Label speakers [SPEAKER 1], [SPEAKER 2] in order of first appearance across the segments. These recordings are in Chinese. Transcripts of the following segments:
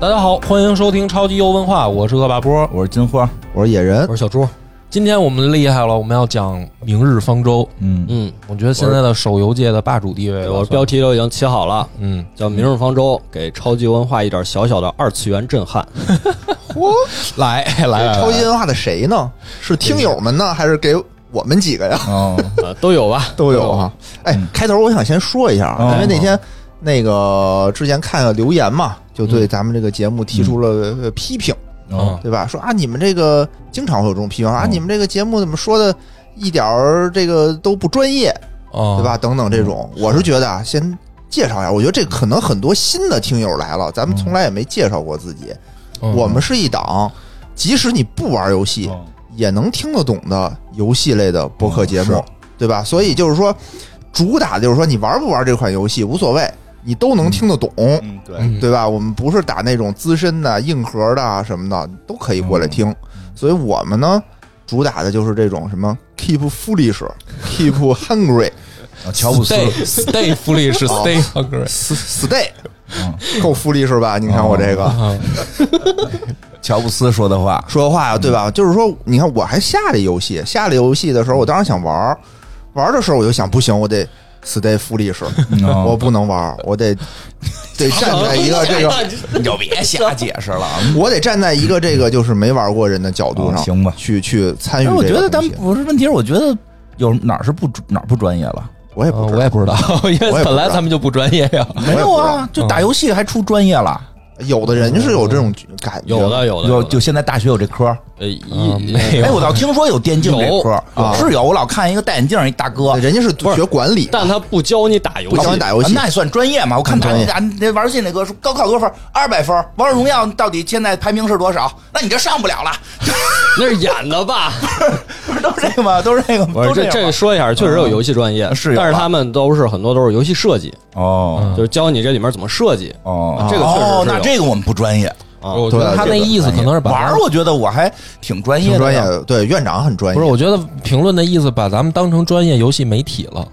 [SPEAKER 1] 大家好，欢迎收听超级优文化，我是恶霸波，
[SPEAKER 2] 我是金花，
[SPEAKER 3] 我是野人
[SPEAKER 1] 我，是小猪。今天我们厉害了，我们要讲《明日方舟》。
[SPEAKER 2] 嗯，
[SPEAKER 4] 嗯，
[SPEAKER 1] 我觉得现在的手游界的霸主地位，
[SPEAKER 4] 我标题都已经起好了，
[SPEAKER 1] 嗯，
[SPEAKER 4] 叫《明日方舟》，给超级文化一点小小的二次元震撼。
[SPEAKER 1] 来来，
[SPEAKER 3] 超级文化的谁呢？是听友们呢，还是给我们几个呀？
[SPEAKER 2] 哦，
[SPEAKER 4] 呃，都有吧？
[SPEAKER 3] 都有啊。哎，开头我想先说一下啊，
[SPEAKER 2] 哦
[SPEAKER 3] 因为那天那个之前看了留言嘛，就对咱们这个节目提出了呃批评，
[SPEAKER 2] 哦，
[SPEAKER 3] 对吧？说啊，你们这个经常会有这种批评啊，
[SPEAKER 2] 嗯
[SPEAKER 3] 你们这个节目怎么说的一点儿这个都不专业，
[SPEAKER 1] 啊，
[SPEAKER 3] 对吧？？等等这种，我是觉得啊，先介绍一下，我觉得这可能很多新的听友来了，咱们从来也没介绍过自己，
[SPEAKER 1] 嗯
[SPEAKER 3] 我们是一档。即使你不玩游戏，
[SPEAKER 2] 哦
[SPEAKER 3] 也能听得懂的游戏类的播客节目，
[SPEAKER 2] 嗯
[SPEAKER 3] 对吧？所以就是说，主打的就是说你玩不玩这款游戏无所谓，你都能听得懂，
[SPEAKER 2] 嗯，对，
[SPEAKER 1] 嗯
[SPEAKER 3] 对吧？我们不是打那种资深的、硬核的啊什么的，都可以过来
[SPEAKER 2] 嗯
[SPEAKER 3] 听。所以我们呢，主打的就是这种什么 keep foolish，keep hungry
[SPEAKER 2] 啊乔布斯，哦
[SPEAKER 1] ，Stay foolish，Stay hungry。
[SPEAKER 3] stay，
[SPEAKER 2] 嗯
[SPEAKER 3] 够 foolish 吧？你看我这个。
[SPEAKER 1] 啊
[SPEAKER 2] 乔布斯说的话，
[SPEAKER 3] 说话呀，对吧？就是说，你看我还下了游戏，下了游戏的时候，我当时想玩儿，玩儿的时候我就想，不行，我得 stay foolish，我不能玩儿，我得得站在哎一个 这个，
[SPEAKER 2] 你就别瞎解释了，
[SPEAKER 3] 我得站在一个这个就是没玩过人的角度上，
[SPEAKER 2] 哦行吧
[SPEAKER 3] 去去参与
[SPEAKER 2] 但
[SPEAKER 3] 这
[SPEAKER 2] 哎是我觉
[SPEAKER 3] 个东西。
[SPEAKER 2] 得咱们不是问题，是我觉得有哪儿是不哪儿不专业了？
[SPEAKER 3] 我也
[SPEAKER 1] 啊
[SPEAKER 3] 不知
[SPEAKER 1] 我也不知道，
[SPEAKER 4] 哦
[SPEAKER 1] 因
[SPEAKER 3] 我
[SPEAKER 1] 为
[SPEAKER 3] 也不知道
[SPEAKER 1] 本来咱们就不专业呀。
[SPEAKER 2] 没有啊，就打游戏还出专业了？
[SPEAKER 3] 有的人是有这种感觉，
[SPEAKER 4] 有的，有的，
[SPEAKER 2] 有，
[SPEAKER 4] 的
[SPEAKER 2] 就现在大学有这科儿。
[SPEAKER 1] 啊
[SPEAKER 4] 呃一
[SPEAKER 1] 没
[SPEAKER 2] 哎，
[SPEAKER 1] 有，
[SPEAKER 2] 我倒听说有电竞这科儿
[SPEAKER 3] 有啊
[SPEAKER 2] 是有，我老看一个戴眼镜儿一大哥，
[SPEAKER 3] 人家是学管理，
[SPEAKER 4] 但他不教你打游
[SPEAKER 3] 不
[SPEAKER 4] 戏
[SPEAKER 3] 教你，打游
[SPEAKER 2] 啊
[SPEAKER 3] 戏。
[SPEAKER 2] 那也算专业嘛？我看打
[SPEAKER 3] 专业
[SPEAKER 2] 打那玩游戏那哥说高考多少分？二百分。王者荣耀到底现在排名是多少？那你这上不了 了，
[SPEAKER 4] 那是演的吧？
[SPEAKER 2] 不是都是这个吗？都是这个吗，
[SPEAKER 4] 不
[SPEAKER 2] 都
[SPEAKER 4] 是
[SPEAKER 2] 是
[SPEAKER 4] 这
[SPEAKER 2] 这
[SPEAKER 4] 这说一下，确实有游戏专业，
[SPEAKER 2] 是有吧
[SPEAKER 4] 但是他们都是很多都是游戏设计，
[SPEAKER 2] 哦
[SPEAKER 4] 就是教你这里面怎么设计。
[SPEAKER 2] 哦
[SPEAKER 4] 这个确实是
[SPEAKER 2] 哦
[SPEAKER 4] 有，
[SPEAKER 2] 那这个我们不专业。
[SPEAKER 4] 啊
[SPEAKER 1] 我觉得他那意思可能是把
[SPEAKER 2] 玩儿，我觉得我还挺专业
[SPEAKER 3] 挺
[SPEAKER 2] 的，
[SPEAKER 3] 专业的，对院长很专
[SPEAKER 1] 不
[SPEAKER 3] 业。
[SPEAKER 1] 是，我觉得评论的意思把咱们当成专业游戏媒体了。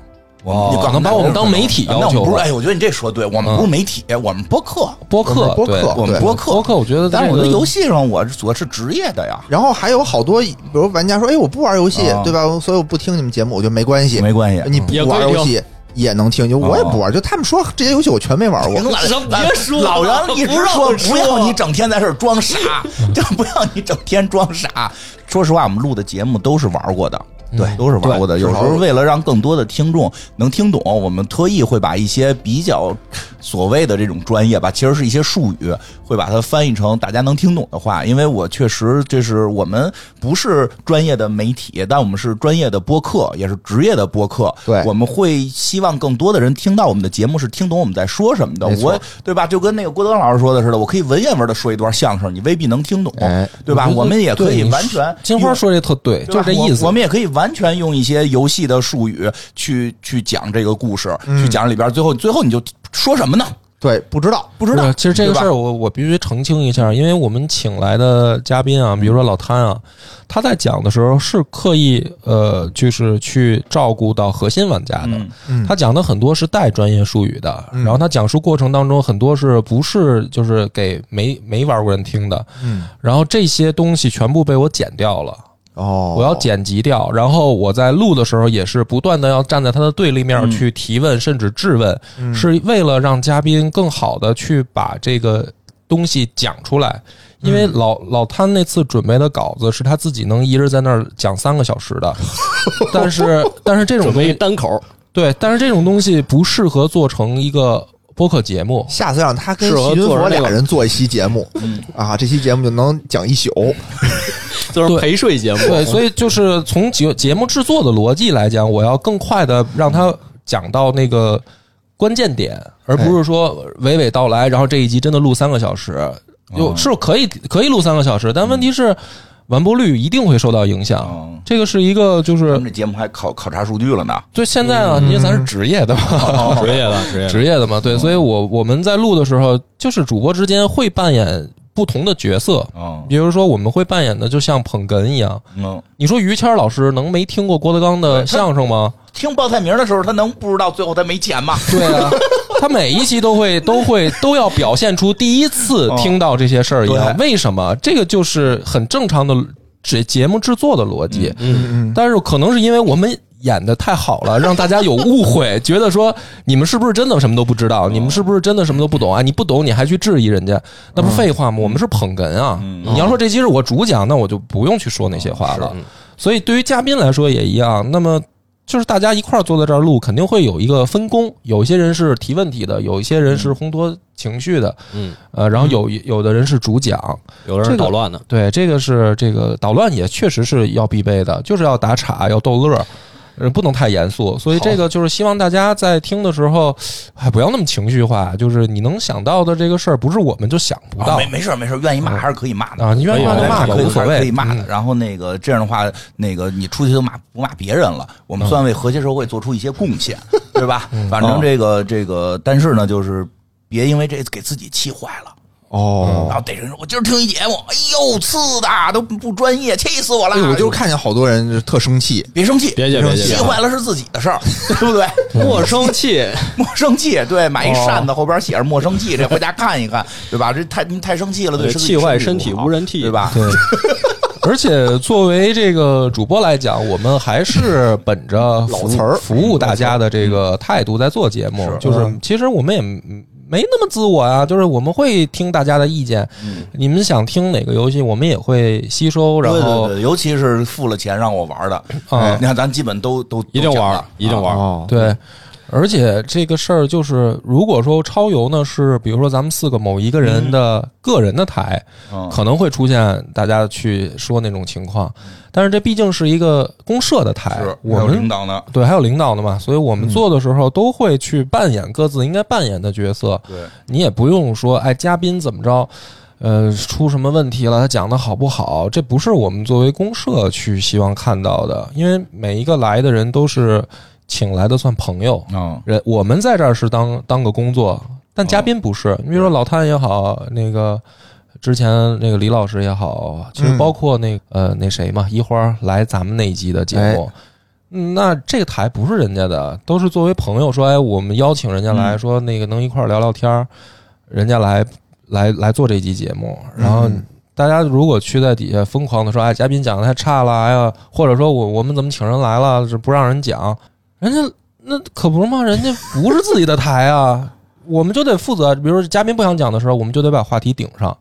[SPEAKER 2] 我们
[SPEAKER 1] 可能把我们当媒体
[SPEAKER 2] 哦那
[SPEAKER 1] 要
[SPEAKER 2] 我们
[SPEAKER 1] 求
[SPEAKER 2] 不是，
[SPEAKER 1] 吧。
[SPEAKER 2] 哎，我觉得你这说对，我们不是媒体，我们播客，
[SPEAKER 1] 播客，
[SPEAKER 3] 播客
[SPEAKER 1] 对
[SPEAKER 2] 我们
[SPEAKER 3] 对
[SPEAKER 2] 播客，
[SPEAKER 1] 播客我觉得
[SPEAKER 2] 但是我
[SPEAKER 1] 这
[SPEAKER 2] 觉
[SPEAKER 1] 个
[SPEAKER 2] 得游戏上我是我是职业的呀，
[SPEAKER 3] 然后还有好多，比如玩家说：“哎，我不玩游戏，
[SPEAKER 2] 啊
[SPEAKER 3] 对吧？所以我不听你们节目，我觉得没关系。
[SPEAKER 2] 没关系，
[SPEAKER 3] 你不玩游戏也能听，就我也不玩，就他们说这些游戏我全没玩 过。
[SPEAKER 2] 老
[SPEAKER 4] 什么别说
[SPEAKER 2] 哎老杨一直说不
[SPEAKER 4] 不让
[SPEAKER 2] 要
[SPEAKER 4] 说
[SPEAKER 2] 你整天在这儿装傻，就不要你整天装傻。说实话，我们录的节目都是玩过的，嗯对，都是玩过的。有时候为了让更多的听众能听懂，我们特意会把一些比较所谓的这种专业吧，其实是一些术语，会把它翻译成大家能听懂的话。因为我确实这是我们不是专业的媒体，但我们是专业的播客，也是职业的播客。
[SPEAKER 3] 对
[SPEAKER 2] 我们会希望更多的人听到我们的节目，是听懂我们在说什么的。
[SPEAKER 3] 没错
[SPEAKER 2] 我对吧？就跟那个郭德纲老师说的似的，我可以文言文的说一段相声，你未必能听懂，
[SPEAKER 3] 哎
[SPEAKER 2] 对吧？
[SPEAKER 1] 我觉得
[SPEAKER 2] 我们也可
[SPEAKER 1] 对
[SPEAKER 2] 以
[SPEAKER 1] 你
[SPEAKER 2] 完
[SPEAKER 1] 说
[SPEAKER 2] 全
[SPEAKER 1] 金花
[SPEAKER 2] 用
[SPEAKER 1] 说这特对，
[SPEAKER 2] 对吧
[SPEAKER 1] 就这意思
[SPEAKER 2] 我。我。们也可以完全用一些游戏的术语去去讲这个故事，
[SPEAKER 1] 嗯
[SPEAKER 2] 去讲里边最后最后你就说什么呢？
[SPEAKER 3] 对，不知道，
[SPEAKER 2] 不知道
[SPEAKER 1] 是，其实这个
[SPEAKER 2] 对吧
[SPEAKER 1] 事儿我我必须澄清一下，因为我们请来的嘉宾啊，比如说
[SPEAKER 2] 嗯
[SPEAKER 1] 老潘啊，他在讲的时候是刻意呃，就是去照顾到核心玩家的。
[SPEAKER 2] 嗯
[SPEAKER 3] 嗯
[SPEAKER 1] 他讲的很多是带专业术语的，然后他讲述过程当中很多是不是就是给没没玩过人听的，
[SPEAKER 3] 嗯，
[SPEAKER 1] 然后这些东西全部被我剪掉了。
[SPEAKER 3] 哦，
[SPEAKER 1] 我要剪辑掉，然后我在录的时候也是不断的要站在他的对立面去提问，甚至质问，
[SPEAKER 4] 嗯
[SPEAKER 1] 是为了让嘉宾更好的去把这个东西讲出来。因
[SPEAKER 4] 嗯
[SPEAKER 1] 为老老潘那次准备的稿子是他自己能一人在那儿讲三个小时 的，但是但是这种
[SPEAKER 4] 准
[SPEAKER 1] 东
[SPEAKER 4] 备一
[SPEAKER 1] 西
[SPEAKER 4] 单口，
[SPEAKER 1] 对，但是这种东西不适合做成一个播客节目。
[SPEAKER 3] 下次让他跟
[SPEAKER 4] 适合
[SPEAKER 3] 徐云
[SPEAKER 4] 做
[SPEAKER 3] 佛
[SPEAKER 4] 成那
[SPEAKER 3] 俩
[SPEAKER 4] 个
[SPEAKER 3] 人做一期节目
[SPEAKER 2] 嗯
[SPEAKER 3] 啊，这期节目就能讲一宿。
[SPEAKER 4] 就是陪睡节目。
[SPEAKER 1] 对，所以就是从节节目制作的逻辑来讲，我要更快的让他讲到那个关键点，而不是说娓娓道来，然后这一集真的录三个小时，就是可以可以录三个小时，但问题是完播率一定会受到影响
[SPEAKER 2] 嗯。
[SPEAKER 1] 这个是一个就
[SPEAKER 2] 咱
[SPEAKER 1] 是
[SPEAKER 2] 们这节目还考考察数据了呢。
[SPEAKER 1] 就现在啊，因为咱是职业的嘛，
[SPEAKER 4] 职业的，职业的。
[SPEAKER 1] 职业的嘛，对，所以我我们在录的时候，就是主播之间会扮演不同的角色。
[SPEAKER 2] 嗯
[SPEAKER 1] 比如说，我们会扮演的就像捧哏一样，
[SPEAKER 2] 嗯，
[SPEAKER 1] 你说于谦儿老师能没听过郭德纲的相声吗？
[SPEAKER 2] 听报菜名的时候，他能不知道最后他没钱吗？
[SPEAKER 1] 对啊，他每一期都会都会都要表现出第一次听到这些事儿一样。为什么？这个就是很正常的这节目制作的逻辑。
[SPEAKER 3] 嗯嗯，
[SPEAKER 1] 但是可能是因为我们演的太好了，让大家有误 会，觉得说你们是不是真的什么都不知
[SPEAKER 4] 哦
[SPEAKER 1] 道？你们是不是真的什么都不懂啊？你不懂你还去质疑人家，那
[SPEAKER 4] 嗯
[SPEAKER 1] 不是废话吗？我们是捧哏啊！你要说这期是我主讲，那我就不用去说那些话
[SPEAKER 4] 哦
[SPEAKER 1] 了。所以对于嘉宾来说也一样。那么。就是大家一块儿坐在这儿录，肯定会有一个分工。有一些人是提问题的，有一些人是烘托情绪的，
[SPEAKER 4] 嗯，
[SPEAKER 1] 呃，然后有有的人是主讲。
[SPEAKER 4] 有的
[SPEAKER 1] 这
[SPEAKER 4] 人
[SPEAKER 1] 个
[SPEAKER 4] 捣乱呢，嗯
[SPEAKER 1] 对，这个是这个捣乱也确实是要必备的，就是要打岔，要逗乐儿，呃，不能太严肃。所以这个就是希望大家在听的时候，哎，不要那么情绪化。就是你能想到的这个事儿，不是我们就想不
[SPEAKER 2] 啊
[SPEAKER 1] 到
[SPEAKER 2] 没没事儿没事儿，愿意骂还是可以骂的
[SPEAKER 1] 啊。你愿意骂就骂吧，
[SPEAKER 2] 可以
[SPEAKER 1] 无所
[SPEAKER 2] 还是
[SPEAKER 1] 谓，
[SPEAKER 2] 可以骂的。
[SPEAKER 1] 嗯
[SPEAKER 2] 然后那个这样的话，那个你出去就骂不骂别人了，我
[SPEAKER 4] 嗯
[SPEAKER 2] 们算为和谐社会做出一些贡 献，对吧？反
[SPEAKER 4] 哦
[SPEAKER 2] 正这个这个，但是呢，就是别因为这给自己气坏了。然
[SPEAKER 3] 哦，
[SPEAKER 2] 后逮人说，我今儿听一节目，哎呦，次的都不专业，气死我了！
[SPEAKER 3] 哎，我就看见好多人就特生气，
[SPEAKER 2] 别生气，
[SPEAKER 4] 别介别介
[SPEAKER 2] 气坏了是自己的 事儿，对不对？
[SPEAKER 4] 莫生气，
[SPEAKER 2] 莫生气，对，买一
[SPEAKER 4] 哦
[SPEAKER 2] 扇子后边写着“莫生气”，这回家看一看，对吧？这太你太生气了，对
[SPEAKER 4] 对
[SPEAKER 2] 身体
[SPEAKER 4] 气坏
[SPEAKER 2] 身
[SPEAKER 4] 身
[SPEAKER 2] 体
[SPEAKER 4] 体
[SPEAKER 2] 不好
[SPEAKER 4] 无人替
[SPEAKER 2] 对 吧？
[SPEAKER 1] 对， 而且作为这个主播来讲，我们还是本着服
[SPEAKER 3] 老词儿
[SPEAKER 1] 服务大家的这个态度在做节目，
[SPEAKER 2] 嗯
[SPEAKER 1] 就是其实我们也没那么自我啊，就是我们会听大家的意见，你们想听哪个游戏，我们也会吸收，然
[SPEAKER 2] 嗯对对
[SPEAKER 1] 后
[SPEAKER 2] 对，尤其是付了钱让我玩的，哎
[SPEAKER 1] 啊
[SPEAKER 2] 你看咱基本都都
[SPEAKER 4] 一定玩
[SPEAKER 2] 都讲
[SPEAKER 4] 儿
[SPEAKER 2] 了，
[SPEAKER 4] 一定玩儿，
[SPEAKER 3] 哦，
[SPEAKER 1] 对。而且这个事儿就是，如果说超游呢是，比如说咱们四个某一个人的个人的台，
[SPEAKER 2] 嗯
[SPEAKER 1] 可能会出现大家去说那种情况，但是这毕竟是一个公社的台
[SPEAKER 2] 是，
[SPEAKER 1] 哎我
[SPEAKER 2] 还有领
[SPEAKER 1] 们
[SPEAKER 2] 导呢，
[SPEAKER 1] 对还有领导的嘛，所以我们做的时候都会去扮演各自应该扮演的角色，
[SPEAKER 2] 对，
[SPEAKER 1] 你也不用说哎嘉宾怎么着。呃，出什么问题了？他讲的好不好？这不是我们作为公社去希望看到的，因为每一个来的人都是请来的，算朋友，
[SPEAKER 2] 嗯，
[SPEAKER 1] 人我们在这儿是当当个工作，但嘉宾不是。你比如说老谭也好，那个之前那个李老师也好，其实包括那呃那谁嘛，一花来咱们那一季的节目。嗯那这个台不是人家的，都是作为朋友说，哎，我们邀请人家来
[SPEAKER 2] 嗯
[SPEAKER 1] 说，那个能一块儿聊聊天儿，人家来来来做这期节目，然后
[SPEAKER 3] 嗯
[SPEAKER 1] 大家如果去在底下疯狂的说，哎，嘉宾讲的太差了，哎呀，或者说我我们怎么请人来了，是不让人讲，人家那可不是嘛，人家不是自己的台啊，我们就得负责，比如说嘉宾不想讲的时候，我们就得把话题顶上，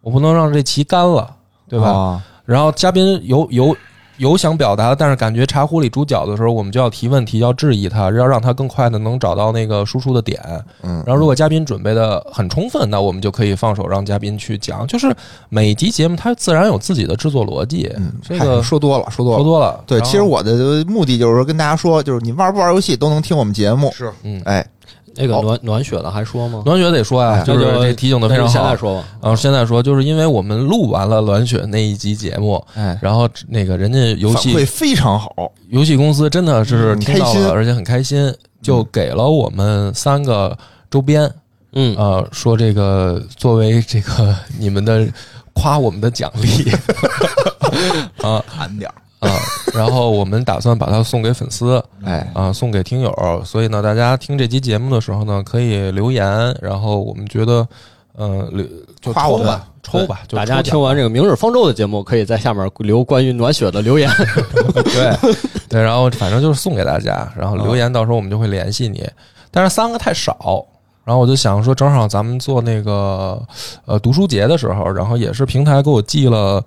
[SPEAKER 1] 我不能让这棋干了，对吧？
[SPEAKER 3] 吧？
[SPEAKER 1] 然后嘉宾有有有想表达的，但是感觉茶壶里煮饺子的时候，我们就要提问题，要质疑他，要让他更快的能找到那个输出的点。
[SPEAKER 3] 嗯
[SPEAKER 1] 然后如果嘉宾准备的很充分，那我们就可以放手让嘉宾去讲。就是每集节目它自然有自己的制作逻辑，
[SPEAKER 3] 嗯，
[SPEAKER 1] 这
[SPEAKER 3] 嗨
[SPEAKER 1] 个
[SPEAKER 3] 说多了，说多
[SPEAKER 1] 说
[SPEAKER 3] 了。
[SPEAKER 1] 多了。
[SPEAKER 3] 对，
[SPEAKER 1] 然后
[SPEAKER 3] 其实我的目的就是说跟大家说，就是你玩不玩游戏都能听我们节目。
[SPEAKER 2] 是，
[SPEAKER 1] 嗯
[SPEAKER 3] 哎，
[SPEAKER 4] 那个
[SPEAKER 3] 好
[SPEAKER 4] 暖暖雪的还说吗？
[SPEAKER 1] 暖雪得说呀、
[SPEAKER 3] 哎
[SPEAKER 1] 就是
[SPEAKER 4] 那就
[SPEAKER 1] 这提醒的非常
[SPEAKER 4] 那就现
[SPEAKER 1] 好
[SPEAKER 4] 在。说吧，
[SPEAKER 1] 啊，现在说就是因为我们录完了暖雪那一集节目，
[SPEAKER 3] 哎，
[SPEAKER 1] 然后那个人家游戏
[SPEAKER 3] 反馈非常好，
[SPEAKER 1] 游戏公司真的是
[SPEAKER 3] 嗯
[SPEAKER 1] 听到
[SPEAKER 3] 开心嗯
[SPEAKER 1] 了，而且很开心，就给了我们三个周边，
[SPEAKER 4] 嗯，
[SPEAKER 1] 呃，说这个作为这个 你们的夸我们的奖 励啊
[SPEAKER 2] 惨点儿
[SPEAKER 1] 啊，然后我们打算把它送给粉丝
[SPEAKER 3] 哎，
[SPEAKER 1] 啊，送给听友，所以呢，大家听这期节目的时候呢，可以留言，然后我们觉得，呃，留就
[SPEAKER 3] 夸
[SPEAKER 1] 抽
[SPEAKER 3] 我们
[SPEAKER 1] 吧，抽吧，就
[SPEAKER 4] 大
[SPEAKER 1] 抽
[SPEAKER 4] 家
[SPEAKER 1] 奖
[SPEAKER 4] 听完这个《明日方舟》的节目，可以在下面留关于暖雪的留言。
[SPEAKER 1] 对对，然后反正就是送给大家，然后留言到时候我们就会联系你。但是三个太少，然后我就想说，正好咱们做那个呃读书节的时候，然后也是平台给我寄了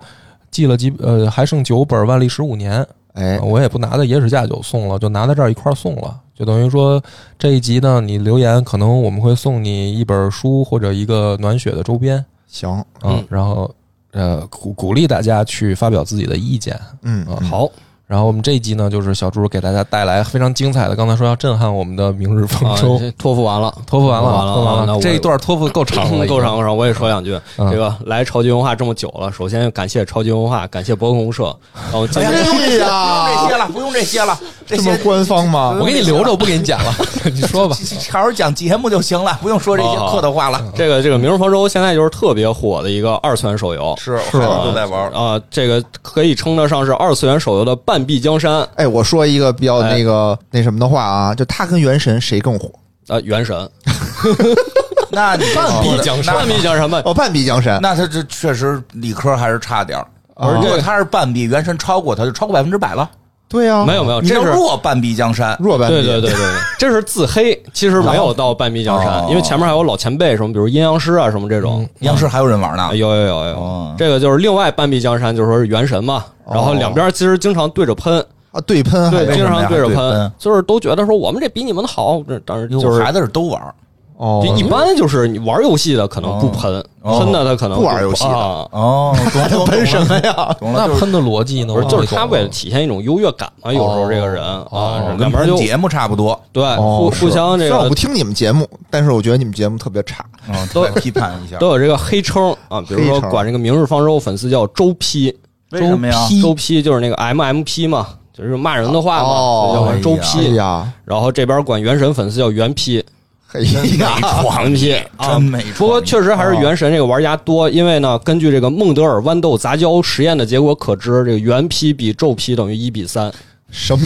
[SPEAKER 1] 寄了几呃还剩九本《万历十五年》呃
[SPEAKER 3] 哎，
[SPEAKER 1] 我也不拿在野史架酒送了，就拿在这儿一块儿送了。就等于说这一集呢，你留言可能我们会送你一本书或者一个暖雪的周边
[SPEAKER 3] 行，
[SPEAKER 1] 啊，
[SPEAKER 4] 嗯
[SPEAKER 1] 然后呃鼓鼓励大家去发表自己的意见。
[SPEAKER 3] 嗯，
[SPEAKER 1] 啊
[SPEAKER 4] 好，
[SPEAKER 1] 然后我们这一集呢，就是小猪给大家带来非常精彩的，刚才说要震撼我们的《明日方
[SPEAKER 4] 啊
[SPEAKER 1] 舟》，
[SPEAKER 4] 这托付完了，
[SPEAKER 1] 托付完了，
[SPEAKER 4] 完了
[SPEAKER 1] 托付完
[SPEAKER 4] 那
[SPEAKER 1] 了，
[SPEAKER 4] 我
[SPEAKER 1] 这一段托付够 长了，
[SPEAKER 4] 够长够长，我也说两句。
[SPEAKER 1] 嗯
[SPEAKER 4] 这个来超级文化这么久了，首先感谢超级文化，感谢博客公社。然后今
[SPEAKER 2] 哎呀，
[SPEAKER 4] 天
[SPEAKER 2] 不用这些
[SPEAKER 3] 哎呀
[SPEAKER 2] 不用这些了，不用这些了，这
[SPEAKER 3] 这
[SPEAKER 2] 些
[SPEAKER 3] 么官方吗？
[SPEAKER 1] 我给你留着，我不给你 讲了，你说吧。
[SPEAKER 2] 好好讲节目就行了，不用说这些
[SPEAKER 4] 好好
[SPEAKER 2] 客套话了。
[SPEAKER 4] 这个这个《明日方舟》现在就是特别火的一个二次元手游，
[SPEAKER 2] 是，我孩子都在玩儿。
[SPEAKER 4] 啊、这个可以称得上是二次元手游的半壁江山。
[SPEAKER 3] 哎，我
[SPEAKER 4] 哎
[SPEAKER 3] 说一个比较那个那什么的话啊，就他跟原神谁更火？
[SPEAKER 4] 呃，原神，
[SPEAKER 2] 那你
[SPEAKER 4] 半壁江山，半壁江山吧，
[SPEAKER 3] 哦，半壁江山，
[SPEAKER 2] 那他这确实理科还是差点儿。
[SPEAKER 4] 嗯
[SPEAKER 1] 啊
[SPEAKER 2] 如果他是半壁，原神超过他就超过百分之百了。
[SPEAKER 3] 对呀，
[SPEAKER 4] 没有没有，
[SPEAKER 2] 你
[SPEAKER 4] 哦这
[SPEAKER 2] 要
[SPEAKER 4] 是
[SPEAKER 2] 弱半壁江山，
[SPEAKER 3] 弱半壁
[SPEAKER 4] 对对对对对，这是自黑，其实没有到半壁江
[SPEAKER 2] 然
[SPEAKER 4] 山
[SPEAKER 2] 后，
[SPEAKER 4] 因为前面还有老前辈什么，比如阴阳师啊什么这种，
[SPEAKER 2] 央视还有人玩呢
[SPEAKER 4] 啊。有有有
[SPEAKER 2] 哦
[SPEAKER 4] 有，这个就是另外半壁江山，就是说是元神嘛，然后两边其实经常对着喷，
[SPEAKER 3] 啊，对喷还
[SPEAKER 4] 对，
[SPEAKER 2] 为
[SPEAKER 4] 经
[SPEAKER 2] 什么呀
[SPEAKER 4] 常对着
[SPEAKER 2] 对喷
[SPEAKER 4] 喷，就是都觉得说我们这比你们好，这当然
[SPEAKER 2] 有
[SPEAKER 4] 就是
[SPEAKER 2] 孩子是都玩，
[SPEAKER 1] 哦
[SPEAKER 4] 就一般就是你玩游戏的可能不喷，
[SPEAKER 2] 哦
[SPEAKER 4] 喷的他可能
[SPEAKER 3] 不玩游戏的
[SPEAKER 4] 啊
[SPEAKER 2] 哦，懂 了
[SPEAKER 3] 喷什么？呀？
[SPEAKER 2] 懂了
[SPEAKER 1] 那
[SPEAKER 2] 懂了，
[SPEAKER 1] 喷的逻辑呢？
[SPEAKER 4] 不是，
[SPEAKER 1] 我
[SPEAKER 4] 就
[SPEAKER 1] 没
[SPEAKER 4] 是他
[SPEAKER 1] 懂
[SPEAKER 4] 为了体现一种优越感嘛，有时候这个人啊，
[SPEAKER 2] 哦跟
[SPEAKER 4] 两边
[SPEAKER 2] 喷
[SPEAKER 4] 就
[SPEAKER 2] 节目差不多。
[SPEAKER 4] 对互
[SPEAKER 3] 哦
[SPEAKER 4] 互相这
[SPEAKER 3] 虽然我
[SPEAKER 4] 个
[SPEAKER 3] 不听你们节目，但是我觉得你们节目特别差。
[SPEAKER 2] 嗯，都批判一下，
[SPEAKER 4] 都有这个黑称啊，比如
[SPEAKER 3] 黑
[SPEAKER 4] 说
[SPEAKER 3] 称
[SPEAKER 4] 管这个明日方舟粉丝叫周批，
[SPEAKER 2] 为什么呀？
[SPEAKER 4] 周批就是那个 MMP 嘛，就是骂人的话嘛，
[SPEAKER 3] 哦
[SPEAKER 4] 所以叫管周
[SPEAKER 3] 哎
[SPEAKER 4] 批。
[SPEAKER 3] 呀，
[SPEAKER 4] 然后这边管原神粉丝叫原批，
[SPEAKER 3] 哎呀，
[SPEAKER 4] 黄批啊
[SPEAKER 2] 真。没。
[SPEAKER 4] 不过确实还是原神这个玩家多，因为呢，根据这个孟德尔豌豆杂交实验的结果可知，这个原批比骤批等于一比三。
[SPEAKER 3] 什么？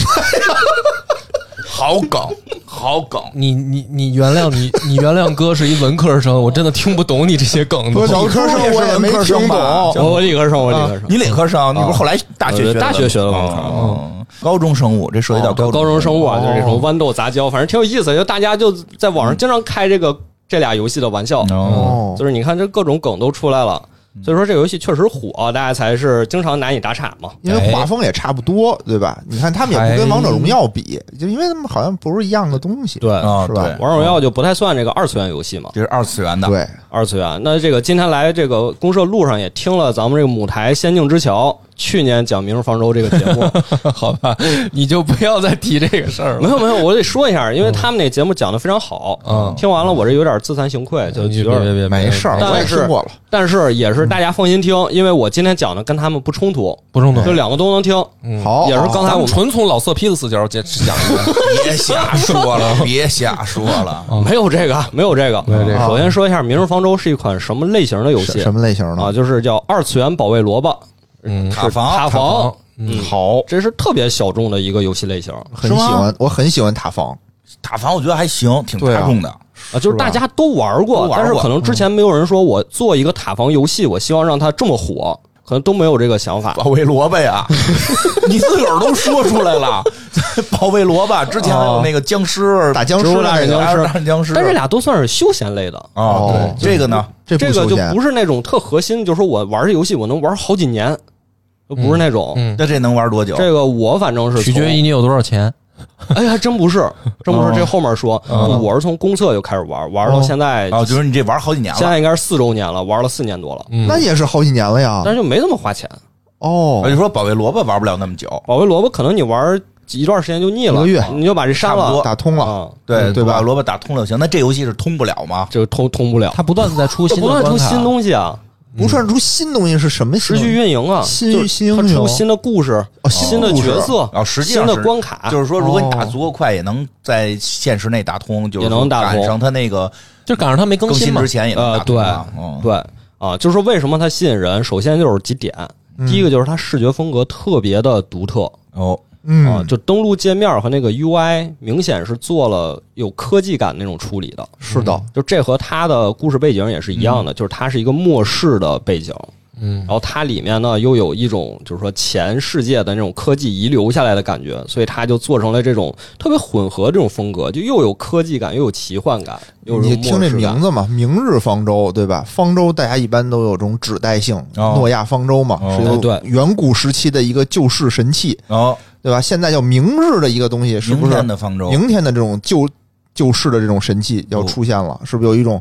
[SPEAKER 2] 好梗，好梗。
[SPEAKER 1] 你你你原谅 你你原谅哥是一文科生，我真的听不懂你这些梗的。
[SPEAKER 3] 理科生我也没听懂。
[SPEAKER 4] 我我理科生，我理科生，
[SPEAKER 2] 你理科生，你不是后来大学
[SPEAKER 4] 呃
[SPEAKER 2] 学的
[SPEAKER 4] 大学学的文科
[SPEAKER 2] 啊哦高中生物这涉及到
[SPEAKER 4] 对高中生物啊，就是这种豌豆杂交，反正挺有意思。就大家就在网上经常开这个这俩游戏的玩笑，
[SPEAKER 2] 哦，
[SPEAKER 3] 哦，
[SPEAKER 4] 啊就是你看这各种梗都出来了，
[SPEAKER 1] 嗯
[SPEAKER 4] 所以说这游戏确实火，大家才是经常拿你打岔嘛。
[SPEAKER 3] 因为画风也差不多，对吧？
[SPEAKER 4] 哎
[SPEAKER 3] 你看他们也不跟王者荣耀比，就因为他们好像不是一样的东西。
[SPEAKER 4] 对，
[SPEAKER 2] 啊，
[SPEAKER 3] 是吧
[SPEAKER 1] 嗯
[SPEAKER 2] 对，
[SPEAKER 4] 王者荣耀就不太算这个二次元游戏嘛，
[SPEAKER 2] 这是二次元的，
[SPEAKER 3] 对，
[SPEAKER 4] 二次元。那这个今天来这个公社路上也听了咱们这个母台《仙境之桥》去年讲《明日方舟》这个节 目，
[SPEAKER 1] 好吧，你就不要再提这个事儿
[SPEAKER 4] 没
[SPEAKER 1] 了。
[SPEAKER 4] 有没有，我得说一下，因为他们那节目讲的非常好，
[SPEAKER 1] 嗯
[SPEAKER 4] 听完了我这有点自惭形愧， 就
[SPEAKER 1] 你
[SPEAKER 4] 觉
[SPEAKER 1] 别别
[SPEAKER 4] 得，
[SPEAKER 1] 别，
[SPEAKER 3] 没事儿，
[SPEAKER 4] 但
[SPEAKER 3] 我也
[SPEAKER 4] 是
[SPEAKER 3] 听过了。
[SPEAKER 4] 但是也是大家放心听，因为我今天讲的跟他们不冲突，
[SPEAKER 1] 不冲突。
[SPEAKER 4] 就两个都能听，
[SPEAKER 1] 嗯
[SPEAKER 3] 好，
[SPEAKER 4] 也是刚才
[SPEAKER 1] 咱
[SPEAKER 4] 我
[SPEAKER 1] 们
[SPEAKER 4] 们
[SPEAKER 1] 纯从老色批的视角讲讲一遍。
[SPEAKER 2] 别瞎说了，别瞎说了。
[SPEAKER 1] 啊
[SPEAKER 4] 没有这个，没有这个。啊
[SPEAKER 1] 有这个
[SPEAKER 4] 首先说一下，《明日方舟》是一款什么类型的游
[SPEAKER 3] 是
[SPEAKER 4] 戏
[SPEAKER 3] 什么类型
[SPEAKER 4] 啊？
[SPEAKER 3] 的？
[SPEAKER 4] 就是叫二次元保卫萝卜
[SPEAKER 1] 嗯，
[SPEAKER 2] 塔
[SPEAKER 4] 塔
[SPEAKER 2] 防，
[SPEAKER 4] 防，
[SPEAKER 1] 嗯，
[SPEAKER 2] 好，
[SPEAKER 4] 这是特别小众的一个游戏类型啊，
[SPEAKER 3] 很喜欢，我很喜欢塔防。
[SPEAKER 2] 塔防我觉得还行，挺
[SPEAKER 3] 对啊
[SPEAKER 2] 大众的。
[SPEAKER 4] 就是大家都玩过，
[SPEAKER 2] 都玩过
[SPEAKER 4] 但是可能之前没有人说我做一个塔防游戏，我希望让它这么火，可能都没有这个想法。
[SPEAKER 2] 保卫萝卜呀， 你自个儿都说出来了。 保卫萝卜之前还有那个僵尸
[SPEAKER 3] 打僵尸
[SPEAKER 2] 植物
[SPEAKER 4] 那个
[SPEAKER 2] 大战僵尸，
[SPEAKER 4] 但这俩都算是休闲类的，
[SPEAKER 2] 啊
[SPEAKER 3] 哦，
[SPEAKER 2] 对这个呢，
[SPEAKER 3] 这
[SPEAKER 4] 这
[SPEAKER 3] 不
[SPEAKER 4] 个
[SPEAKER 3] 休
[SPEAKER 4] 就
[SPEAKER 3] 闲
[SPEAKER 4] 不是那种特核心，就是说我玩这游戏我能玩好几年，都不是那种。
[SPEAKER 1] 嗯，
[SPEAKER 2] 那这能玩多久？
[SPEAKER 4] 这个我反正是
[SPEAKER 1] 取决
[SPEAKER 4] 从
[SPEAKER 1] 于你有多少钱。
[SPEAKER 4] 哎，还真不是，真不是，这后面说，
[SPEAKER 1] 嗯
[SPEAKER 4] 我是从公测就开始玩，玩到现在，
[SPEAKER 2] 啊，就是你这玩好几年
[SPEAKER 4] 现
[SPEAKER 2] 了，
[SPEAKER 4] 在应该是四周年了，玩了四年多了，
[SPEAKER 1] 嗯
[SPEAKER 3] 那也是好几年了呀
[SPEAKER 4] 但。是就没怎么花钱。
[SPEAKER 2] 我
[SPEAKER 3] 哦
[SPEAKER 2] 就，说保卫萝卜玩不了那么久。
[SPEAKER 4] 保卫萝卜可能你玩一段时间就腻了，
[SPEAKER 3] 一个月
[SPEAKER 4] 你就把这删
[SPEAKER 2] 差不
[SPEAKER 4] 了，
[SPEAKER 2] 多
[SPEAKER 3] 打通了。
[SPEAKER 4] 啊，
[SPEAKER 2] 对
[SPEAKER 3] 嗯对吧
[SPEAKER 2] 保卫萝卜打通了就行，那这游戏是通不了吗？
[SPEAKER 4] 这个通通不了，
[SPEAKER 1] 它不断的在出
[SPEAKER 4] 它
[SPEAKER 1] 新的
[SPEAKER 4] 不断出
[SPEAKER 1] 关卡
[SPEAKER 4] 新东西啊，
[SPEAKER 3] 不算出新东西是什么新
[SPEAKER 4] 持
[SPEAKER 3] 东西？
[SPEAKER 4] 续运营啊，
[SPEAKER 3] 新
[SPEAKER 4] 就是
[SPEAKER 3] 新
[SPEAKER 4] 它
[SPEAKER 3] 英
[SPEAKER 4] 出
[SPEAKER 3] 雄
[SPEAKER 4] 新的故事、
[SPEAKER 3] 哦
[SPEAKER 4] 新的
[SPEAKER 3] 故事
[SPEAKER 4] 角色
[SPEAKER 2] 啊实际上
[SPEAKER 4] 新的
[SPEAKER 2] 是
[SPEAKER 4] 关卡，
[SPEAKER 2] 就是说，如果你打
[SPEAKER 3] 哦
[SPEAKER 2] 足够快，也能在现实内打通，就是
[SPEAKER 4] 也能打通
[SPEAKER 2] 赶上它那个
[SPEAKER 1] 就赶上它没更
[SPEAKER 2] 更
[SPEAKER 1] 新
[SPEAKER 2] 新
[SPEAKER 1] 嘛
[SPEAKER 2] 之。前也能
[SPEAKER 4] 呃
[SPEAKER 2] 打通啊。嗯，
[SPEAKER 4] 对啊，就是说为什么它吸引人，首先就是几点，
[SPEAKER 3] 嗯
[SPEAKER 4] 第一个就是它视觉风格特别的独特，
[SPEAKER 2] 哦，
[SPEAKER 4] 啊，
[SPEAKER 3] 嗯，
[SPEAKER 4] 就登录界面和那个 UI 明显是做了有科技感那种处理的，
[SPEAKER 3] 是的，嗯
[SPEAKER 4] 就这和它的故事背景也是一样的，就是它是一个末世的背景，
[SPEAKER 1] 嗯
[SPEAKER 4] 然，后它里面呢又有一种就是说前世界的那种科技遗留下来的感觉，所以它就做成了这种特别混合这种风格，就又有科技感，又有奇幻感，又有
[SPEAKER 3] 你
[SPEAKER 4] 种
[SPEAKER 3] 听
[SPEAKER 4] 末
[SPEAKER 3] 这
[SPEAKER 4] 世
[SPEAKER 3] 名
[SPEAKER 4] 感。
[SPEAKER 3] 字嘛，明日方舟对吧？方舟大家一般都有种指代性，
[SPEAKER 2] 哦
[SPEAKER 3] 诺亚方舟嘛，
[SPEAKER 2] 哦
[SPEAKER 3] 是由
[SPEAKER 4] 哎对
[SPEAKER 3] 远古时期的一个救世神器，
[SPEAKER 2] 哦，
[SPEAKER 3] 对吧？现在叫明日的一个东西，是
[SPEAKER 2] 明
[SPEAKER 3] 不是
[SPEAKER 2] 天？的方舟，
[SPEAKER 3] 明天的这种救救世的这种神器要出现了，是不是有一种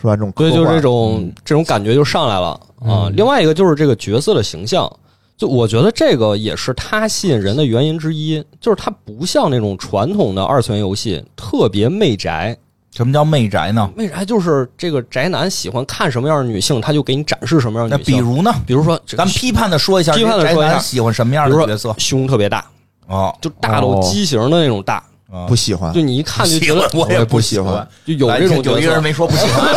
[SPEAKER 3] 是吧？这种
[SPEAKER 4] 所以
[SPEAKER 3] 科
[SPEAKER 4] 就是
[SPEAKER 3] 幻
[SPEAKER 4] 这
[SPEAKER 3] 嗯
[SPEAKER 4] 种这种感觉就上来了啊。另外一个就是这个角色的形象，就我觉得这个也是它吸引人的原因之一，就是它不像那种传统的二次元游戏特别媚宅，
[SPEAKER 2] 什么叫媚宅呢？
[SPEAKER 4] 媚宅就是这个宅男喜欢看什么样的女性，他就给你展示什么样
[SPEAKER 2] 那
[SPEAKER 4] 的女
[SPEAKER 2] 比
[SPEAKER 4] 性。
[SPEAKER 2] 如呢？
[SPEAKER 4] 比如说这个
[SPEAKER 2] 咱
[SPEAKER 4] 胸，
[SPEAKER 2] 批判的说一下，
[SPEAKER 4] 批判地
[SPEAKER 2] 宅
[SPEAKER 4] 说一下
[SPEAKER 2] 男喜欢什么样
[SPEAKER 4] 比如
[SPEAKER 2] 的
[SPEAKER 4] 说
[SPEAKER 2] 角色
[SPEAKER 4] 胸特别大，
[SPEAKER 2] 啊？
[SPEAKER 4] 就大到
[SPEAKER 3] 哦
[SPEAKER 4] 畸形的那种大，
[SPEAKER 2] 啊
[SPEAKER 3] 不喜欢
[SPEAKER 4] 就，你一看就觉得
[SPEAKER 2] 我
[SPEAKER 3] 我也
[SPEAKER 2] 也
[SPEAKER 3] 不喜
[SPEAKER 2] 喜
[SPEAKER 3] 欢哎
[SPEAKER 2] 欢。
[SPEAKER 4] 就有
[SPEAKER 2] 来
[SPEAKER 4] 这种
[SPEAKER 2] 有
[SPEAKER 4] 角
[SPEAKER 2] 一个人
[SPEAKER 4] 色。
[SPEAKER 2] 没说不喜欢，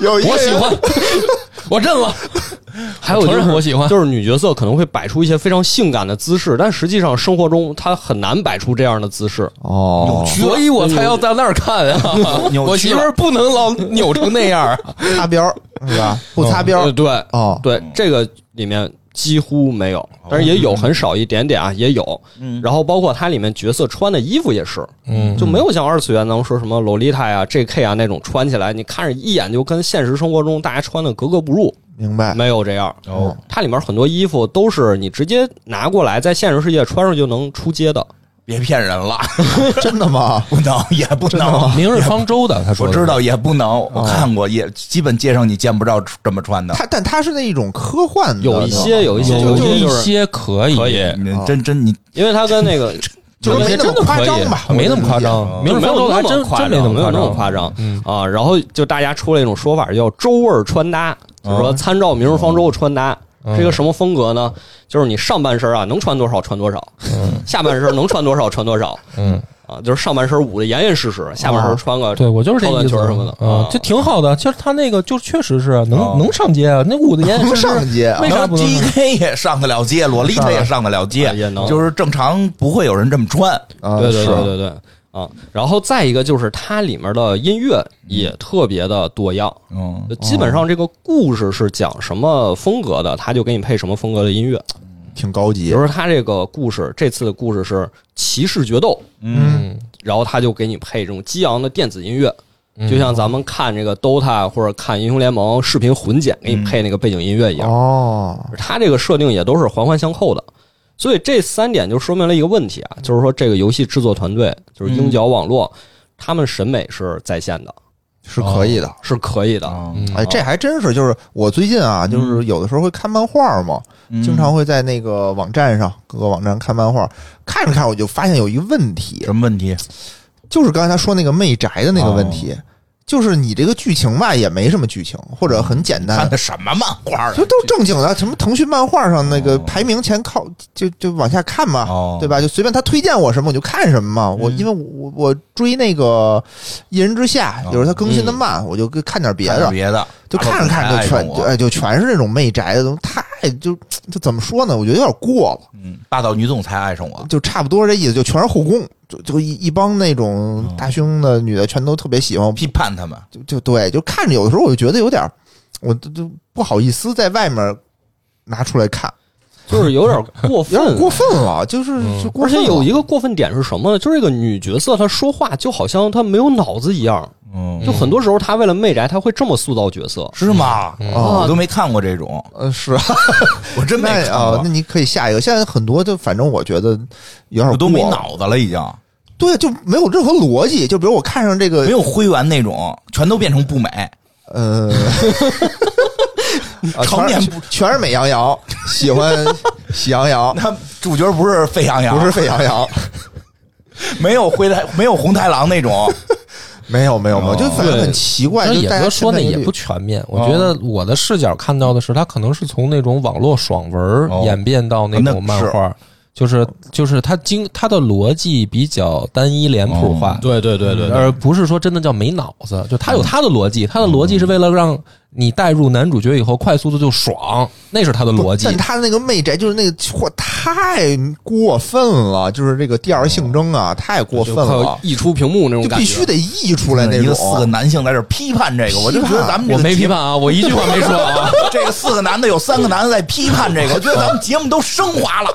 [SPEAKER 3] 有一个
[SPEAKER 1] 我喜
[SPEAKER 3] 人
[SPEAKER 1] 欢，我认了。
[SPEAKER 4] 还有就
[SPEAKER 1] 承认
[SPEAKER 4] 是
[SPEAKER 1] 我喜欢
[SPEAKER 4] 就是女角色可能会摆出一些非常性感的姿势，但实际上生活中她很难摆出这样的姿势。
[SPEAKER 3] 哦，
[SPEAKER 1] 所以我才要在那儿看 啊！
[SPEAKER 2] 扭
[SPEAKER 1] 我
[SPEAKER 4] 哦
[SPEAKER 1] 媳妇儿不能老扭成那 样啊！
[SPEAKER 3] 擦边儿是吧？不擦边
[SPEAKER 4] 呃
[SPEAKER 3] 儿
[SPEAKER 4] 对
[SPEAKER 3] 哦，
[SPEAKER 4] 对，这个里面几乎没有，但是也
[SPEAKER 3] 哦
[SPEAKER 4] 有很少一点点啊，也有。
[SPEAKER 2] 嗯，
[SPEAKER 4] 然后包括它里面角色穿的衣服也是，
[SPEAKER 1] 嗯
[SPEAKER 4] 就没有像二次元能说什么洛丽塔呀、J.K. 啊那种穿起来，你看着一眼就跟现实生活中大家穿的格格不入，
[SPEAKER 3] 明白。
[SPEAKER 4] 没有这样。
[SPEAKER 2] 哦，
[SPEAKER 4] 它里面很多衣服都是你直接拿过来，在现实世界穿上就能出街的。
[SPEAKER 2] 别骗人了，
[SPEAKER 3] 真的吗？
[SPEAKER 2] 不能也不能，
[SPEAKER 1] 明日方舟的，他说
[SPEAKER 2] 我
[SPEAKER 1] 的
[SPEAKER 2] 知道也不能，我看过，也基本街上你见不着这么穿的。
[SPEAKER 3] 它但它是那一种科幻的，
[SPEAKER 4] 有一些，有一些，
[SPEAKER 1] 有
[SPEAKER 4] 一些
[SPEAKER 1] 一
[SPEAKER 4] 就是，
[SPEAKER 1] 些可以，
[SPEAKER 4] 可以
[SPEAKER 2] 你真真你
[SPEAKER 4] 因为它跟那个
[SPEAKER 3] 就
[SPEAKER 1] 有
[SPEAKER 3] 是
[SPEAKER 1] 一些
[SPEAKER 3] 没那
[SPEAKER 1] 真的
[SPEAKER 3] 么夸
[SPEAKER 1] 可
[SPEAKER 3] 张吧
[SPEAKER 1] 以，，嗯没那么夸张，明
[SPEAKER 4] 就
[SPEAKER 1] 日
[SPEAKER 4] 没
[SPEAKER 1] 方舟
[SPEAKER 4] 有
[SPEAKER 1] 还
[SPEAKER 4] 那
[SPEAKER 1] 真
[SPEAKER 4] 么夸
[SPEAKER 1] 真
[SPEAKER 4] 张，
[SPEAKER 1] 没么
[SPEAKER 4] 没有那么
[SPEAKER 1] 夸
[SPEAKER 4] 夸张
[SPEAKER 1] 嗯，
[SPEAKER 4] 啊。然后就大家出了一种说法叫“周味儿穿搭”，就是说参照《明日方舟》的穿搭。
[SPEAKER 1] 啊嗯
[SPEAKER 4] 是一个什么风格呢？就是你上半身啊能穿多少穿多少，下半身能穿多少穿多少
[SPEAKER 1] 嗯，
[SPEAKER 4] 啊，就是上半身捂得严严实实，下半身穿个
[SPEAKER 1] 啊对我就是这意思
[SPEAKER 4] 超短裙什么的
[SPEAKER 1] 啊
[SPEAKER 4] 啊，哦
[SPEAKER 1] 这挺好的。其实他那个就确实是能能上街啊，那捂的严严
[SPEAKER 3] 能
[SPEAKER 1] 实实，
[SPEAKER 3] 上街啊
[SPEAKER 1] 为啥
[SPEAKER 2] 能
[SPEAKER 1] 不能
[SPEAKER 2] G K 也上得了街，洛丽塔也上得了街
[SPEAKER 4] 啊，也能
[SPEAKER 2] 就是正常不会有人这么穿。
[SPEAKER 3] 啊
[SPEAKER 4] 对对
[SPEAKER 3] 是
[SPEAKER 4] 对对对啊！然后再一个就是它里面的音乐也特别的多样，
[SPEAKER 2] 嗯，
[SPEAKER 4] 基本上这个故事是讲什么风格的，它就给你配什么风格的音乐。
[SPEAKER 3] 挺高
[SPEAKER 4] 比
[SPEAKER 3] 级
[SPEAKER 4] 如，说它这个故事，这次的故事是骑士决斗，
[SPEAKER 1] 嗯
[SPEAKER 4] 然后它就给你配这种激昂的电子音乐。就像咱们看这个 DOTA 或者看英雄联盟视频混剪，给你配那个背景音乐一
[SPEAKER 3] 嗯
[SPEAKER 4] 样，
[SPEAKER 3] 哦，
[SPEAKER 4] 它这个设定也都是环环相扣的。所以这三点就说明了一个问题啊，就是说这个游戏制作团队，就是
[SPEAKER 3] 嗯
[SPEAKER 4] 鹰角网络，他们审美是在线的，
[SPEAKER 3] 是可以的。
[SPEAKER 4] 是可以的。
[SPEAKER 2] 嗯
[SPEAKER 1] 嗯
[SPEAKER 3] 哎，这还真是，就是我最近啊，
[SPEAKER 4] 嗯
[SPEAKER 3] 就是有的时候会看漫画嘛，
[SPEAKER 2] 嗯
[SPEAKER 3] 经常会在那个网站上各个网站看漫画，看着看着我就发现有一问题，
[SPEAKER 2] 什么问题？
[SPEAKER 3] 就是刚才他说那个媚宅的那个问
[SPEAKER 4] 哦
[SPEAKER 3] 题，就是你这个剧情吧也没什么剧情，或者很简单
[SPEAKER 2] 看，的什么漫画啊
[SPEAKER 3] 就？都正经的，什么腾讯漫画上那个
[SPEAKER 2] 哦
[SPEAKER 3] 排名前靠就就往下看嘛，
[SPEAKER 2] 哦
[SPEAKER 3] 啊
[SPEAKER 2] 嗯
[SPEAKER 3] 对吧？就随便他推荐我什么我就看什么嘛。我因为我我我追那个《一人之下》，有时候他更新的慢，我就看点别
[SPEAKER 2] 哦嗯看
[SPEAKER 3] 的
[SPEAKER 2] 点，别的，哦
[SPEAKER 3] 就看着看着
[SPEAKER 2] 爱上
[SPEAKER 3] 就全
[SPEAKER 2] 我
[SPEAKER 3] 就哎就全是那种媚宅的东西，太就就怎么说呢？我觉得有点过了，
[SPEAKER 2] 嗯，霸道女总裁爱上我。
[SPEAKER 3] 就差不多这意思，就全是后宫，就就一一帮那
[SPEAKER 2] 哦
[SPEAKER 3] 种大胸的女的全都特别喜欢，
[SPEAKER 2] 批判他们，
[SPEAKER 3] 就就对，就看着有的时候我就觉得有点，我都都不好意思在外面拿出来看。
[SPEAKER 4] 就是有点过
[SPEAKER 3] 有点
[SPEAKER 2] 嗯
[SPEAKER 4] 分，
[SPEAKER 3] 过分了，就是就过
[SPEAKER 4] 而
[SPEAKER 3] 分
[SPEAKER 4] 且
[SPEAKER 3] 了。
[SPEAKER 4] 有一个过分点是什么呢？就是这个女角色她说话就好像她没有脑子一样，
[SPEAKER 2] 嗯，
[SPEAKER 4] 就很多时候她为了媚宅，她会这么塑造角色。
[SPEAKER 2] 是吗？哦我都没看过这种，
[SPEAKER 3] 呃是啊，
[SPEAKER 2] 我真没
[SPEAKER 3] 那
[SPEAKER 2] 看
[SPEAKER 3] 啊，
[SPEAKER 2] 过
[SPEAKER 3] 那，你可以下一个。现在很多就反正我觉得有点
[SPEAKER 2] 我
[SPEAKER 3] 过
[SPEAKER 2] 都没，脑子了，已经
[SPEAKER 3] 对，就没有任何逻辑。就比如我看上这
[SPEAKER 2] 没
[SPEAKER 3] 个
[SPEAKER 2] 有灰原那种，全都变成不美，
[SPEAKER 1] 嗯
[SPEAKER 3] 呃，啊
[SPEAKER 2] 常
[SPEAKER 3] 全
[SPEAKER 2] 年
[SPEAKER 3] 是
[SPEAKER 2] 不
[SPEAKER 3] 全是美羊羊，喜欢喜羊羊，
[SPEAKER 2] 那主角不是沸羊羊，
[SPEAKER 3] 不是沸 羊羊，
[SPEAKER 2] 没有灰太没有红太狼那种，
[SPEAKER 3] 没有没有没有，就反正
[SPEAKER 1] 对
[SPEAKER 3] 很奇怪。
[SPEAKER 1] 但
[SPEAKER 3] 就
[SPEAKER 1] 野
[SPEAKER 3] 大
[SPEAKER 1] 哥
[SPEAKER 3] 家
[SPEAKER 1] 说
[SPEAKER 3] 现
[SPEAKER 1] 那
[SPEAKER 3] 在
[SPEAKER 1] 也
[SPEAKER 3] 就
[SPEAKER 1] 不全面，我觉
[SPEAKER 4] 嗯
[SPEAKER 1] 得我的视角看到的是，他可能是从那种网络爽文
[SPEAKER 2] 哦
[SPEAKER 1] 儿演变到那
[SPEAKER 2] 那
[SPEAKER 4] 啊
[SPEAKER 1] 种漫画，就是就是他经他的逻辑比较单一脸谱化，
[SPEAKER 4] 哦对对对对
[SPEAKER 1] 而不是说真的叫没脑子，就
[SPEAKER 4] 嗯
[SPEAKER 1] 他有他的逻辑，他的逻辑是为了让你带入男主角以后快速的就爽，那是他的逻辑
[SPEAKER 3] 但。他那个媚宅就是那个嚯太过分了，就是这个第
[SPEAKER 2] 哦
[SPEAKER 3] 二性征啊，太过分
[SPEAKER 4] 就快要
[SPEAKER 3] 了，
[SPEAKER 4] 溢出屏幕那种
[SPEAKER 3] 就
[SPEAKER 4] 感觉，
[SPEAKER 3] 必须得溢出来那
[SPEAKER 2] 一
[SPEAKER 3] 种。啊
[SPEAKER 2] 个四个男性在这批判这个，我就觉得咱们这
[SPEAKER 1] 我
[SPEAKER 2] 个
[SPEAKER 1] 没批
[SPEAKER 2] 节目
[SPEAKER 1] 判啊，我一句话没说啊。
[SPEAKER 2] 这个四个男的有三个男的在批 判这个，我觉得咱们节目都升华了。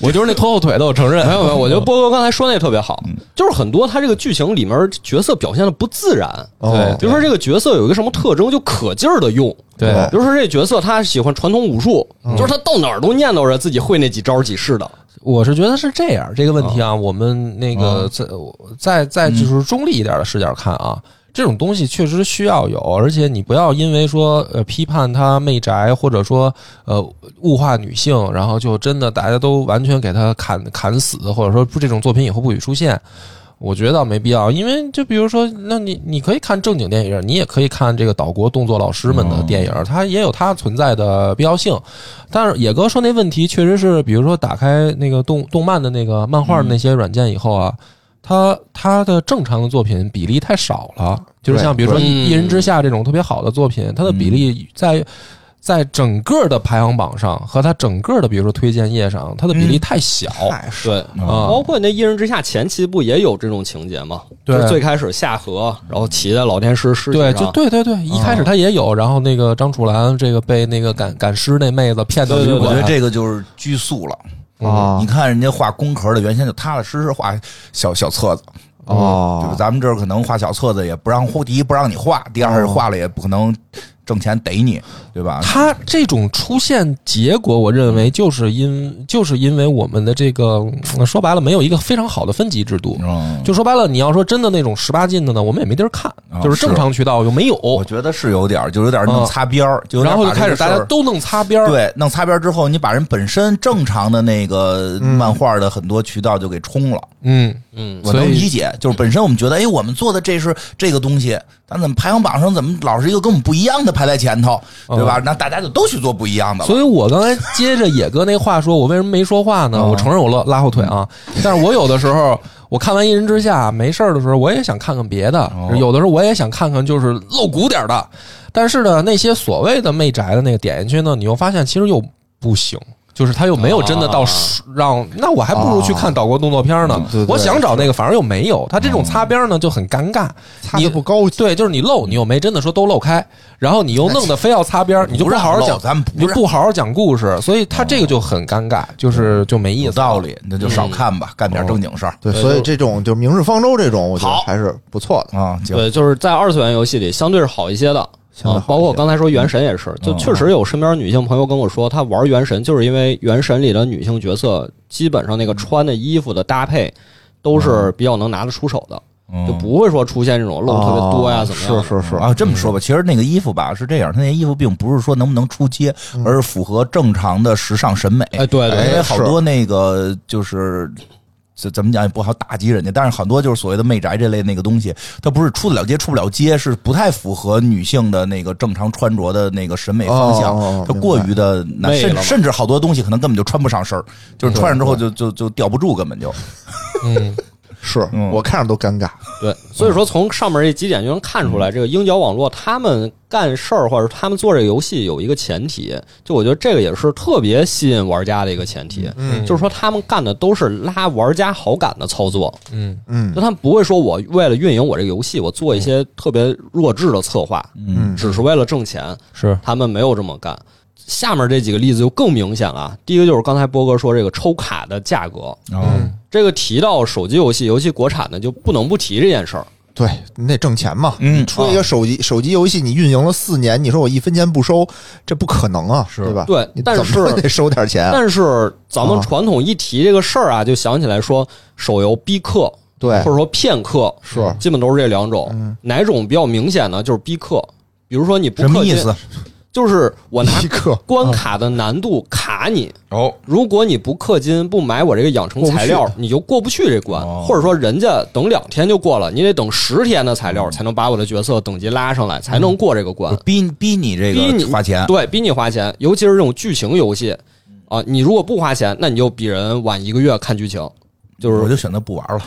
[SPEAKER 1] 我就是那拖后腿的，我承认。嗯
[SPEAKER 4] 没有没有，我觉得波哥刚才说那特别好，就是很多他这个剧情里面角色表现的不自然。
[SPEAKER 3] 哦
[SPEAKER 4] 比如说这个角色有一个什么特征，就可劲儿的用。
[SPEAKER 1] 对嗯
[SPEAKER 4] 比如说这角色他喜欢传统武术，就是他到哪儿都念叨着自己会那几招几式的。
[SPEAKER 1] 我是觉得是这样，这个问题啊，我们那个在在在就是中立一点的视角看啊，这种东西确实需要有，而且你不要因为说呃批判他媚宅，或者说呃物化女性，然后就真的大家都完全给他砍砍死，或者说不这种作品以后不许出现。我觉得倒没必要，因为就比如说，那你你可以看正经电影，你也可以看这个岛国动作老师们的电影，它也有它存在的必要性。但是野哥说那问题确实是，比如说打开那个动动漫的那个漫画的那些软件以后啊，它它的正常的作品比例太少了，就是像比如说《
[SPEAKER 4] 对嗯
[SPEAKER 1] 一一人之下》这种特别好的作品，它的比例在。在整个的排行榜上和它整个的，比如说推荐页上，它的比例太小。
[SPEAKER 3] 太是
[SPEAKER 4] 对，
[SPEAKER 1] 啊
[SPEAKER 4] 包括那《一人之下》前期不也有这种情节吗？
[SPEAKER 1] 对
[SPEAKER 4] 就是最开始下河，然后骑在老天师尸体
[SPEAKER 1] 对，
[SPEAKER 4] 上，
[SPEAKER 1] 就对对对，一
[SPEAKER 4] 啊
[SPEAKER 1] 开始他也有，然后那个张楚岚这个被那个赶赶尸那妹子骗到
[SPEAKER 4] 对
[SPEAKER 1] 旅
[SPEAKER 4] 对
[SPEAKER 1] 馆，
[SPEAKER 2] 我觉得这个就是拘束了。
[SPEAKER 3] 啊
[SPEAKER 2] 你看人家画工壳的，原先就踏踏实实画小小册子，
[SPEAKER 1] 啊
[SPEAKER 2] 对吧？
[SPEAKER 3] 哦，
[SPEAKER 2] 咱们这儿可能画小册子也不让，第一不让你画，第二是画了也不可能挣钱逮你，对吧？
[SPEAKER 1] 哦他这种出现结果，我认
[SPEAKER 2] 嗯
[SPEAKER 1] 为就是因就是因为我们的这个嗯说白了没有一个非常好的分级制度。
[SPEAKER 2] 嗯，
[SPEAKER 1] 就说白了，你要说真的那种十八禁的呢，我们也没地儿看
[SPEAKER 2] 啊，
[SPEAKER 1] 就是正常渠道又没有
[SPEAKER 2] 我，觉得是有点儿，就有点儿弄擦边儿，就有
[SPEAKER 1] 哦然
[SPEAKER 2] 点儿
[SPEAKER 1] 后就
[SPEAKER 2] 把这
[SPEAKER 1] 开
[SPEAKER 2] 个
[SPEAKER 1] 始大
[SPEAKER 2] 事
[SPEAKER 1] 家
[SPEAKER 2] 儿
[SPEAKER 1] 都弄擦边儿。
[SPEAKER 2] 对弄擦边儿之后，你把人本身正常的那个漫画的很多渠道就给冲了。
[SPEAKER 1] 嗯，
[SPEAKER 4] 嗯，
[SPEAKER 2] 我
[SPEAKER 1] 所
[SPEAKER 2] 能
[SPEAKER 1] 以
[SPEAKER 2] 理解，就是本身我们觉得，哎，我们做的这是这个东西，咱怎么排行榜上怎么老是一个跟我们不一样的排在前头，对吧？那大家就都去做不一样的了。
[SPEAKER 1] 哦所以我刚才接着野哥那话说，我为什么没说话呢？
[SPEAKER 3] 嗯
[SPEAKER 1] 我承认我拉拉后腿 啊，但是我有的时候我看完《一人之下》没事儿的时候，我也想看看别的，
[SPEAKER 3] 哦
[SPEAKER 1] 有的时候我也想看看就是露骨点儿的，但是呢，那些所谓的媚宅的那个点进去呢，你又发现其实又不行。就是他又没有真的到
[SPEAKER 4] 啊
[SPEAKER 1] 让，那我还不如去看岛国动作片呢
[SPEAKER 3] 嗯哦对。对嗯
[SPEAKER 1] 我想找那个，反而又没有。他这种擦边呢就很尴尬，
[SPEAKER 3] 擦
[SPEAKER 1] 你
[SPEAKER 3] 的不高级，
[SPEAKER 1] 对，就是你漏，你又没真的说都漏开，然后你又弄得非要擦边儿，你就
[SPEAKER 2] 不让
[SPEAKER 1] 好好
[SPEAKER 2] 漏
[SPEAKER 1] 讲，
[SPEAKER 2] 咱们不
[SPEAKER 1] 你就
[SPEAKER 2] 让
[SPEAKER 1] 不好好讲故事，所以他这个就很尴尬，就是就没意思，
[SPEAKER 2] 有道。理，那就
[SPEAKER 1] 嗯
[SPEAKER 2] 少看吧，干点正经事儿
[SPEAKER 3] 对，
[SPEAKER 4] 对
[SPEAKER 3] 所以
[SPEAKER 4] 就
[SPEAKER 3] 这种就明日方舟这种，我觉得
[SPEAKER 2] 好
[SPEAKER 3] 还是不错的。
[SPEAKER 2] 啊。行，
[SPEAKER 4] 对，就是在二次元游戏里相对是好一些的。
[SPEAKER 3] 相对好一
[SPEAKER 4] 啊
[SPEAKER 3] 些，嗯
[SPEAKER 4] 包括我刚才说《原神》也是，就确实有身边女性朋友跟我说，她玩《原神》就是因为《原神》里的女性角色基本上那个
[SPEAKER 3] 嗯
[SPEAKER 4] 穿的衣服的搭配都是比较能拿得出手的，
[SPEAKER 2] 嗯
[SPEAKER 4] 就不会说出现这种露特别多呀怎么样的。
[SPEAKER 3] 哦是是是，
[SPEAKER 2] 啊，这么
[SPEAKER 4] 嗯
[SPEAKER 2] 说吧，其实那个衣服吧是这样，他那衣服并不是说能不能出街，而是符合正常的时尚审美。
[SPEAKER 4] 嗯哎，对对
[SPEAKER 2] 因为
[SPEAKER 3] 哎
[SPEAKER 2] 好
[SPEAKER 3] 是
[SPEAKER 2] 多那个就是。怎怎么讲也不好打击人家，但是很多就是所谓的媚宅这类那个东西，它不是出得了街出不了街，是不太符合女性的那个正常穿着的那个审美方向，
[SPEAKER 3] 哦哦哦
[SPEAKER 2] 它过于的难，
[SPEAKER 4] 媚了
[SPEAKER 2] 甚
[SPEAKER 4] 嘛
[SPEAKER 2] 甚至好多东西可能根本就穿不上身儿，就是穿上之后就就就吊不住，根本就
[SPEAKER 1] 嗯，
[SPEAKER 3] 是
[SPEAKER 2] 嗯
[SPEAKER 3] 我看着都尴尬。
[SPEAKER 4] 对，所以说从上面这几点就能看
[SPEAKER 3] 嗯
[SPEAKER 4] 出来，这个鹰角网络他们干事儿或者他们做这个游戏有一个前提，就我觉得这个也是特别吸引玩家的一个前提，
[SPEAKER 3] 嗯
[SPEAKER 4] 就是说他们干的都是拉玩家好感的操作，
[SPEAKER 1] 嗯
[SPEAKER 3] 嗯
[SPEAKER 4] 就他们不会说我为了运营我这个游戏，我做一些特别弱智的策划，
[SPEAKER 3] 嗯，
[SPEAKER 4] 只是为了挣钱，
[SPEAKER 1] 是
[SPEAKER 4] 他们没有这么干。下面这几个例子就更明显了，第一个就是刚才波哥说这个抽卡的价格，
[SPEAKER 2] 嗯
[SPEAKER 4] 这个提到手机游戏，尤其国产的，就不能不提这件事儿。
[SPEAKER 3] 对，你得挣钱嘛。
[SPEAKER 2] 嗯
[SPEAKER 3] 你出
[SPEAKER 4] 啊
[SPEAKER 3] 一个手机手机游戏，你运营了四年，你说我一分钱不收，这不可能啊，对吧？
[SPEAKER 4] 对
[SPEAKER 3] 你
[SPEAKER 4] 但
[SPEAKER 3] 怎么
[SPEAKER 4] 是
[SPEAKER 3] 也得收点钱。
[SPEAKER 4] 但是咱们
[SPEAKER 3] 哎啊
[SPEAKER 4] 传统一提这个事儿啊，就想起来说手游逼氪，
[SPEAKER 3] 对
[SPEAKER 4] 或者说骗氪，
[SPEAKER 3] 是
[SPEAKER 4] 基本都是这两种。哪种比较明显呢？就是逼氪，比如说你不
[SPEAKER 2] 什么
[SPEAKER 4] 氪金
[SPEAKER 2] 意思？？
[SPEAKER 4] 就是我拿
[SPEAKER 3] 逼氪
[SPEAKER 4] 关卡的难度卡你，
[SPEAKER 2] 哦，
[SPEAKER 4] 如果你不氪金不买我这个养成材料
[SPEAKER 3] 过，
[SPEAKER 4] 你就过不去这关
[SPEAKER 2] 哦，
[SPEAKER 4] 或者说人家等两天就过了，你得等十天的材料才能把我的角色等级拉上来，才能过这个关。
[SPEAKER 2] 逼逼你这
[SPEAKER 4] 逼你
[SPEAKER 2] 个花钱，
[SPEAKER 4] 对，逼你花钱，尤其是这种剧情游戏啊，你如果不花钱，那你就比人晚一个月看剧情，就
[SPEAKER 2] 我
[SPEAKER 4] 是
[SPEAKER 2] 就选择不玩了。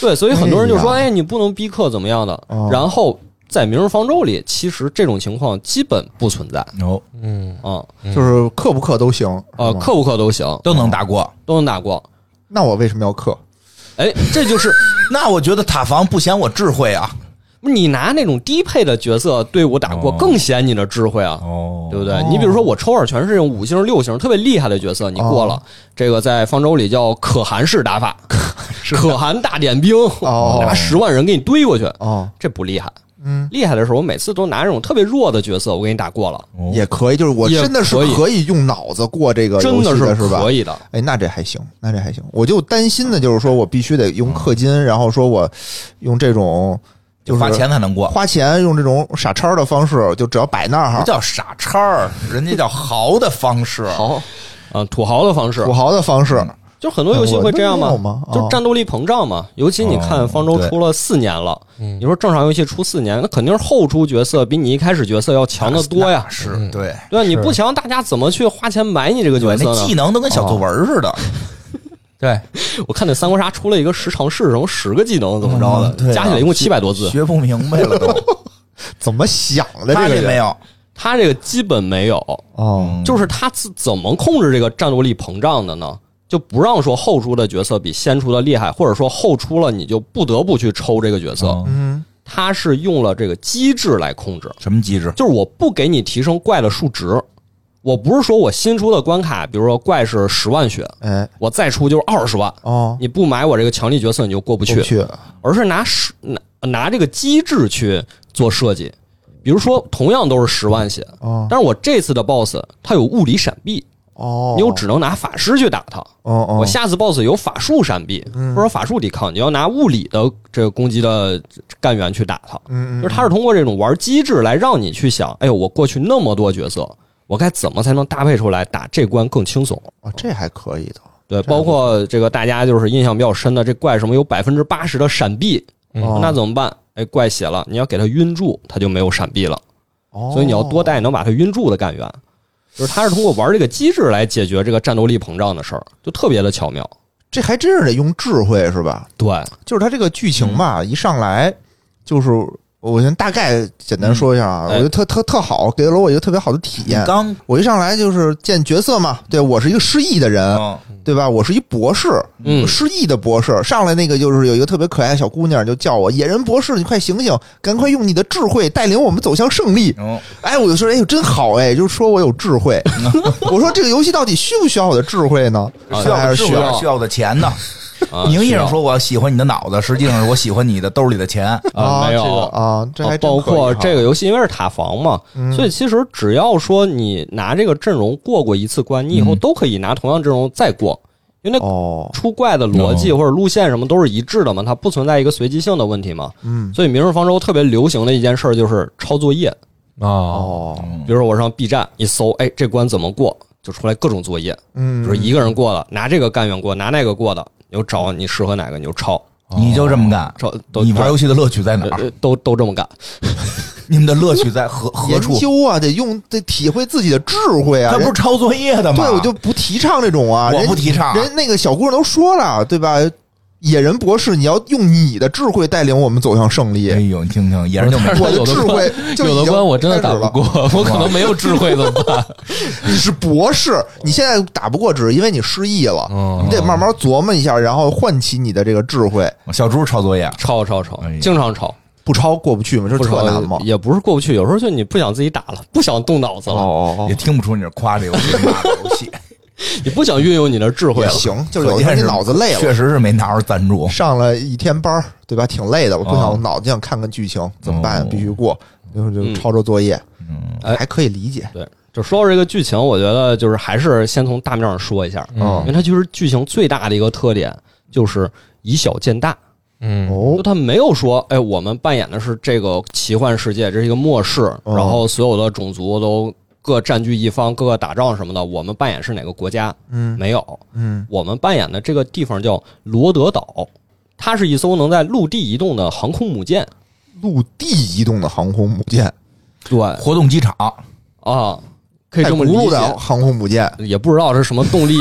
[SPEAKER 4] 对，所以很多人就说，
[SPEAKER 3] 哎
[SPEAKER 4] 哎，你不能逼氪怎么样的
[SPEAKER 3] 哦。
[SPEAKER 4] 然后在《明日方舟》里，其实这种情况基本不存在
[SPEAKER 2] 哦，
[SPEAKER 1] 嗯，
[SPEAKER 4] 啊，
[SPEAKER 3] 就是氪不氪都行。
[SPEAKER 4] 呃，
[SPEAKER 3] 是吗
[SPEAKER 4] 氪不氪都行，
[SPEAKER 2] 都能打过。
[SPEAKER 4] 都能打过。
[SPEAKER 3] 那我为什么要氪？
[SPEAKER 4] 哎，这就是
[SPEAKER 2] 那我觉得塔防不显我智慧啊。
[SPEAKER 4] 你拿那种低配的角色队伍打过，
[SPEAKER 2] 哦
[SPEAKER 4] 更显你的智慧啊，
[SPEAKER 2] 哦
[SPEAKER 4] 对不对？你比如说我抽二全是这种五星、六星特别厉害的角色，你过了，这个在方舟里叫可汗式打法，可汗大点兵，
[SPEAKER 3] 哦
[SPEAKER 4] 拿十万人给你堆过去，
[SPEAKER 3] 哦，
[SPEAKER 4] 这不厉害。
[SPEAKER 3] 嗯，
[SPEAKER 4] 厉害的是我每次都拿这种特别弱的角色，我给你打过了，
[SPEAKER 3] 也可以，就是我
[SPEAKER 4] 也
[SPEAKER 3] 真的是
[SPEAKER 4] 可以
[SPEAKER 3] 可以用脑子过这个
[SPEAKER 4] 真
[SPEAKER 3] 游戏
[SPEAKER 4] 的
[SPEAKER 3] 的吧
[SPEAKER 4] 可？以的。
[SPEAKER 3] 哎，那这还行，那这还行。我就担心的就是说我必须得用氪金，然后说我用这种就是
[SPEAKER 2] 花钱才能过，
[SPEAKER 3] 花钱用这种傻叉儿的方式，就只要摆那儿
[SPEAKER 2] 不
[SPEAKER 3] 哈，
[SPEAKER 2] 叫傻叉儿，人家叫豪的方式。
[SPEAKER 4] 豪，嗯，土豪的方式
[SPEAKER 3] 土，豪的方式。
[SPEAKER 4] 就很多游戏会这样
[SPEAKER 3] 我都没
[SPEAKER 4] 嘛
[SPEAKER 3] 有吗，
[SPEAKER 4] 就
[SPEAKER 3] 哦
[SPEAKER 4] 战斗力膨胀嘛。尤其你看
[SPEAKER 2] 哦
[SPEAKER 4] 方舟
[SPEAKER 2] 对
[SPEAKER 4] 出了四年了，
[SPEAKER 2] 嗯
[SPEAKER 4] 你说正常游戏出四年，那肯定是后出角色比你一开始角色要强得多呀
[SPEAKER 2] 那。是对，
[SPEAKER 4] 对吧，你不强，大家怎么去花钱买你这个角
[SPEAKER 2] 对，
[SPEAKER 4] 色
[SPEAKER 2] 那技
[SPEAKER 4] 呢？
[SPEAKER 2] 能都跟小作文似的。
[SPEAKER 1] 对，
[SPEAKER 4] 我看那三国杀出了一个十常侍，什么十个技能怎么着
[SPEAKER 2] 嗯对
[SPEAKER 4] 的，
[SPEAKER 2] 啊
[SPEAKER 4] 加起来一共七百多字。
[SPEAKER 2] 学不明白了都。
[SPEAKER 3] 怎么想的？
[SPEAKER 2] 他
[SPEAKER 3] 这
[SPEAKER 2] 这
[SPEAKER 3] 个
[SPEAKER 2] 没
[SPEAKER 3] 人
[SPEAKER 2] 有，嗯
[SPEAKER 4] 它这个基本没有，
[SPEAKER 5] 哦，
[SPEAKER 4] 就是它自怎么控制这个战斗力膨胀的呢？就不让说后出的角色比先出的厉害，或者说后出了你就不得不去抽这个角色，
[SPEAKER 5] 嗯
[SPEAKER 3] 嗯，
[SPEAKER 4] 它是用了这个机制来控制，
[SPEAKER 2] 什么机制？
[SPEAKER 4] 就是我不给你提升怪的数值，我不是说我新出的关卡，比如说怪是十万血，
[SPEAKER 3] 哎，
[SPEAKER 4] 我再出就是二十万，
[SPEAKER 3] 哦，
[SPEAKER 4] 你不买我这个强力角色你就过不去，
[SPEAKER 3] 不去，
[SPEAKER 4] 而是拿十拿拿这个机制去做设计。比如说，同样都是十万血，
[SPEAKER 3] 哦
[SPEAKER 4] 但是我这次的 BOSS 他有物理闪避，
[SPEAKER 3] 哦，
[SPEAKER 4] 你又只能拿法师去打他。
[SPEAKER 3] 哦嗯哦，
[SPEAKER 4] 我下次 BOSS 有法术闪避，或者法术抵抗，你要拿物理的这个攻击的干员去打他。
[SPEAKER 3] 嗯嗯
[SPEAKER 4] 就是他是通过这种玩机制来让你去想，哎呦，我过去那么多角色，我该怎么才能搭配出来打这关更轻松？
[SPEAKER 3] 哦，这还可以的，
[SPEAKER 4] 对，包括这个大家就是印象比较深的这怪什么有百分之八十的闪避，
[SPEAKER 3] 哦
[SPEAKER 4] 那怎么办？哎，怪血了，你要给他晕住，他就没有闪避了。
[SPEAKER 3] 哦，
[SPEAKER 4] 所以你要多带能把他晕住的干员，就是他是通过玩这个机制来解决这个战斗力膨胀的事儿，就特别的巧妙。啊
[SPEAKER 3] 这还真是得用智慧是吧？
[SPEAKER 4] 对，
[SPEAKER 3] 就是它这个剧情吧，
[SPEAKER 4] 嗯
[SPEAKER 3] 一上来就是我先大概简单说一下啊，我
[SPEAKER 4] 嗯哎
[SPEAKER 3] 觉得特特特好，给了我一个特别好的体
[SPEAKER 2] 你
[SPEAKER 3] 验。
[SPEAKER 2] 刚
[SPEAKER 3] 我一上来就是见角色嘛，对我是一个失忆的人，
[SPEAKER 2] 嗯
[SPEAKER 3] 对吧？我是一博士，
[SPEAKER 4] 嗯
[SPEAKER 3] 失忆的博士。上来那个就是有一个特别可爱的小姑娘，就叫我野人博士，你快醒醒，赶快用你的智慧带领我们走向胜利。
[SPEAKER 2] 嗯
[SPEAKER 3] 哎，我就说，哎呦，真好哎，就是说我有 智慧。我说这个游戏到底需不需要我的智慧呢？
[SPEAKER 4] 啊
[SPEAKER 2] 需要
[SPEAKER 3] 哦还
[SPEAKER 2] 的
[SPEAKER 3] 是
[SPEAKER 2] 是
[SPEAKER 3] 需
[SPEAKER 2] 我需要的钱呢。
[SPEAKER 4] 啊
[SPEAKER 2] 名义
[SPEAKER 4] 是
[SPEAKER 2] 上
[SPEAKER 4] 啊
[SPEAKER 2] 说我喜欢你的脑子，实际上是我喜欢你的兜里的钱。
[SPEAKER 4] 啊，
[SPEAKER 3] 啊，
[SPEAKER 4] 没
[SPEAKER 3] 这个
[SPEAKER 4] 有。
[SPEAKER 3] 啊，这还真
[SPEAKER 4] 包
[SPEAKER 3] 可以
[SPEAKER 4] 括
[SPEAKER 3] 哈嗯
[SPEAKER 4] 这个游戏，因为是塔防嘛，所以其实只要说你拿这个阵容过过一次关，你以后
[SPEAKER 3] 嗯
[SPEAKER 4] 都可以拿同样阵容再过，因为那
[SPEAKER 3] 哦，
[SPEAKER 4] 出怪的逻辑或者路线什么都是一致的嘛，它不存在一个随机性的问题嘛。
[SPEAKER 3] 嗯，
[SPEAKER 4] 所以《明日方舟》特别流行的一件事儿就是抄作业，
[SPEAKER 1] 啊，
[SPEAKER 3] 哦，
[SPEAKER 4] 比如说我上 B 站一搜，哎，这关怎么过，就出来各种作业，
[SPEAKER 3] 嗯，
[SPEAKER 4] 就是一个人过的，拿这个干员过，拿那个过的，你就找你适合哪个你就抄，
[SPEAKER 2] 你就这么干，
[SPEAKER 4] 抄都
[SPEAKER 2] 你玩游戏的乐趣在哪
[SPEAKER 4] 呃
[SPEAKER 2] 儿？
[SPEAKER 4] 呃都都这么干。
[SPEAKER 2] 你们的乐趣在何何
[SPEAKER 3] 研
[SPEAKER 2] 处？
[SPEAKER 3] 究啊，得用得体会自己的智慧啊。
[SPEAKER 2] 他不是
[SPEAKER 3] 人
[SPEAKER 2] 抄作业的吗？
[SPEAKER 3] 对我就不提倡这种啊，
[SPEAKER 2] 啊我
[SPEAKER 3] 人
[SPEAKER 2] 不提倡啊
[SPEAKER 3] 人那个小姑娘都说了，对吧？野人博士，你要用你的智慧带领我们走向胜利
[SPEAKER 2] 哎。呦，你听听，也是就没
[SPEAKER 1] 但是
[SPEAKER 3] 我的
[SPEAKER 1] 有的
[SPEAKER 3] 智
[SPEAKER 1] 关
[SPEAKER 3] 慧就已经
[SPEAKER 1] 有的关我真的打不过，我可能没有智慧怎么 办？
[SPEAKER 3] 你是博士，你现在打不过，只是因为你失忆了。
[SPEAKER 1] 嗯
[SPEAKER 3] 你得慢慢琢磨一下，然后唤起你的这个智慧。
[SPEAKER 2] 小猪抄作业，
[SPEAKER 4] 抄抄抄
[SPEAKER 2] 哎呀，
[SPEAKER 4] 经常抄，
[SPEAKER 3] 不超过不去嘛，这
[SPEAKER 4] 不
[SPEAKER 3] 是
[SPEAKER 4] 抄
[SPEAKER 3] 特难嘛。
[SPEAKER 4] 也不是过不去，有时候就你不想自己打了，不想动脑子了，
[SPEAKER 3] 哦
[SPEAKER 2] 也听不出你是夸这游戏骂这游戏。
[SPEAKER 4] 你不想运用你的智慧
[SPEAKER 3] 也
[SPEAKER 4] 了。
[SPEAKER 3] 行，就是有一天你脑子 累了，
[SPEAKER 2] 确实是没拿着赞助。
[SPEAKER 3] 上了一天班儿，对吧？挺累的，我不
[SPEAKER 2] 哦
[SPEAKER 3] 想脑子想看看剧情，怎么办
[SPEAKER 2] 哦？
[SPEAKER 3] 必须过，就是就
[SPEAKER 4] 嗯
[SPEAKER 3] 抄抄作业，
[SPEAKER 2] 嗯，
[SPEAKER 4] 哎
[SPEAKER 3] 还可以理解。
[SPEAKER 4] 对，就说到这个剧情，我觉得就是还是先从大面上说一下，
[SPEAKER 3] 哦
[SPEAKER 4] 因为它其实剧情最大的一个特点就是以小见大，
[SPEAKER 1] 嗯，
[SPEAKER 3] 哦
[SPEAKER 4] 就，他没有说，哎，我们扮演的是这个奇幻世界，这是一个末世，
[SPEAKER 3] 嗯
[SPEAKER 4] 然后所有的种族都各占据一方，各个打仗什么的，我们扮演是哪个国家？
[SPEAKER 3] 嗯
[SPEAKER 4] 没有，
[SPEAKER 3] 嗯
[SPEAKER 4] 我们扮演的这个地方叫罗德岛，它是一艘能在陆地移动的航空母舰。
[SPEAKER 3] 陆地移动的航空母舰，
[SPEAKER 4] 对
[SPEAKER 2] 活动机场，
[SPEAKER 4] 啊，可以
[SPEAKER 3] 太
[SPEAKER 4] 这么
[SPEAKER 3] 轱
[SPEAKER 4] 理
[SPEAKER 3] 辘的
[SPEAKER 4] 解，
[SPEAKER 3] 航空母舰
[SPEAKER 4] 也不知道是什么 动力，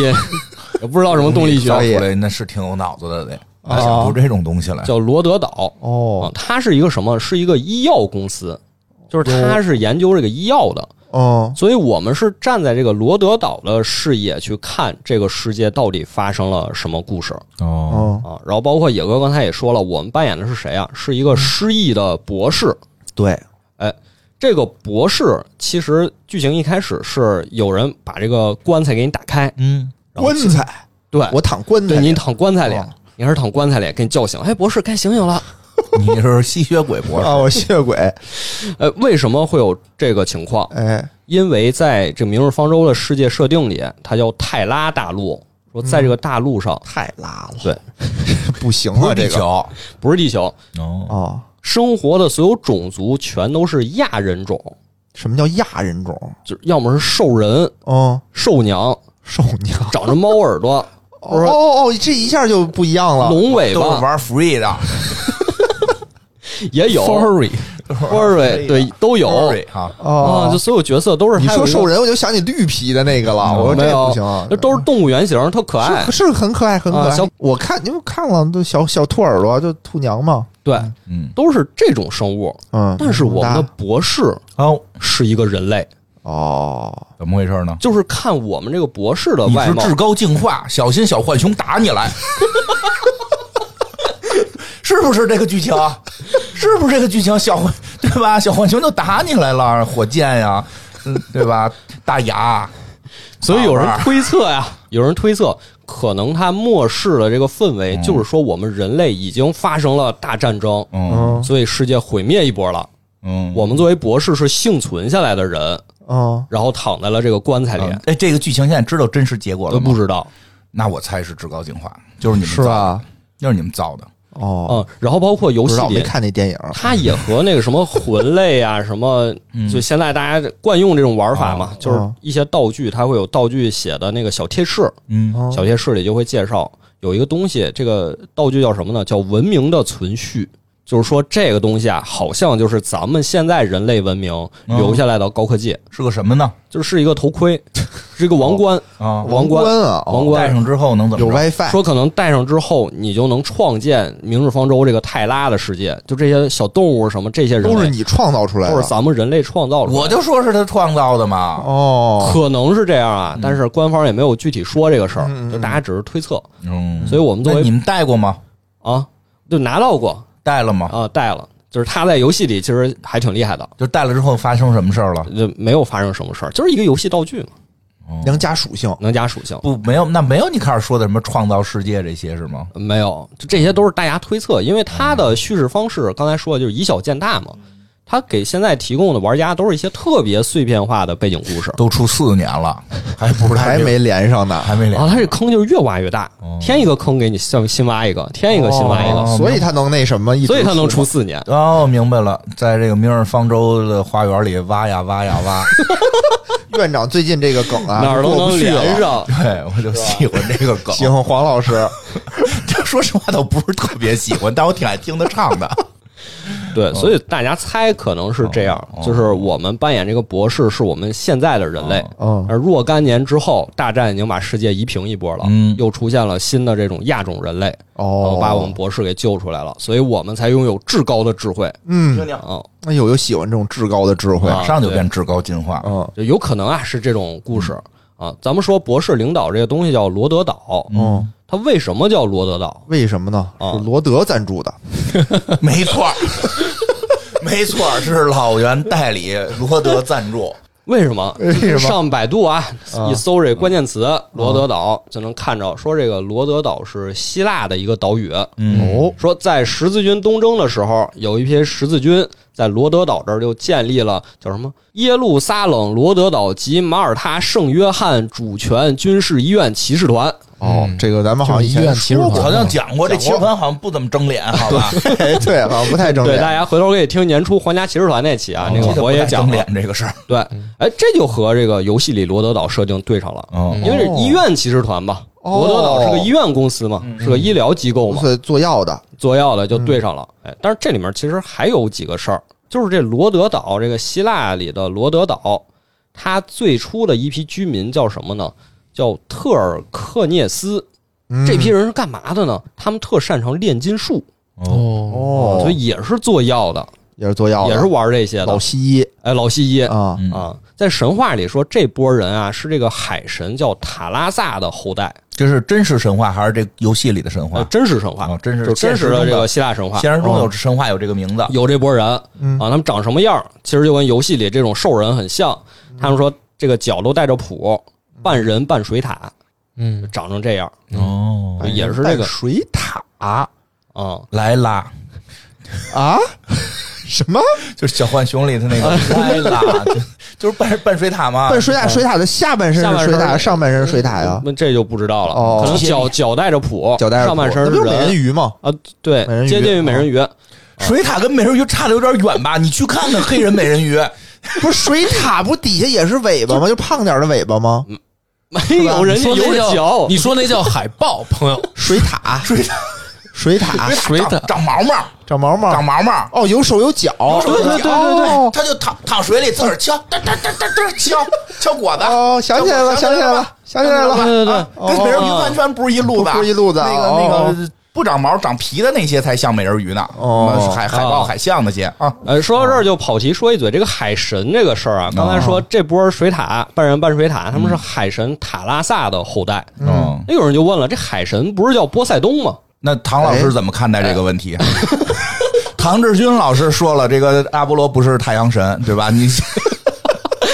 [SPEAKER 4] 也不知道什么
[SPEAKER 3] 嗯
[SPEAKER 4] 动力学
[SPEAKER 2] 造，出哎来那是挺有脑子的得，
[SPEAKER 3] 啊
[SPEAKER 2] 想出这种东西来。
[SPEAKER 4] 叫罗德岛。啊
[SPEAKER 3] 哦，
[SPEAKER 4] 它是一个什么？是一个医药公司，就是它是研究这个医药的。
[SPEAKER 3] 哦
[SPEAKER 4] 所以我们是站在这个罗德岛的视野去看这个世界到底发生了什么故事
[SPEAKER 2] 哦，
[SPEAKER 3] 哦，
[SPEAKER 4] 啊。然后包括野哥刚才也说了，我们扮演的是谁啊？是一个失忆的博士。
[SPEAKER 3] 对，
[SPEAKER 4] 这个博士其实剧情一开始是有人把这个棺材给你打开，
[SPEAKER 2] 嗯，
[SPEAKER 4] 然后
[SPEAKER 3] 棺材，
[SPEAKER 4] 对，
[SPEAKER 3] 我躺棺材
[SPEAKER 4] 对
[SPEAKER 3] 里，
[SPEAKER 4] 你躺棺材里
[SPEAKER 3] 哦，
[SPEAKER 4] 你还是躺棺材里，给你叫醒，哎，博士该醒醒了。
[SPEAKER 2] 你是吸血鬼博士
[SPEAKER 3] 啊，我血鬼，
[SPEAKER 4] 呃，为什么会有这个情况？
[SPEAKER 3] 哎，
[SPEAKER 4] 因为在这《明日方舟》的世界设定里，它叫泰拉大陆。说在这个大陆上，
[SPEAKER 3] 嗯太拉了，
[SPEAKER 4] 对，
[SPEAKER 3] 不行
[SPEAKER 2] 不
[SPEAKER 3] 啊，
[SPEAKER 2] 是
[SPEAKER 3] 这
[SPEAKER 2] 地
[SPEAKER 3] 个
[SPEAKER 2] 球。
[SPEAKER 4] 不是地球，
[SPEAKER 2] 哦，
[SPEAKER 3] 哦，
[SPEAKER 4] 生活的所有种族全都是亚人种，
[SPEAKER 3] 什么叫亚人种？
[SPEAKER 4] 就是要么是兽人、
[SPEAKER 3] 哦，
[SPEAKER 4] 兽娘，
[SPEAKER 3] 兽娘，
[SPEAKER 4] 长着猫耳朵、
[SPEAKER 3] 哦哦哦，这一下就不一样了，
[SPEAKER 4] 龙尾
[SPEAKER 2] 都是
[SPEAKER 4] 巴，
[SPEAKER 2] 玩 free 的，
[SPEAKER 4] 也 有
[SPEAKER 1] Sorry，
[SPEAKER 4] furry，对，都有
[SPEAKER 2] ，free 哈，
[SPEAKER 4] 啊，
[SPEAKER 3] 哦，
[SPEAKER 4] 就所有角色都是。
[SPEAKER 3] 你
[SPEAKER 4] 还有
[SPEAKER 3] 说
[SPEAKER 4] 一个
[SPEAKER 3] 兽人，我就想起绿皮的那个了，
[SPEAKER 2] 嗯
[SPEAKER 3] 我说
[SPEAKER 4] 没
[SPEAKER 3] 这
[SPEAKER 4] 有
[SPEAKER 3] 不行啊，
[SPEAKER 4] 这都是动物原型，特可爱
[SPEAKER 3] 是。是很可爱，很可爱。
[SPEAKER 4] 啊小
[SPEAKER 3] 我看你们看了，都小小兔耳朵，就兔娘嘛，
[SPEAKER 4] 对，
[SPEAKER 2] 嗯，
[SPEAKER 4] 都是这种生物。
[SPEAKER 3] 嗯，
[SPEAKER 4] 但是我们的博士
[SPEAKER 2] 哦
[SPEAKER 4] 是一个人类，
[SPEAKER 3] 哦，
[SPEAKER 2] 怎么回事呢？
[SPEAKER 4] 就是看我们这个博士的
[SPEAKER 2] 你
[SPEAKER 4] 呃外
[SPEAKER 2] 是
[SPEAKER 4] 貌
[SPEAKER 3] 啊
[SPEAKER 2] 至，高净 化，小心小浣熊打你来， 是不是这个剧情？啊 是不是这个剧情？小浣对吧？小浣熊就打你来了，火箭呀，嗯，对吧？大牙，
[SPEAKER 4] 所以有人
[SPEAKER 2] 好玩儿
[SPEAKER 4] 推测呀， 有人推测，可能他漠视了这个氛围，
[SPEAKER 3] 嗯
[SPEAKER 4] 就是说我们人类已经发生了大战争，
[SPEAKER 2] 嗯
[SPEAKER 4] 所以世界毁灭一波了。
[SPEAKER 2] 嗯，
[SPEAKER 4] 我们作为博士是幸存下来的人，
[SPEAKER 3] 哦，
[SPEAKER 4] 然后躺在了这个棺材里，
[SPEAKER 2] 嗯哎，这个剧情现在知道真实结果了
[SPEAKER 4] 都
[SPEAKER 2] 吗？
[SPEAKER 4] 呃不知啊道。
[SPEAKER 2] 那我猜是至高进化，就是你们
[SPEAKER 3] 是
[SPEAKER 2] 造的，
[SPEAKER 3] 吧？
[SPEAKER 2] 就是你们造的。
[SPEAKER 3] 哦，
[SPEAKER 4] 嗯，然后包括游
[SPEAKER 3] 不
[SPEAKER 4] 戏
[SPEAKER 3] 知道，没
[SPEAKER 4] 里，
[SPEAKER 3] 看那电影。
[SPEAKER 4] 它也和那个什么魂类 啊，什么
[SPEAKER 3] 嗯
[SPEAKER 4] 就现在大家惯用这种玩法
[SPEAKER 3] 哦
[SPEAKER 4] 嘛，就是一些道具，它会有道具写的那个小贴士，
[SPEAKER 2] 嗯
[SPEAKER 3] 哦
[SPEAKER 4] 小贴士里就会介绍有一个东西，这个道具叫什么呢？叫文明的存续。就是说，这个东西啊，好像就是咱们现在人类文明
[SPEAKER 3] 嗯
[SPEAKER 4] 留下来的高科技，
[SPEAKER 2] 是个什么呢？
[SPEAKER 4] 就是一个头盔，是一个王
[SPEAKER 3] 哦
[SPEAKER 4] 冠，
[SPEAKER 2] 啊，
[SPEAKER 4] 王冠
[SPEAKER 3] 啊，哦
[SPEAKER 4] 王冠
[SPEAKER 2] 戴上之后能怎么
[SPEAKER 3] 有
[SPEAKER 2] 着？
[SPEAKER 3] WiFi，
[SPEAKER 4] 说可能戴上之后，你就能创建《明日方舟》这个泰拉的世界，就这些小动物什么这些人类
[SPEAKER 3] 都是你创造出来的
[SPEAKER 4] 都是咱们人类创造出来的。
[SPEAKER 2] 我就说是他创造的嘛。
[SPEAKER 3] 哦，
[SPEAKER 4] 可能是这样啊，但是官方也没有具体说这个事儿，
[SPEAKER 3] 嗯
[SPEAKER 4] 就大家只是推测。
[SPEAKER 2] 嗯，
[SPEAKER 4] 所以我们作
[SPEAKER 2] 那你
[SPEAKER 4] 为
[SPEAKER 2] 们戴过吗？
[SPEAKER 4] 啊，就拿到过
[SPEAKER 2] 戴了吗？
[SPEAKER 4] 啊，戴了。就是他在游戏里其实还挺厉害的，
[SPEAKER 2] 就戴了之后发生什么事儿了？
[SPEAKER 4] 就没有发生什么事儿，就是一个游戏道具嘛，
[SPEAKER 3] 能加属性，
[SPEAKER 4] 能加属性。
[SPEAKER 2] 不，没有，那没有你开始说的什么创造世界这些是吗？
[SPEAKER 4] 没有，就这些都是大家推测，因为它的叙事方式刚才说的就是以小见大嘛，它给现在提供的玩家都是一些特别碎片化的背景故事，
[SPEAKER 2] 都出四年了，还不知道
[SPEAKER 3] 还
[SPEAKER 2] 这
[SPEAKER 3] 没哦连上呢。
[SPEAKER 2] 还没
[SPEAKER 4] 然
[SPEAKER 2] 聊。
[SPEAKER 4] 后哦它这坑就是越挖越大，
[SPEAKER 3] 哦
[SPEAKER 4] 添一个坑给你，像新挖一个，添一个新挖一个，
[SPEAKER 3] 所以他能那什么，一直
[SPEAKER 4] 哦所以它能
[SPEAKER 3] 出
[SPEAKER 4] 出四年。
[SPEAKER 2] 哦，明白了，在这个明日方舟的花园里挖呀挖呀挖，
[SPEAKER 3] 院长最近这个梗啊，
[SPEAKER 4] 哪儿都
[SPEAKER 3] 过不
[SPEAKER 4] 能
[SPEAKER 3] 去了
[SPEAKER 4] 连上，
[SPEAKER 2] 对我就喜欢这个梗。
[SPEAKER 3] 行，黄老 师，
[SPEAKER 2] 说实话倒不是特别喜欢，但我挺爱听他唱的。
[SPEAKER 4] 对，
[SPEAKER 3] 哦
[SPEAKER 4] 所以大家猜可能是这样，就是我们扮演这个博士是我们现在的人类，
[SPEAKER 3] 嗯，
[SPEAKER 4] 而若干年之后，大战已经把世界夷平一波了，
[SPEAKER 2] 嗯
[SPEAKER 4] 又出现了新的这种亚种人类，然
[SPEAKER 3] 哦，
[SPEAKER 4] 后把我们博士给救出来了，所以我们才拥有至高的智慧
[SPEAKER 3] 嗯，
[SPEAKER 2] 听，
[SPEAKER 4] 啊、
[SPEAKER 3] 哎呦，有喜欢这种至高的智慧，
[SPEAKER 2] 马上就变至高进化。
[SPEAKER 3] 嗯，
[SPEAKER 4] 就有可能啊是这种故事啊。咱们说博士领导这个东西叫罗德岛，
[SPEAKER 3] 嗯，
[SPEAKER 4] 它为什么叫罗德岛？
[SPEAKER 3] 为什么呢？
[SPEAKER 4] 啊
[SPEAKER 3] 是罗德赞助的，
[SPEAKER 2] 没错儿，没错儿，是老袁代理罗德赞助。
[SPEAKER 4] 为什么？
[SPEAKER 3] 为什么
[SPEAKER 4] 上百度啊，一搜这关键词“罗德岛”就能看着，说这个罗德岛是希腊的一个岛屿。
[SPEAKER 2] 嗯，
[SPEAKER 3] 哦，
[SPEAKER 4] 说在十字军东征的时候，有一批十字军在罗德岛这儿就建立了叫什么耶路撒冷罗德岛及马耳他圣约翰主权军事医院骑士团。
[SPEAKER 3] 哦，
[SPEAKER 4] 嗯
[SPEAKER 3] 这个咱们好像
[SPEAKER 1] 就是
[SPEAKER 3] 以
[SPEAKER 1] 医院
[SPEAKER 3] 前
[SPEAKER 1] 骑士
[SPEAKER 3] 说
[SPEAKER 1] 团
[SPEAKER 3] 过
[SPEAKER 2] 好，像讲过这
[SPEAKER 3] 讲
[SPEAKER 2] 七
[SPEAKER 3] 过
[SPEAKER 2] 环好像不怎么争脸，好吧？
[SPEAKER 3] 哎对，好像不太正
[SPEAKER 4] 对，大
[SPEAKER 3] 确。
[SPEAKER 4] 家回头可以听年初皇家骑士团那期
[SPEAKER 3] 哦
[SPEAKER 4] 啊，那
[SPEAKER 2] 记得
[SPEAKER 4] 个
[SPEAKER 2] 不
[SPEAKER 4] 我也
[SPEAKER 2] 太
[SPEAKER 4] 讲
[SPEAKER 2] 争
[SPEAKER 4] 了
[SPEAKER 2] 脸。这个事儿。
[SPEAKER 4] 对，哎，这就和这个游戏里罗德岛设定对上了。
[SPEAKER 2] 嗯
[SPEAKER 4] 因为是医院骑士团嘛，
[SPEAKER 3] 哦嗯
[SPEAKER 4] 罗德岛是个医院公司嘛，是个医疗机构嘛，
[SPEAKER 3] 是做药的，
[SPEAKER 4] 做药的就对上了。
[SPEAKER 3] 嗯
[SPEAKER 4] 哎，但是这里面其实还有几个事儿，就是这罗德岛，这个希腊里的罗德岛，它最初的一批居民叫什么呢？叫特尔克涅斯。
[SPEAKER 3] 嗯
[SPEAKER 4] 这批人是干嘛的呢？他们特擅长炼金术，
[SPEAKER 1] 哦，
[SPEAKER 3] 哦，
[SPEAKER 4] 所以也是做药的，
[SPEAKER 3] 也是做药的，
[SPEAKER 4] 也是玩这些
[SPEAKER 3] 老
[SPEAKER 4] 的。
[SPEAKER 3] 西医
[SPEAKER 4] 哎，老西医
[SPEAKER 3] 啊，
[SPEAKER 2] 嗯
[SPEAKER 4] 啊，在神话里说，这波人啊是这个海神叫塔拉萨的后代。
[SPEAKER 2] 这是真实神话还是这游戏里的神
[SPEAKER 4] 呃
[SPEAKER 2] 话？
[SPEAKER 4] 真实神话
[SPEAKER 2] 哦，真是
[SPEAKER 4] 就真
[SPEAKER 2] 现
[SPEAKER 4] 实
[SPEAKER 2] 实中
[SPEAKER 4] 的
[SPEAKER 2] 的
[SPEAKER 4] 这个希腊神话，嗯
[SPEAKER 2] 现实中有神话有这个名字。
[SPEAKER 4] 有这波人啊，
[SPEAKER 3] 嗯
[SPEAKER 4] 他们长什么样儿，其实就跟游戏里这种兽人很像。
[SPEAKER 3] 嗯
[SPEAKER 4] 他们说这个脚都带着蹼，半人半水獭，
[SPEAKER 1] 嗯，
[SPEAKER 4] 长成这样
[SPEAKER 2] 哦
[SPEAKER 4] 哎也是这
[SPEAKER 3] 带
[SPEAKER 4] 个
[SPEAKER 3] 水塔啊
[SPEAKER 4] 啊。
[SPEAKER 2] 莱拉
[SPEAKER 3] 啊， 什么？
[SPEAKER 2] 就是小浣熊里的那
[SPEAKER 4] 啊
[SPEAKER 2] 个莱拉，就就是半半水塔嘛。
[SPEAKER 3] 但水塔水塔的下半身
[SPEAKER 4] 下半
[SPEAKER 3] 是
[SPEAKER 4] 身
[SPEAKER 3] 水塔，
[SPEAKER 4] 是
[SPEAKER 3] 上半身是水塔呀，
[SPEAKER 4] 那这就不知道了，
[SPEAKER 3] 哦
[SPEAKER 4] 可能脚脚带着蹼，
[SPEAKER 3] 脚带着
[SPEAKER 4] 上半身
[SPEAKER 3] 那
[SPEAKER 4] 是
[SPEAKER 3] 不是美人
[SPEAKER 4] 人
[SPEAKER 3] 鱼吗？
[SPEAKER 4] 啊，对
[SPEAKER 3] 美人，鱼哦
[SPEAKER 4] 接近于美人鱼。
[SPEAKER 2] 水塔跟美人鱼差的有点远吧？你去看看黑人美人鱼，
[SPEAKER 4] 啊
[SPEAKER 3] 不是水獭不底下也是尾巴吗？就胖点儿的尾巴吗？
[SPEAKER 4] 没有人家
[SPEAKER 1] 你
[SPEAKER 4] 有
[SPEAKER 1] 说那
[SPEAKER 4] 脚
[SPEAKER 1] 叫，你说那叫海豹，朋 友，
[SPEAKER 3] 水獭，水獭， 水獭，
[SPEAKER 1] 水
[SPEAKER 2] 长
[SPEAKER 1] 獭
[SPEAKER 2] 长毛
[SPEAKER 4] 啊
[SPEAKER 2] 毛，
[SPEAKER 3] 长毛毛，
[SPEAKER 2] 长毛毛，
[SPEAKER 3] 哦，有手有脚，
[SPEAKER 2] 手有脚对对
[SPEAKER 3] 对对
[SPEAKER 2] 他哦就躺躺水里自个儿敲，哒哒哒哒哒敲敲果子。
[SPEAKER 3] 哦，想起来了，
[SPEAKER 2] 想
[SPEAKER 3] 想
[SPEAKER 2] 起来
[SPEAKER 3] 起来
[SPEAKER 2] 了
[SPEAKER 3] 了，想起来了，
[SPEAKER 4] 对对对
[SPEAKER 2] 跟美人鱼完全不是一路子，
[SPEAKER 3] 不是一路子
[SPEAKER 2] 那
[SPEAKER 3] 啊
[SPEAKER 2] 个那个不长毛长皮的那些才像美人鱼呢。
[SPEAKER 3] 哦
[SPEAKER 2] 海海豹、
[SPEAKER 4] 啊
[SPEAKER 2] 海象那些啊，
[SPEAKER 4] 呃，说到这儿就跑题说一嘴，这个海神这个事儿啊，刚
[SPEAKER 3] 哦
[SPEAKER 4] 才说这波水獭半人半水獭，他们
[SPEAKER 3] 嗯
[SPEAKER 4] 是海神塔拉萨的后代。
[SPEAKER 2] 嗯，
[SPEAKER 4] 哎那有人就问了，这海神不是叫波塞冬吗？
[SPEAKER 2] 那唐老师怎么看待这个问题？唐志军老师说了，这个阿波罗不是太阳神，对吧？你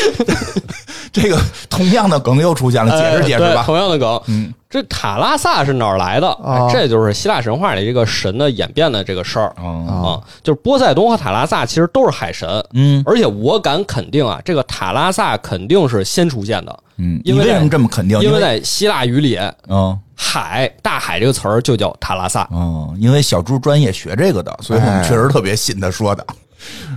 [SPEAKER 2] 这个同样的梗又出现了，解释解
[SPEAKER 4] 呃
[SPEAKER 2] 释
[SPEAKER 4] 对
[SPEAKER 2] 吧。
[SPEAKER 4] 同样的梗，
[SPEAKER 2] 嗯，
[SPEAKER 4] 这塔拉萨是哪儿来的？哎
[SPEAKER 3] 哦
[SPEAKER 4] 这就是希腊神话里这个神的演变的这个事儿
[SPEAKER 2] 嗯
[SPEAKER 4] 啊。就是波塞冬和塔拉萨其实都是海神，
[SPEAKER 2] 嗯
[SPEAKER 4] 而且我敢肯定啊，这个塔拉萨肯定是先出现的，
[SPEAKER 2] 嗯，你
[SPEAKER 4] 因为
[SPEAKER 2] 为什么这么肯定？
[SPEAKER 4] 因
[SPEAKER 2] 因
[SPEAKER 4] 为在希腊语里，
[SPEAKER 2] 嗯
[SPEAKER 4] 海大海这个词儿就叫塔拉萨。
[SPEAKER 2] 嗯，因为小猪专业学这个的，所以我们确实特别信他说的。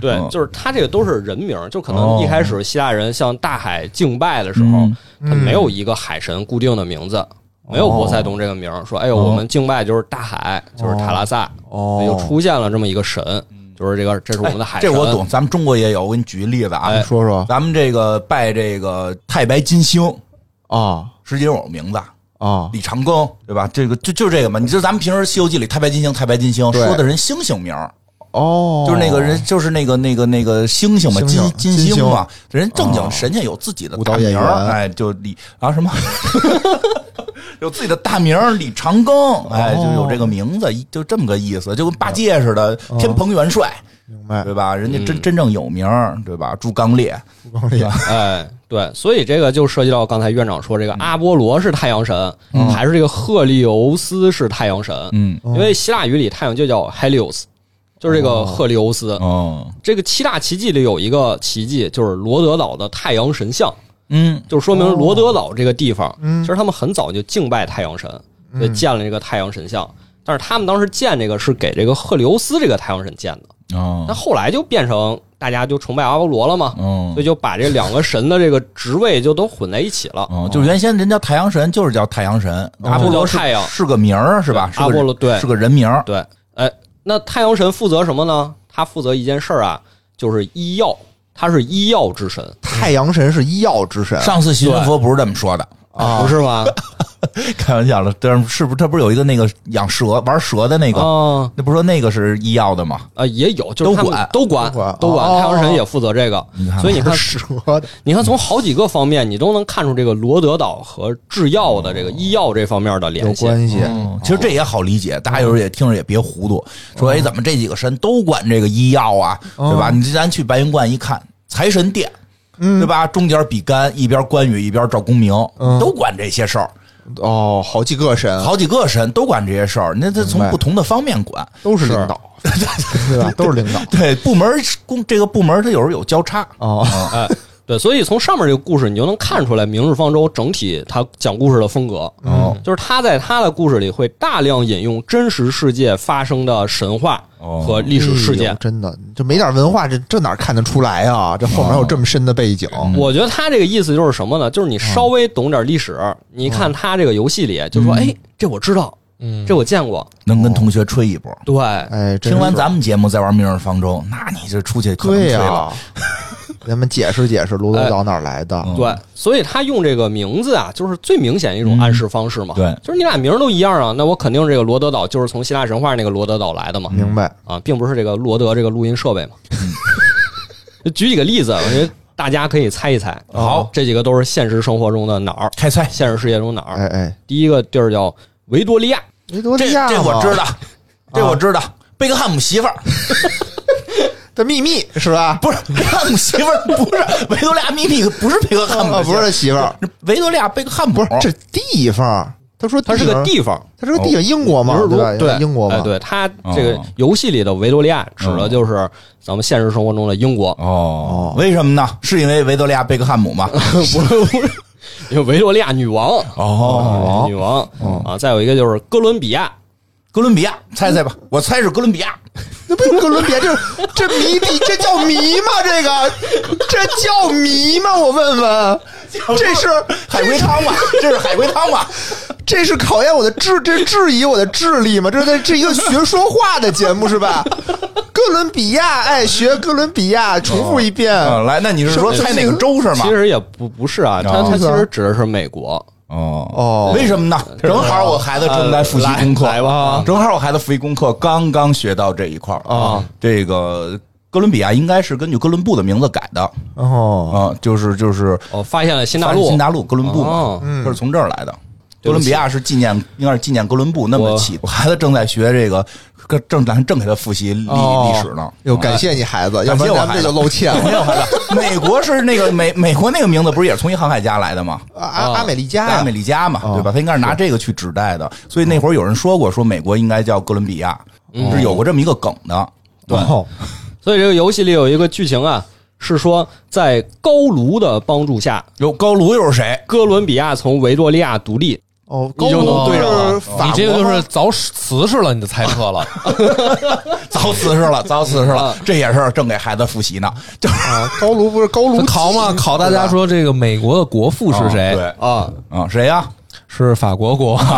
[SPEAKER 4] 对
[SPEAKER 2] 嗯，哦
[SPEAKER 4] 就是他这个都是人名儿，就可能一开始希腊人向大海敬拜的时候
[SPEAKER 2] 嗯，哦
[SPEAKER 4] 他没有一个海神固定的名字，没有波塞冬这个名儿，说哎呦，我们敬拜就是大海，就是塔拉萨，
[SPEAKER 3] 哦
[SPEAKER 4] 就出现了这么一个神，就是这个，这是我们的海神。
[SPEAKER 2] 嗯哎这我懂，咱们中国也有。我给你举个例子啊，
[SPEAKER 4] 哎
[SPEAKER 3] 说说
[SPEAKER 2] 咱们这个拜这个太白金星，
[SPEAKER 3] 啊
[SPEAKER 2] 石金有名字啊。
[SPEAKER 3] 啊
[SPEAKER 2] 李长庚，对吧？这个就就这个嘛，你就咱们平时《西游记》里太白金星、太白金星
[SPEAKER 3] 对
[SPEAKER 2] 说的人星星名儿，
[SPEAKER 3] 哦，
[SPEAKER 2] 就是那个人，就是那个那个那个星星嘛，
[SPEAKER 3] 星
[SPEAKER 2] 金
[SPEAKER 3] 星
[SPEAKER 2] 金
[SPEAKER 3] 金
[SPEAKER 2] 星
[SPEAKER 3] 星
[SPEAKER 2] 嘛，人正经
[SPEAKER 3] 哦
[SPEAKER 2] 神仙有自己的
[SPEAKER 3] 舞
[SPEAKER 2] 大
[SPEAKER 3] 蹈演
[SPEAKER 2] 名儿，
[SPEAKER 3] 员
[SPEAKER 2] 哎，就李啊什么， 有自己的大名儿李长庚，哎，就有这
[SPEAKER 3] 哦
[SPEAKER 2] 个名字，一就这么个意思，就跟
[SPEAKER 3] 嗯
[SPEAKER 2] 八戒似的，天
[SPEAKER 3] 哦
[SPEAKER 2] 蓬元帅，
[SPEAKER 3] 明白
[SPEAKER 2] 对吧？人家真
[SPEAKER 4] 嗯
[SPEAKER 2] 真正有名儿，对吧？朱刚烈，
[SPEAKER 3] 光烈
[SPEAKER 4] 哎，对，所以这个就涉及到刚才院长说，
[SPEAKER 2] 嗯
[SPEAKER 4] 这个阿波罗是太阳神，还是这个赫利欧斯是太阳神？
[SPEAKER 2] 嗯，
[SPEAKER 4] 因为希腊语里太阳就叫 Helios，就是这个赫利欧斯。
[SPEAKER 2] 哦，
[SPEAKER 4] 这个七大奇迹里有一个奇迹，就是罗德岛的太阳神像，
[SPEAKER 2] 嗯，
[SPEAKER 4] 就说明罗德岛这个地方，
[SPEAKER 3] 哦嗯
[SPEAKER 4] 其实他们很早就敬拜太阳神，所以建了这个太阳神像。但是他们当时建这个是给这个赫利欧斯这个太阳神建的，但
[SPEAKER 3] 嗯
[SPEAKER 2] 哦，
[SPEAKER 4] 后来就变成大家就崇拜阿波罗了嘛，
[SPEAKER 2] 嗯
[SPEAKER 4] 所以就把这两个神的这个职位就都混在一起
[SPEAKER 3] 嗯
[SPEAKER 4] 了。
[SPEAKER 2] 哦，就是原先人叫太阳神，就是叫太阳神，阿波罗是
[SPEAKER 4] 就叫太阳
[SPEAKER 2] 是个名儿是吧？是个
[SPEAKER 4] 阿波罗对
[SPEAKER 2] 是个人名儿，
[SPEAKER 4] 对，哎，那太阳神负责什么呢？他负责一件事儿啊，就是医药，他是医药之神，
[SPEAKER 3] 太阳神是医 药之神
[SPEAKER 2] 上次西云佛不是这么 说的，
[SPEAKER 3] 啊
[SPEAKER 4] 不 是吗？
[SPEAKER 2] 开玩笑了。但是是不是他不是有一个那个养蛇玩蛇的那个？
[SPEAKER 4] 啊
[SPEAKER 2] 那不是说那个是医药的吗？
[SPEAKER 4] 啊，也有，就是他们都管
[SPEAKER 3] 都管
[SPEAKER 4] 都管，
[SPEAKER 3] 哦
[SPEAKER 4] 太阳神也负责这个
[SPEAKER 2] 你看，
[SPEAKER 4] 所以你看，
[SPEAKER 3] 蛇的
[SPEAKER 4] 你看从好几个方面，你都能看出这个罗德岛和制药的这个医药这方面的
[SPEAKER 3] 有
[SPEAKER 4] 联系。
[SPEAKER 3] 关系
[SPEAKER 2] 嗯，其实这也好理解，大家有时候也听着也别糊
[SPEAKER 3] 哦
[SPEAKER 2] 涂，说哎，怎么这几个神都管这个医药啊，
[SPEAKER 3] 哦
[SPEAKER 2] 对吧？你咱去白云观一看，财神殿，
[SPEAKER 3] 嗯
[SPEAKER 2] 对吧？中间比干，一边关羽，一边赵公明，都管这些事儿。
[SPEAKER 3] 哦，好几个神
[SPEAKER 2] 好几个神都管这些事儿，那他从
[SPEAKER 3] 明白
[SPEAKER 2] 不同的方面管。
[SPEAKER 3] 都是领导，对吧？都是领导
[SPEAKER 2] 对部门工这个部门，它有时候有交叉。
[SPEAKER 3] 哦，
[SPEAKER 4] 哎，对，所以从上面这个故事，你就能看出来《明日方舟》整体它讲故事的风格。
[SPEAKER 2] 哦
[SPEAKER 4] 就是他在他的故事里会大量引用真实世界发生的神话和历史事
[SPEAKER 3] 哎
[SPEAKER 4] 件
[SPEAKER 3] 呦。真的这没点文化，这这哪看得出来啊？这后面
[SPEAKER 2] 哦
[SPEAKER 3] 有这么深的背景，
[SPEAKER 2] 嗯
[SPEAKER 4] 我觉得他这个意思就是什么呢？就是你稍微懂点历史，你看他这个游戏里就说：“哎，这我知道，
[SPEAKER 1] 嗯，
[SPEAKER 4] 这我见过。
[SPEAKER 2] 能跟同学吹一波。”
[SPEAKER 4] 对，
[SPEAKER 3] 哎，真
[SPEAKER 2] 听完
[SPEAKER 3] 是
[SPEAKER 2] 咱们节目再玩《明日方舟》，那你这出去可能
[SPEAKER 3] 对
[SPEAKER 2] 吹
[SPEAKER 3] 呀、
[SPEAKER 2] 了。 哎
[SPEAKER 3] 咱们解释解释罗德岛哪儿来的？
[SPEAKER 2] 嗯
[SPEAKER 4] 对，所以他用这个名字啊，就是最明显一
[SPEAKER 3] 嗯
[SPEAKER 4] 种暗示方式嘛。
[SPEAKER 2] 对
[SPEAKER 4] 就是你俩名儿都一样啊，那我肯定这个罗德岛就是从希腊神话那个罗德岛来的嘛。
[SPEAKER 3] 明白？
[SPEAKER 4] 啊，并不是这个罗德这个录音设备嘛。
[SPEAKER 3] 嗯
[SPEAKER 4] 就 举几个例子，我觉得大家可以猜一猜。
[SPEAKER 2] 好
[SPEAKER 4] 这几个都是现实生活中的哪儿？
[SPEAKER 2] 开猜，
[SPEAKER 4] 现实世界中哪
[SPEAKER 2] 嗯
[SPEAKER 3] 哎
[SPEAKER 4] 儿？
[SPEAKER 3] 哎，
[SPEAKER 4] 第一个地儿叫维多利亚，
[SPEAKER 3] 维多
[SPEAKER 2] 这
[SPEAKER 3] 利亚
[SPEAKER 2] 这
[SPEAKER 3] 嘛
[SPEAKER 2] 我知，道，这我知道。
[SPEAKER 3] 啊
[SPEAKER 2] 贝克汉姆媳妇儿
[SPEAKER 3] 这秘密是吧？
[SPEAKER 2] 不是贝克汉姆媳妇儿，不是维多利亚秘密，哦不是贝克汉
[SPEAKER 3] 啊
[SPEAKER 2] 姆，
[SPEAKER 3] 不是媳妇儿，
[SPEAKER 2] 维多利亚贝克汉姆，
[SPEAKER 3] 不是这地方。他说
[SPEAKER 4] 它是个
[SPEAKER 3] 方，
[SPEAKER 4] 地方，
[SPEAKER 3] 他是个地方，英国嘛，
[SPEAKER 4] 比如
[SPEAKER 3] 对吧？
[SPEAKER 4] 如对
[SPEAKER 3] 英国
[SPEAKER 4] 哎
[SPEAKER 3] 嘛，哦
[SPEAKER 4] 对，它这个
[SPEAKER 2] 哦
[SPEAKER 4] 游戏里的维多利亚指的就是咱们现实生活中的 英国，
[SPEAKER 2] 哦，为什么呢？是因为维多利亚贝克汉姆吗？
[SPEAKER 4] 不是不是，因为维多利亚女王。
[SPEAKER 2] 哦，
[SPEAKER 4] 女王啊，再有一个就是哥伦比亚，
[SPEAKER 2] 哥伦比亚，猜猜
[SPEAKER 4] 嗯
[SPEAKER 2] 吧，我猜是哥伦比亚。
[SPEAKER 3] 那不是哥伦比亚，这是这谜底，这叫谜吗？这个这叫谜吗？我问问，这是
[SPEAKER 2] 海龟汤吧，这是海龟汤吧？
[SPEAKER 3] 这是考验我的智，这是质疑我的智力吗？这是在这是一个学说话的节目是吧？哥伦比亚，哎，学哥伦比亚，重复一遍。
[SPEAKER 2] 啊哦嗯，来，那你是说猜哪个州是吗
[SPEAKER 4] 其？实也不不是啊，它它其实指的是美国，呃
[SPEAKER 2] 哦
[SPEAKER 3] 哦，
[SPEAKER 2] 为什么呢？正好我孩子正在复习功课，啊
[SPEAKER 4] 来来吧
[SPEAKER 2] 正好我孩子复习功课，刚刚学到这一块儿
[SPEAKER 4] 啊。
[SPEAKER 2] 这个哥伦比亚应该是根据哥伦布的名字改的啊，
[SPEAKER 3] 哦，
[SPEAKER 2] 就是就是
[SPEAKER 4] 哦，发现了新大
[SPEAKER 2] 发现
[SPEAKER 4] 陆，
[SPEAKER 2] 新大陆哥伦布嘛
[SPEAKER 4] 哦，
[SPEAKER 2] 他是从这儿来的。哥
[SPEAKER 4] 对不
[SPEAKER 2] 伦
[SPEAKER 4] 起
[SPEAKER 2] 比亚是纪念，应该是纪念哥伦布，那么
[SPEAKER 4] 我
[SPEAKER 2] 起。我孩子正在学这个，跟正咱正给他复习历
[SPEAKER 3] 哦
[SPEAKER 2] 历史呢。
[SPEAKER 3] 哟，感谢你孩子，
[SPEAKER 2] 谢
[SPEAKER 3] 要不然
[SPEAKER 2] 我
[SPEAKER 3] 咱们
[SPEAKER 2] 孩子
[SPEAKER 3] 这就露怯
[SPEAKER 2] 没
[SPEAKER 3] 了。
[SPEAKER 2] 有孩子，美国是那个美美国那个名字不是也是从一航海家来的吗？
[SPEAKER 3] 阿阿阿美利加
[SPEAKER 2] 阿
[SPEAKER 3] 呀
[SPEAKER 2] 美，利加嘛，
[SPEAKER 3] 哦
[SPEAKER 2] 对吧？他应该是拿这个去指代的，所以那会儿有人说过，说美国应该叫哥伦比亚，
[SPEAKER 4] 嗯
[SPEAKER 2] 是有过这么一个梗的。对，
[SPEAKER 3] 哦
[SPEAKER 4] 所以这个游戏里有一个剧情啊，是说在高卢的帮助下，
[SPEAKER 2] 有高卢又是谁？
[SPEAKER 4] 哥伦比亚从维多利亚独立。
[SPEAKER 3] 哦，
[SPEAKER 4] 你就能对上了
[SPEAKER 3] 是法
[SPEAKER 1] 啊哦你这个
[SPEAKER 3] 国
[SPEAKER 1] 就
[SPEAKER 3] 吗
[SPEAKER 1] 是凿瓷实了你的猜测 了
[SPEAKER 2] 早辞世了，早辞世
[SPEAKER 4] 嗯
[SPEAKER 2] 了，这也是正给孩子复习呢。就是
[SPEAKER 3] 啊，高卢不是高卢
[SPEAKER 1] 他考嘛，
[SPEAKER 3] 鸡
[SPEAKER 1] 考大家说这个美国的国父是谁？
[SPEAKER 2] 对，
[SPEAKER 4] 啊，
[SPEAKER 2] 啊，谁呀？
[SPEAKER 1] 是法国国王。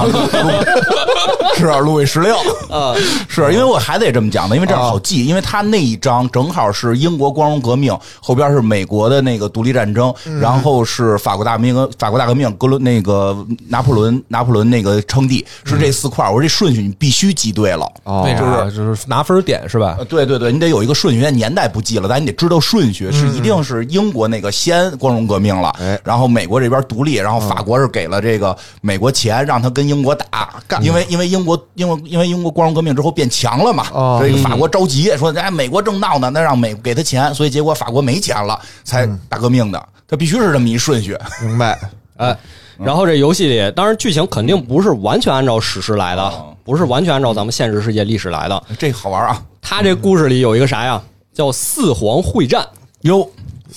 [SPEAKER 2] 是啊路易十六。
[SPEAKER 4] 啊，
[SPEAKER 2] 是因为我孩子也这么讲的，因为这样好记，因为他那一章正好是英国光荣革命，后边是美国的那个独立战争，然后是法国大革命，法国大革命，格伦那个拿破仑，拿破仑那个称帝，是这四块儿。我说这顺序你必须记对了。
[SPEAKER 1] 为
[SPEAKER 3] 哦，
[SPEAKER 1] 啥？啊就是拿分点是吧
[SPEAKER 2] 呃，？对对对，你得有一个顺序，年代不记了，但你得知道顺序是一定是英国那个先光荣革命了，
[SPEAKER 3] 嗯哎嗯
[SPEAKER 2] 然后美国这边独立，然后法国是给了这个美国钱让他跟英国打，
[SPEAKER 3] 干
[SPEAKER 2] 因为因为英国因为因为英国光荣革命之后变强了嘛，
[SPEAKER 3] 哦
[SPEAKER 2] 所以法国着急说，哎，美国正闹呢，那让美给他钱，所以结果法国没钱了才
[SPEAKER 3] 嗯
[SPEAKER 2] 大革命的，他必须是这么一顺序，
[SPEAKER 3] 明白
[SPEAKER 4] 哎，
[SPEAKER 2] 嗯
[SPEAKER 4] 然后这游戏里，当然剧情肯定不是完全按照史实来
[SPEAKER 2] 哦
[SPEAKER 4] 的，不是完全按照咱们现实世界历史来的。
[SPEAKER 2] 这好玩啊，
[SPEAKER 4] 他这故事里有一个啥呀？叫四皇会战，
[SPEAKER 2] 哟，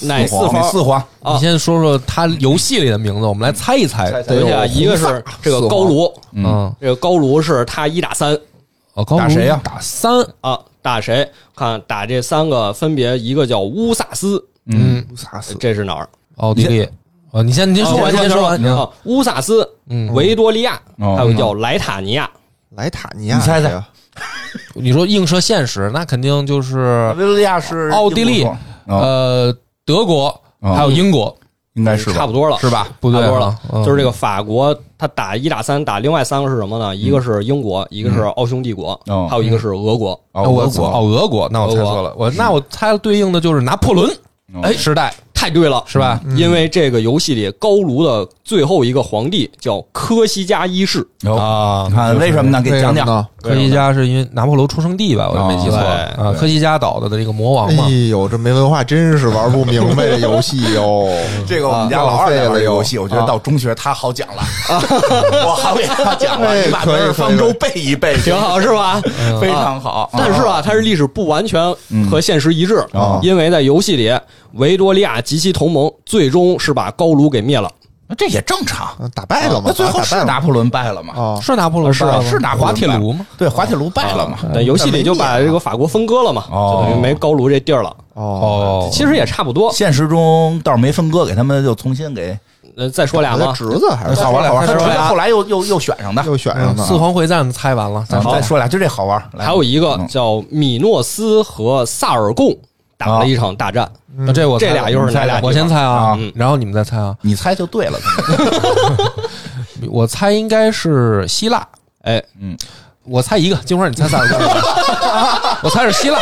[SPEAKER 4] 哪四
[SPEAKER 2] 皇
[SPEAKER 4] 皇
[SPEAKER 2] 四皇
[SPEAKER 4] 啊
[SPEAKER 1] 你先说说他游戏里的名字，我们来猜一猜。啊
[SPEAKER 2] 猜猜
[SPEAKER 4] 对
[SPEAKER 2] 有
[SPEAKER 4] 呀，一个是这个高卢，
[SPEAKER 1] 嗯，
[SPEAKER 4] 这个高卢是他一打三
[SPEAKER 1] 哦，高卢
[SPEAKER 2] 打谁呀
[SPEAKER 1] 打三。
[SPEAKER 4] 啊，打谁？看打这三个，分别一个叫乌萨斯，
[SPEAKER 1] 嗯，
[SPEAKER 3] 乌萨斯
[SPEAKER 4] 这是哪儿？
[SPEAKER 1] 奥地利。哦，你先，你先说完，
[SPEAKER 4] 啊
[SPEAKER 1] 你先说完。你
[SPEAKER 4] 啊，乌萨斯、
[SPEAKER 1] 嗯
[SPEAKER 4] 维多利亚，
[SPEAKER 2] 哦
[SPEAKER 4] 还有叫莱塔尼亚。
[SPEAKER 3] 莱塔尼亚，
[SPEAKER 2] 你猜猜
[SPEAKER 3] 这个
[SPEAKER 1] 你说映射现实，那肯定就是
[SPEAKER 2] 维多利亚是
[SPEAKER 1] 奥地利
[SPEAKER 2] 英国皇啊，
[SPEAKER 1] 呃德国
[SPEAKER 2] 哦
[SPEAKER 1] 还有英国，
[SPEAKER 2] 应
[SPEAKER 1] 哎
[SPEAKER 2] 该是吧
[SPEAKER 4] 差不多了
[SPEAKER 2] 是吧？
[SPEAKER 1] 不对
[SPEAKER 4] 差
[SPEAKER 1] 啊
[SPEAKER 4] 不多了，
[SPEAKER 1] 嗯
[SPEAKER 4] 就是这个法国，他打一打三，打另外三个是什么呢？一
[SPEAKER 1] 嗯
[SPEAKER 4] 个是英国，一个是奥匈帝国，
[SPEAKER 2] 哦
[SPEAKER 4] 还有一个是俄国。
[SPEAKER 2] 啊
[SPEAKER 1] 哦，我
[SPEAKER 2] 俄国
[SPEAKER 1] 哦，俄国，那我猜错了，我那我猜对应的就是拿破仑
[SPEAKER 2] 哦
[SPEAKER 1] 哎时代
[SPEAKER 4] 太对了，
[SPEAKER 1] 是吧？
[SPEAKER 4] 因为这个游戏里高卢的最后一个皇帝叫科西嘉一世，
[SPEAKER 2] 有
[SPEAKER 1] 啊
[SPEAKER 2] 你看为什么呢？给讲
[SPEAKER 3] 为什么
[SPEAKER 2] 讲
[SPEAKER 3] 呢。
[SPEAKER 1] 科西嘉是因为拿破仑出生地吧，我就没记错
[SPEAKER 4] 哦
[SPEAKER 1] 啊。科西嘉岛的这个魔王嘛
[SPEAKER 3] 哎，呦，这没文化真是玩不明白这游戏 哟。
[SPEAKER 2] 这个我们家老二在玩这游戏，
[SPEAKER 3] 啊
[SPEAKER 2] 我觉得到中学他好讲了， 我好给他讲了，
[SPEAKER 3] 哎
[SPEAKER 2] 你把德尔方舟背一背，
[SPEAKER 4] 挺好，是吧？
[SPEAKER 1] 嗯
[SPEAKER 3] 嗯
[SPEAKER 2] 非常好。
[SPEAKER 4] 但是啊，它是历史不完全和现实一致，
[SPEAKER 2] 嗯哦
[SPEAKER 4] 因为在游戏里，维多利亚及其同盟最终是把高卢给灭了。
[SPEAKER 2] 啊这也正常，
[SPEAKER 3] 嗯打败了嘛
[SPEAKER 2] 那最后
[SPEAKER 3] 打败
[SPEAKER 2] 是
[SPEAKER 3] 了
[SPEAKER 2] 拿破仑败了嘛？
[SPEAKER 3] 哦，
[SPEAKER 1] 是拿破仑
[SPEAKER 4] 是
[SPEAKER 1] 吧
[SPEAKER 2] 是拿破
[SPEAKER 1] 滑
[SPEAKER 2] 仑
[SPEAKER 1] 铁
[SPEAKER 2] 败了
[SPEAKER 1] 卢吗？？
[SPEAKER 2] 对，滑铁卢败了
[SPEAKER 3] 啊
[SPEAKER 2] 嘛？
[SPEAKER 4] 但游戏里就把这个法国分割了嘛，
[SPEAKER 2] 嗯哦
[SPEAKER 4] 就等于没高卢这地儿了。
[SPEAKER 3] 哦，
[SPEAKER 1] 哦，
[SPEAKER 4] 其实也差不多。
[SPEAKER 2] 现实中倒是没分割，给他们就重新给
[SPEAKER 4] 呃，再说俩
[SPEAKER 3] 我的
[SPEAKER 4] 吧。
[SPEAKER 3] 侄子
[SPEAKER 4] 哎
[SPEAKER 3] 还是
[SPEAKER 2] 好玩好玩。
[SPEAKER 1] 再说俩
[SPEAKER 2] 后来又又又选上的，
[SPEAKER 3] 又选上
[SPEAKER 4] 嗯啊
[SPEAKER 3] 的
[SPEAKER 1] 嗯四皇会战猜完了，再
[SPEAKER 2] 咱
[SPEAKER 1] 说
[SPEAKER 2] 再说俩，就这好玩。来
[SPEAKER 4] 还有一个
[SPEAKER 2] 嗯
[SPEAKER 4] 叫米诺斯和萨尔贡打了一场大战，
[SPEAKER 2] 嗯
[SPEAKER 1] 那这我猜嗯
[SPEAKER 4] 这俩又是哪俩地方？
[SPEAKER 1] 我先猜啊
[SPEAKER 4] 嗯
[SPEAKER 2] 啊，
[SPEAKER 1] 然后你们再猜啊。
[SPEAKER 2] 你猜就 对了，
[SPEAKER 1] 我猜应该是希腊，
[SPEAKER 4] 哎，
[SPEAKER 2] 嗯，
[SPEAKER 1] 我猜一个，金花你猜三个， 我猜是希腊，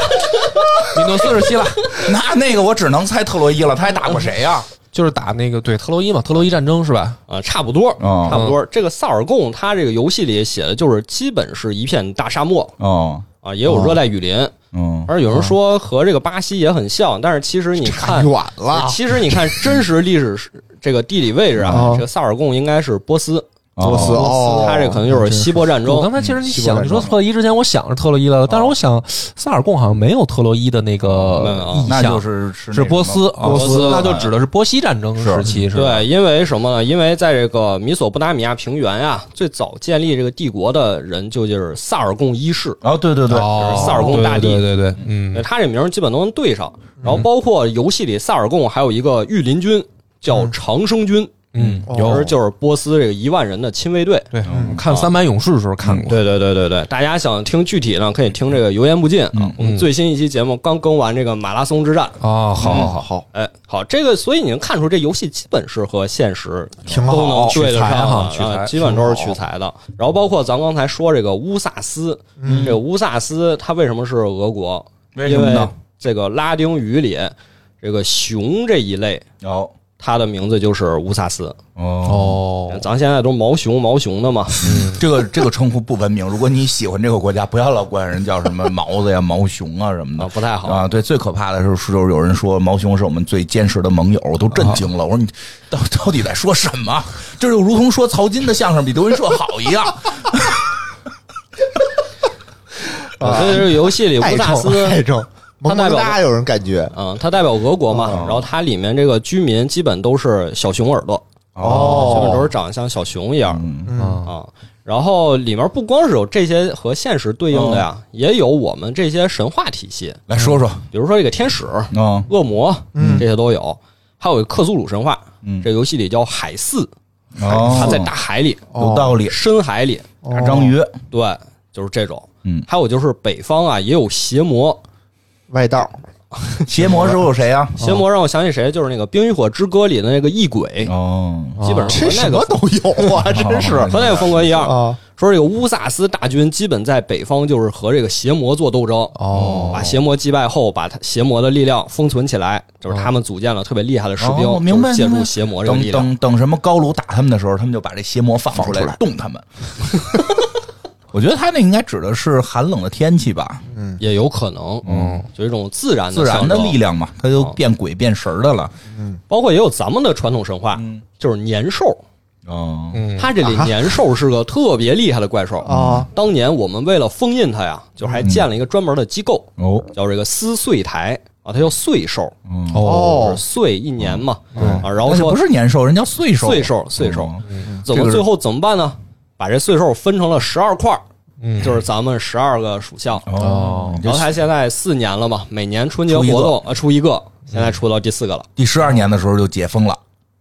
[SPEAKER 1] 米诺斯是希腊，
[SPEAKER 2] 那那个我只能猜特洛伊了，他还打过 谁呀？
[SPEAKER 1] 就是打那个对特洛伊嘛，特洛伊战争是吧？
[SPEAKER 4] 啊，差不多，
[SPEAKER 2] 哦
[SPEAKER 4] 差不多。这个萨尔贡，它这个游戏里写的就是基本是一片大沙漠
[SPEAKER 2] 哦，
[SPEAKER 4] 啊，也有热带雨林。
[SPEAKER 2] 嗯，
[SPEAKER 4] 而有人说和这个巴西也很像，但是其实你
[SPEAKER 3] 差
[SPEAKER 4] 看
[SPEAKER 3] 远，了，
[SPEAKER 4] 其实你看真实历史是这个地理位置啊
[SPEAKER 3] 哦，
[SPEAKER 4] 这个萨尔贡应该是波斯，
[SPEAKER 3] 波斯哦，
[SPEAKER 4] 它这可能就是希波战
[SPEAKER 1] 我
[SPEAKER 4] 争嗯
[SPEAKER 1] 刚。才其实你
[SPEAKER 3] 希伯
[SPEAKER 1] 想，
[SPEAKER 3] 来
[SPEAKER 1] 你说特洛伊之前，我想是特洛伊来了，但是我想萨尔贡好像没有特洛伊的那
[SPEAKER 4] 没有
[SPEAKER 1] 个
[SPEAKER 4] 啊
[SPEAKER 1] 意
[SPEAKER 2] 那就
[SPEAKER 1] 象，
[SPEAKER 2] 是是
[SPEAKER 1] 哦是波斯，啊
[SPEAKER 4] 波斯
[SPEAKER 1] 那就指的是波西战争时期，是吧？
[SPEAKER 4] 对，因为什么呢？因为在这个米索不达米亚平原呀、最早建立这个帝国的人就就是萨尔贡一世，
[SPEAKER 2] 哦，对对对，
[SPEAKER 1] 哦
[SPEAKER 4] 就是萨尔贡大帝
[SPEAKER 1] 对对对，对
[SPEAKER 4] 呃
[SPEAKER 1] 嗯，
[SPEAKER 4] 他这名儿基本都能对上。然后包括游戏里萨尔贡还有一个御林军叫长生军，
[SPEAKER 1] 嗯，
[SPEAKER 4] 当
[SPEAKER 1] 有
[SPEAKER 4] 时就是波斯这个一万人的亲卫队。
[SPEAKER 1] 对，我
[SPEAKER 4] 啊
[SPEAKER 1] 看《三百勇士》的时候看过，
[SPEAKER 4] 对对对对对，大家想听具体呢，可以听这个油盐不进啊。我们最新一期节目刚更完这个马拉松之战，
[SPEAKER 1] 啊，好好好，
[SPEAKER 3] 好，
[SPEAKER 4] 哎，好，这个所以你能看出这游戏基本是和现实
[SPEAKER 3] 挺好
[SPEAKER 4] 都能对得上
[SPEAKER 1] 取材哈
[SPEAKER 4] 的，啊基本都是取材的。然后包括咱刚才说这个乌萨斯，这个乌萨斯它为什么是俄国？
[SPEAKER 2] 为什
[SPEAKER 4] 因
[SPEAKER 2] 么
[SPEAKER 4] 为
[SPEAKER 2] 呢？
[SPEAKER 4] 这个拉丁语里，这个熊这一类，
[SPEAKER 2] 哦
[SPEAKER 4] 它的名字就是乌萨斯。
[SPEAKER 2] 哦，
[SPEAKER 1] 哦，
[SPEAKER 4] 咱现在都毛熊毛熊的嘛，
[SPEAKER 2] 这个这个称呼不文明。如果你喜欢这个国家，不要老管人叫什 么毛子呀、毛熊啊什么
[SPEAKER 4] 啊
[SPEAKER 2] 的。
[SPEAKER 4] 不太好。
[SPEAKER 2] 啊，对，最可怕的是，是就是有人说毛熊是我们最坚实的盟友，我都
[SPEAKER 4] 啊
[SPEAKER 2] 震惊了。我说你到到底在说什么？这就如同说曹金的相声比德云社好一 样。
[SPEAKER 4] 啊所以这个游戏里
[SPEAKER 3] 爱
[SPEAKER 4] 乌萨斯
[SPEAKER 3] 政爱政，萌萌
[SPEAKER 4] 代表
[SPEAKER 3] 哒有人感觉
[SPEAKER 4] 嗯，它代表俄国嘛，然后它里面这个居民基本都是小熊耳朵，基本都
[SPEAKER 3] 哦，
[SPEAKER 4] 是长得像小熊一样
[SPEAKER 2] 哦
[SPEAKER 3] 嗯
[SPEAKER 4] 啊。然后里面不光是有这些和现实对应的呀，也有我们这些神话体系，
[SPEAKER 2] 来说说，
[SPEAKER 4] 比如说这个天使、
[SPEAKER 2] 嗯
[SPEAKER 4] 恶魔，
[SPEAKER 3] 嗯
[SPEAKER 4] 这些都有。还有克苏鲁神话，
[SPEAKER 2] 嗯
[SPEAKER 4] 这游戏里叫海四，
[SPEAKER 2] 哦，
[SPEAKER 4] 它在哦大海里、
[SPEAKER 2] 有道理，
[SPEAKER 4] 深海里，
[SPEAKER 2] 大章鱼，
[SPEAKER 4] 对，就是这种。
[SPEAKER 2] 嗯，
[SPEAKER 4] 还有就是北方啊，也有邪魔，
[SPEAKER 3] 外道，
[SPEAKER 2] 邪魔是有谁啊呀？
[SPEAKER 4] 邪魔让我想起谁，就是那个《冰与火之歌》里的那个异鬼，
[SPEAKER 2] 哦，
[SPEAKER 4] 基本上
[SPEAKER 3] 这
[SPEAKER 4] 和那
[SPEAKER 3] 什
[SPEAKER 4] 个
[SPEAKER 3] 么都有啊，真是
[SPEAKER 4] 和那个风格一样。
[SPEAKER 3] 啊，
[SPEAKER 4] 说这个乌萨斯大军基本在北方就是和这个邪魔做斗争，嗯
[SPEAKER 1] 哦
[SPEAKER 4] 把邪魔击败后，把他邪魔的力量封存起来，就是他们组建了特别厉害的士兵，
[SPEAKER 2] 哦明白
[SPEAKER 4] 就是借
[SPEAKER 2] 明
[SPEAKER 4] 助
[SPEAKER 2] 白
[SPEAKER 4] 邪魔这个
[SPEAKER 2] 等
[SPEAKER 4] 力量。
[SPEAKER 2] 等等什么高卢打他们的时候，他们就把这邪魔放出来冻他们。 我觉得他那应该指的是寒冷的天气吧，
[SPEAKER 4] 也有可能，嗯，就一种自然的
[SPEAKER 2] 自然的
[SPEAKER 4] 象征
[SPEAKER 2] 力，量嘛，他就变鬼变神儿的了。
[SPEAKER 4] 包括也有咱们的传统神话，就是年兽。
[SPEAKER 2] 哦，
[SPEAKER 1] 嗯，
[SPEAKER 4] 它这里年兽是个特别厉害的怪兽嗯
[SPEAKER 3] 啊！
[SPEAKER 4] 当年我们为了封印它呀，就还建了一个专门的机构，
[SPEAKER 2] 哦，
[SPEAKER 4] 叫这个撕碎台啊，它叫碎兽，
[SPEAKER 2] 嗯，
[SPEAKER 1] 哦，
[SPEAKER 4] 就是碎一年嘛，啊，然
[SPEAKER 2] 那
[SPEAKER 4] 后
[SPEAKER 2] 就
[SPEAKER 4] 说
[SPEAKER 2] 不是年兽，人叫岁兽，
[SPEAKER 4] 岁兽岁兽
[SPEAKER 2] 哦
[SPEAKER 4] 怎么最后怎么办呢？把这岁兽分成了十二块儿，就是咱们十二个属相。
[SPEAKER 2] 哦，
[SPEAKER 4] 然后它现在四年了嘛，每年春节
[SPEAKER 2] 出一个
[SPEAKER 4] 活动啊出一个，现在出到第四个了，
[SPEAKER 2] 第十二年的时候就解封了。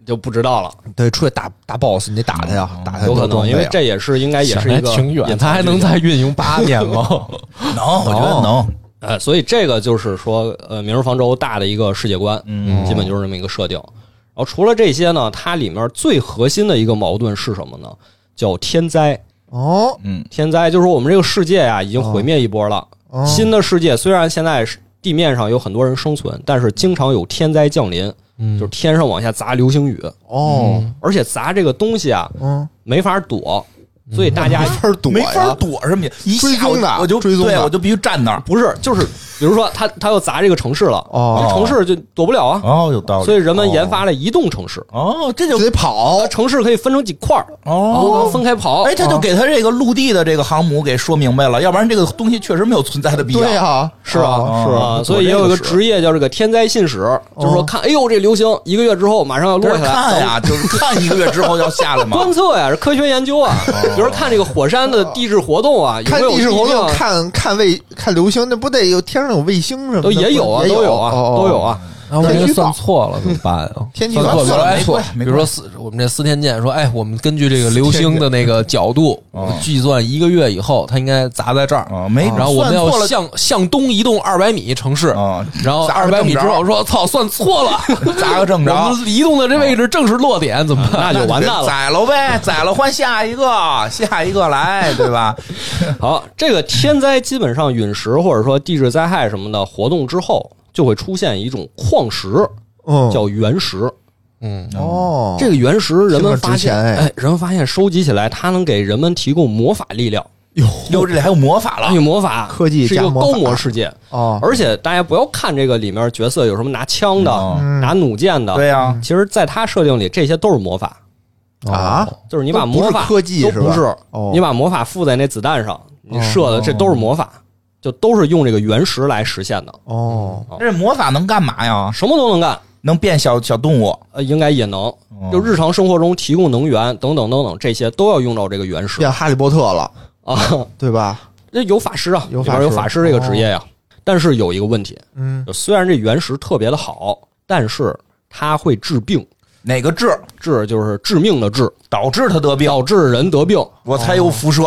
[SPEAKER 4] 就不知道了，
[SPEAKER 3] 对，出去打打 boss，你得打他
[SPEAKER 2] 嗯
[SPEAKER 3] 呀，打
[SPEAKER 2] 哎
[SPEAKER 3] 他
[SPEAKER 4] 有可
[SPEAKER 3] 多装
[SPEAKER 4] 能，
[SPEAKER 3] 备
[SPEAKER 4] 因
[SPEAKER 3] 啊
[SPEAKER 4] 为这也是应该也是一个
[SPEAKER 1] 想来挺远，
[SPEAKER 4] 隐
[SPEAKER 1] 它
[SPEAKER 4] 藏
[SPEAKER 1] 还能再运营 八年吗？
[SPEAKER 2] 能，我觉得能。
[SPEAKER 4] 呃，所以这个就是说，呃，《明日方舟》大的一个世界观，嗯，基本就是这么一个设定。然后除了这些呢，它里面最核心的一个矛盾是什么呢？叫天灾。
[SPEAKER 3] 哦，
[SPEAKER 2] 嗯
[SPEAKER 4] 天灾就是说我们这个世界啊已经毁灭一波了，新的世界虽然现在是地面上有很多人生存，但是经常有天灾降临，就是天上往下砸流星雨，
[SPEAKER 3] 哦，
[SPEAKER 4] 而且砸这个东西啊
[SPEAKER 3] 嗯，
[SPEAKER 4] 没法躲，所以大家
[SPEAKER 3] 没法躲
[SPEAKER 2] 没法
[SPEAKER 3] 呀，
[SPEAKER 2] 躲什么呀，一
[SPEAKER 3] 追
[SPEAKER 2] 下我
[SPEAKER 3] 踪的
[SPEAKER 2] 我就
[SPEAKER 3] 追踪的
[SPEAKER 2] 对，我就必须站那儿。
[SPEAKER 4] 不是就是比如说他他要砸这个城市了，
[SPEAKER 3] 哦
[SPEAKER 4] 这城市就躲不了啊，
[SPEAKER 2] 哦，有道理。
[SPEAKER 4] 所以人们研发了移动城市，
[SPEAKER 2] 哦，这就
[SPEAKER 3] 就得跑
[SPEAKER 4] 把，城市可以分成几块儿，
[SPEAKER 2] 哦，
[SPEAKER 4] 分开跑。
[SPEAKER 2] 哎，
[SPEAKER 3] 啊
[SPEAKER 2] 他就给他这个陆地的这个航母给说明白了，要不然这个东西确实没有存在的必要。
[SPEAKER 3] 对呀，
[SPEAKER 4] 是吧
[SPEAKER 3] 啊，是
[SPEAKER 4] 啊，所以也有一个职业叫这个天灾信使，就是说看，哎呦，这流星一个月之后马上要
[SPEAKER 2] 这
[SPEAKER 4] 落
[SPEAKER 2] 是
[SPEAKER 4] 下来，
[SPEAKER 2] 看呀，就是看一个月之后要下来 嘛。
[SPEAKER 4] 观测呀，是科学研究啊，比如看这个火山的地质活动啊，有没
[SPEAKER 3] 看
[SPEAKER 4] 有
[SPEAKER 3] 地质活动，
[SPEAKER 4] 地面
[SPEAKER 3] 看看卫看流星，那不得有天上有卫星什么的？
[SPEAKER 4] 都也有啊，
[SPEAKER 3] 不是也
[SPEAKER 4] 都
[SPEAKER 3] 有
[SPEAKER 4] 啊，
[SPEAKER 3] 哦
[SPEAKER 4] 都有。啊。
[SPEAKER 1] 然后人家算错了怎么办 啊？
[SPEAKER 3] 天气预
[SPEAKER 1] 算
[SPEAKER 3] 报
[SPEAKER 1] 错，比如说哎
[SPEAKER 2] 没
[SPEAKER 1] 错
[SPEAKER 2] 关系，
[SPEAKER 1] 比
[SPEAKER 2] 没关系
[SPEAKER 1] 如说四，我们这四天剑说，哎，我们根据这个流星的那个角度，我们计算一个月以后，它应该砸在这儿。
[SPEAKER 2] 啊，哦没，
[SPEAKER 1] 然后我们
[SPEAKER 2] 算错
[SPEAKER 1] 要
[SPEAKER 2] 了
[SPEAKER 1] 向向东移动二百米城市
[SPEAKER 2] 啊，
[SPEAKER 1] 然后
[SPEAKER 2] 砸
[SPEAKER 1] 二
[SPEAKER 2] 个
[SPEAKER 1] 百
[SPEAKER 2] 正
[SPEAKER 1] 米之
[SPEAKER 2] 着
[SPEAKER 1] 后说，操，算错 了，
[SPEAKER 2] 砸个正着，哎哦
[SPEAKER 1] 我们移动的这位置正是落点，怎么办？
[SPEAKER 4] 那就完 蛋 了。
[SPEAKER 2] 宰了呗，宰了换下一个，下一个来，对吧？
[SPEAKER 4] 好，这个天灾基本上陨石或者说地质灾害什么的活动之后，就会出现一种矿石
[SPEAKER 3] 嗯，
[SPEAKER 4] 叫原石。
[SPEAKER 1] 嗯，
[SPEAKER 3] 哦，
[SPEAKER 4] 这个原石人们发
[SPEAKER 3] 听着值
[SPEAKER 4] 现，
[SPEAKER 3] 钱哎
[SPEAKER 4] 哎，人们发现收集起来，它能给人们提供魔法力量。
[SPEAKER 2] 哟，这里还有魔法了
[SPEAKER 3] 哎
[SPEAKER 4] 暗，语魔法
[SPEAKER 3] 啊科技
[SPEAKER 4] 是一
[SPEAKER 3] 加
[SPEAKER 4] 个
[SPEAKER 3] 魔法
[SPEAKER 4] 高魔世界，
[SPEAKER 3] 哦，
[SPEAKER 4] 而且大家不要看这个里面角色有什么拿枪的、
[SPEAKER 2] 嗯
[SPEAKER 4] 拿弩箭的，
[SPEAKER 2] 对呀，
[SPEAKER 4] 其实，在它设定里，这些都是魔法，
[SPEAKER 3] 啊，
[SPEAKER 4] 就是你把魔法
[SPEAKER 3] 都不是科技
[SPEAKER 4] 都
[SPEAKER 3] 是吧
[SPEAKER 4] 不是
[SPEAKER 3] 哦，
[SPEAKER 4] 你把魔法附在那子弹上，你射的这都是魔法，就都是用这个原石来实现的，
[SPEAKER 3] 哦，
[SPEAKER 2] 这魔法能干嘛呀？
[SPEAKER 4] 什么都能干，
[SPEAKER 2] 能变小小动物，嗯
[SPEAKER 4] 呃，应该也
[SPEAKER 3] 哦
[SPEAKER 4] 能，就日常生活中提供能源等等等等，这些都要用到这个原石
[SPEAKER 3] 变哈利波特了，
[SPEAKER 4] 啊。
[SPEAKER 3] 对吧？
[SPEAKER 4] 这有法师啊，
[SPEAKER 3] 有
[SPEAKER 4] 里
[SPEAKER 3] 法
[SPEAKER 4] 边
[SPEAKER 3] 师哦
[SPEAKER 4] 有法师这个职业呀，但是有一个问题，
[SPEAKER 3] 嗯，
[SPEAKER 4] 就虽然这原石特别的好，但是它会治病。
[SPEAKER 2] 哪个治
[SPEAKER 4] 致就是致命的致，
[SPEAKER 2] 导致他得病？
[SPEAKER 4] 导致人得病。
[SPEAKER 2] 我猜有辐射。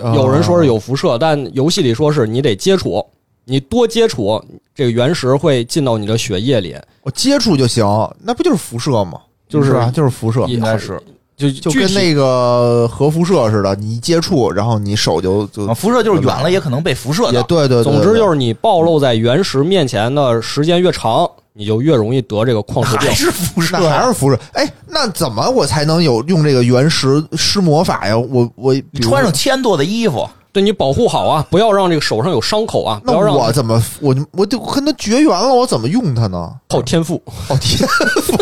[SPEAKER 3] 哦
[SPEAKER 4] 有人说是有辐射，但游戏里说是你得接触，你多接触，这个原石会进到你的血液里，
[SPEAKER 3] 我接触就行，那不就是辐射吗？
[SPEAKER 4] 就是
[SPEAKER 3] 吧，就是辐射，
[SPEAKER 4] 也
[SPEAKER 2] 应该是
[SPEAKER 4] 就
[SPEAKER 3] 就
[SPEAKER 4] 具
[SPEAKER 3] 跟
[SPEAKER 4] 体
[SPEAKER 3] 那个核辐射似的，你一接触，然后你手就就
[SPEAKER 2] 啊辐射就是远了也可能被辐射
[SPEAKER 3] 也
[SPEAKER 2] 到。
[SPEAKER 3] 对对对，
[SPEAKER 4] 总之
[SPEAKER 3] 对
[SPEAKER 4] 就是你暴露在原石面前的时间越长，你就越容易得这个矿石病
[SPEAKER 2] 还。是辐射
[SPEAKER 3] 那还是辐射。哎，那怎么我才能有用这个原石施魔法呀？我我比
[SPEAKER 2] 你
[SPEAKER 3] 如
[SPEAKER 2] 穿上铅做的衣服，
[SPEAKER 4] 对你保护好啊，不要让这个手上有伤口啊，不
[SPEAKER 3] 那
[SPEAKER 4] 要让
[SPEAKER 3] 我怎么我就我就跟它绝缘了，我怎么用它呢？
[SPEAKER 4] 靠天赋。
[SPEAKER 3] 哦天赋，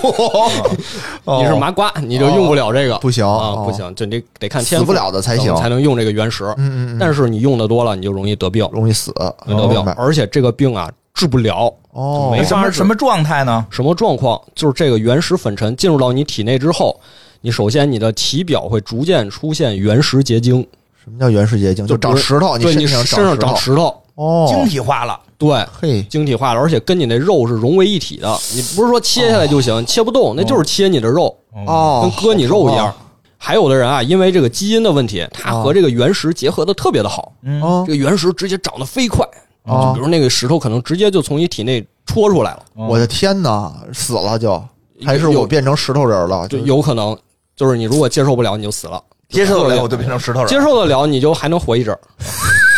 [SPEAKER 3] 哦
[SPEAKER 4] 你是麻瓜，你就用不了这个，
[SPEAKER 3] 不行
[SPEAKER 4] 啊，
[SPEAKER 3] 哦
[SPEAKER 4] 不行，就你得看 天
[SPEAKER 3] 死
[SPEAKER 4] 赋
[SPEAKER 3] 不了的才行，
[SPEAKER 4] 才能用这个原石。
[SPEAKER 3] 嗯嗯嗯，
[SPEAKER 4] 但是你用的多了，你就容易得病，
[SPEAKER 3] 容易死，哦
[SPEAKER 4] 容易得
[SPEAKER 3] 明
[SPEAKER 4] 病
[SPEAKER 3] 白，
[SPEAKER 4] 而且这个病啊治不了。
[SPEAKER 3] 哦，
[SPEAKER 4] 没
[SPEAKER 2] 什
[SPEAKER 4] 法
[SPEAKER 2] 么
[SPEAKER 4] 治
[SPEAKER 2] 什么状态呢？
[SPEAKER 4] 什么状况？就是这个原石粉尘进入到你体内之后，你首先你的体表会逐渐出现原石结晶，
[SPEAKER 3] 什么叫原始结晶？就
[SPEAKER 4] 就
[SPEAKER 3] 长
[SPEAKER 4] 是
[SPEAKER 3] 石头，
[SPEAKER 4] 对
[SPEAKER 3] 身
[SPEAKER 4] 你
[SPEAKER 3] 上
[SPEAKER 4] 身上
[SPEAKER 3] 长
[SPEAKER 4] 长
[SPEAKER 3] 石头
[SPEAKER 4] 石头，
[SPEAKER 2] 晶
[SPEAKER 3] 哦，
[SPEAKER 2] 体化了，
[SPEAKER 4] 对，
[SPEAKER 3] 嘿，
[SPEAKER 4] 晶体化了，而且跟你那肉是融为一体的。你不是说切下来就行，切不动，那就是切你的肉，
[SPEAKER 3] 哦
[SPEAKER 4] 嗯跟，割你肉一样。还有的人啊，因为这个基因的问题，他和这个原石结合的特别的好，
[SPEAKER 2] 嗯，
[SPEAKER 3] 哦
[SPEAKER 4] 这个原石直接长得飞快，
[SPEAKER 3] 哦
[SPEAKER 4] 比，如那个石头可能直接就从你体内戳出来了，
[SPEAKER 2] 嗯
[SPEAKER 3] 我的天哪，死了就还是
[SPEAKER 4] 有
[SPEAKER 3] 我变成石头人了？
[SPEAKER 4] 就
[SPEAKER 3] 就
[SPEAKER 4] 有可能就是你如果接受不了，你就死了。
[SPEAKER 2] 接受不了，我就变成石头人，
[SPEAKER 4] 接受得了，你就还能活一阵儿。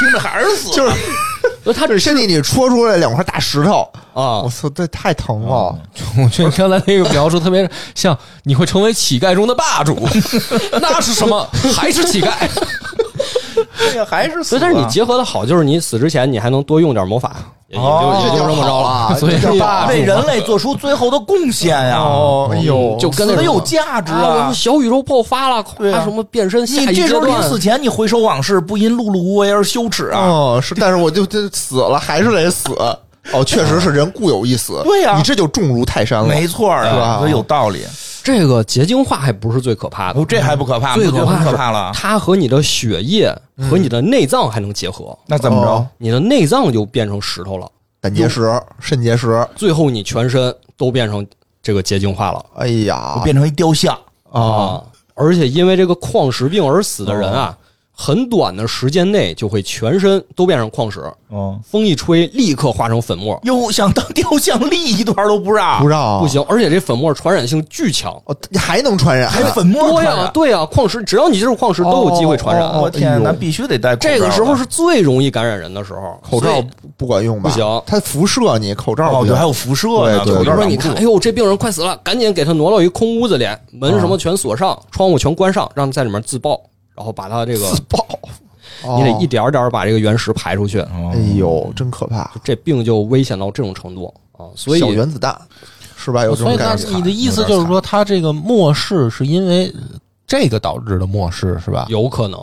[SPEAKER 2] 听着还是死。
[SPEAKER 3] 就是
[SPEAKER 4] 那他
[SPEAKER 3] 这身体里戳出来两块大石头，
[SPEAKER 4] 啊
[SPEAKER 3] 我，操，这太疼了！
[SPEAKER 1] 我觉得你刚才那个描述特别像，你会成为乞丐中的霸主，那是什么？还是乞丐？
[SPEAKER 2] 对呀，还是死
[SPEAKER 4] 所以
[SPEAKER 2] 了。
[SPEAKER 4] 但是你结合的好，就是你死之前你还能多用点魔法，也也就
[SPEAKER 2] 哦
[SPEAKER 4] 也就这么着 了。
[SPEAKER 3] 了
[SPEAKER 1] 所以
[SPEAKER 3] 这叫霸主
[SPEAKER 2] 为人类做出最后的贡献呀！
[SPEAKER 3] 哦，哎呦，
[SPEAKER 4] 就
[SPEAKER 2] 死
[SPEAKER 4] 跟那
[SPEAKER 2] 的
[SPEAKER 4] 种
[SPEAKER 2] 有价值
[SPEAKER 4] 啊！
[SPEAKER 2] 啊
[SPEAKER 4] 我！小宇宙爆发了，
[SPEAKER 2] 对啊
[SPEAKER 4] 夸什么变身下
[SPEAKER 2] 你
[SPEAKER 4] 一
[SPEAKER 2] 这
[SPEAKER 4] 阶
[SPEAKER 2] 时候临
[SPEAKER 4] 段
[SPEAKER 2] 死，前，你回首往事，不因碌碌无为而羞耻啊！
[SPEAKER 3] 哦，是，但是我就这死了，还是得死。哦，确实是人固有一死，
[SPEAKER 2] 对呀
[SPEAKER 3] 你这就重如泰山了，
[SPEAKER 2] 没错儿
[SPEAKER 3] 是吧
[SPEAKER 2] 啊，所以有道理。
[SPEAKER 4] 这个结晶化还不是最可怕的
[SPEAKER 2] 哦，，这还不可怕吗？
[SPEAKER 4] 最
[SPEAKER 2] 你觉
[SPEAKER 4] 可
[SPEAKER 2] 得
[SPEAKER 4] 怕
[SPEAKER 2] 很
[SPEAKER 4] 是
[SPEAKER 2] 可怕了。
[SPEAKER 4] 它和你的血液和你的内脏还能结合，
[SPEAKER 2] 那怎么
[SPEAKER 3] 哦
[SPEAKER 2] 着？
[SPEAKER 4] 你的内脏就变成石头了，
[SPEAKER 3] 胆结石、肾结石，
[SPEAKER 4] 最后你全身都变成这个结晶化了
[SPEAKER 3] 哎呀，
[SPEAKER 2] 变成一雕像，
[SPEAKER 3] 啊，！
[SPEAKER 4] 而且因为这个矿石病而死的人啊，很短的时间内就会全身都变成矿石，
[SPEAKER 2] 嗯，
[SPEAKER 4] 风一吹立刻化成粉末，
[SPEAKER 2] 哟，想当雕像立一段都不让
[SPEAKER 3] 不，让
[SPEAKER 4] 不，行，而且这粉末传染性巨强。
[SPEAKER 3] 哦，还能传染，
[SPEAKER 2] 还粉末
[SPEAKER 4] 对
[SPEAKER 2] 传
[SPEAKER 4] 呀、
[SPEAKER 2] 染。
[SPEAKER 4] 对呀、矿石只要你接触矿石，都有机会传染。
[SPEAKER 3] 哦哦哦
[SPEAKER 2] 我天，
[SPEAKER 3] 哎
[SPEAKER 2] 那
[SPEAKER 3] 呦
[SPEAKER 2] 必须得戴口罩啊了。
[SPEAKER 4] 这个时候是最容易感染人的时候。
[SPEAKER 3] 口
[SPEAKER 4] 所
[SPEAKER 3] 罩
[SPEAKER 4] 以
[SPEAKER 3] 不管用吧？
[SPEAKER 4] 不行
[SPEAKER 3] 它辐射你，口罩
[SPEAKER 2] 哦，
[SPEAKER 3] 不
[SPEAKER 2] 对，
[SPEAKER 3] 行
[SPEAKER 2] 还有辐射呢，
[SPEAKER 3] 对对
[SPEAKER 2] 口
[SPEAKER 4] 比
[SPEAKER 2] 罩儿
[SPEAKER 4] 如说，
[SPEAKER 2] 挡
[SPEAKER 4] 你
[SPEAKER 2] 不住
[SPEAKER 4] 看，哎呦，这病人快死了，赶紧给他挪到一空屋子里，门
[SPEAKER 3] 啊
[SPEAKER 4] 什么全锁上，窗户全关上，让他在里面自爆，然后把他这个，
[SPEAKER 3] 爆，哦
[SPEAKER 4] 你得一点儿点儿把这个原石排出去，
[SPEAKER 2] 啊
[SPEAKER 3] 哎呦，真可怕！
[SPEAKER 4] 这病就危险到这种程度啊！所以
[SPEAKER 3] 小原子弹是吧？有这
[SPEAKER 1] 所
[SPEAKER 3] 种
[SPEAKER 1] 以那
[SPEAKER 3] 感觉。
[SPEAKER 1] 你的意思就是说，他这个末世是因为这个导致的末世是
[SPEAKER 3] 啊
[SPEAKER 1] 吧？
[SPEAKER 4] 有可能，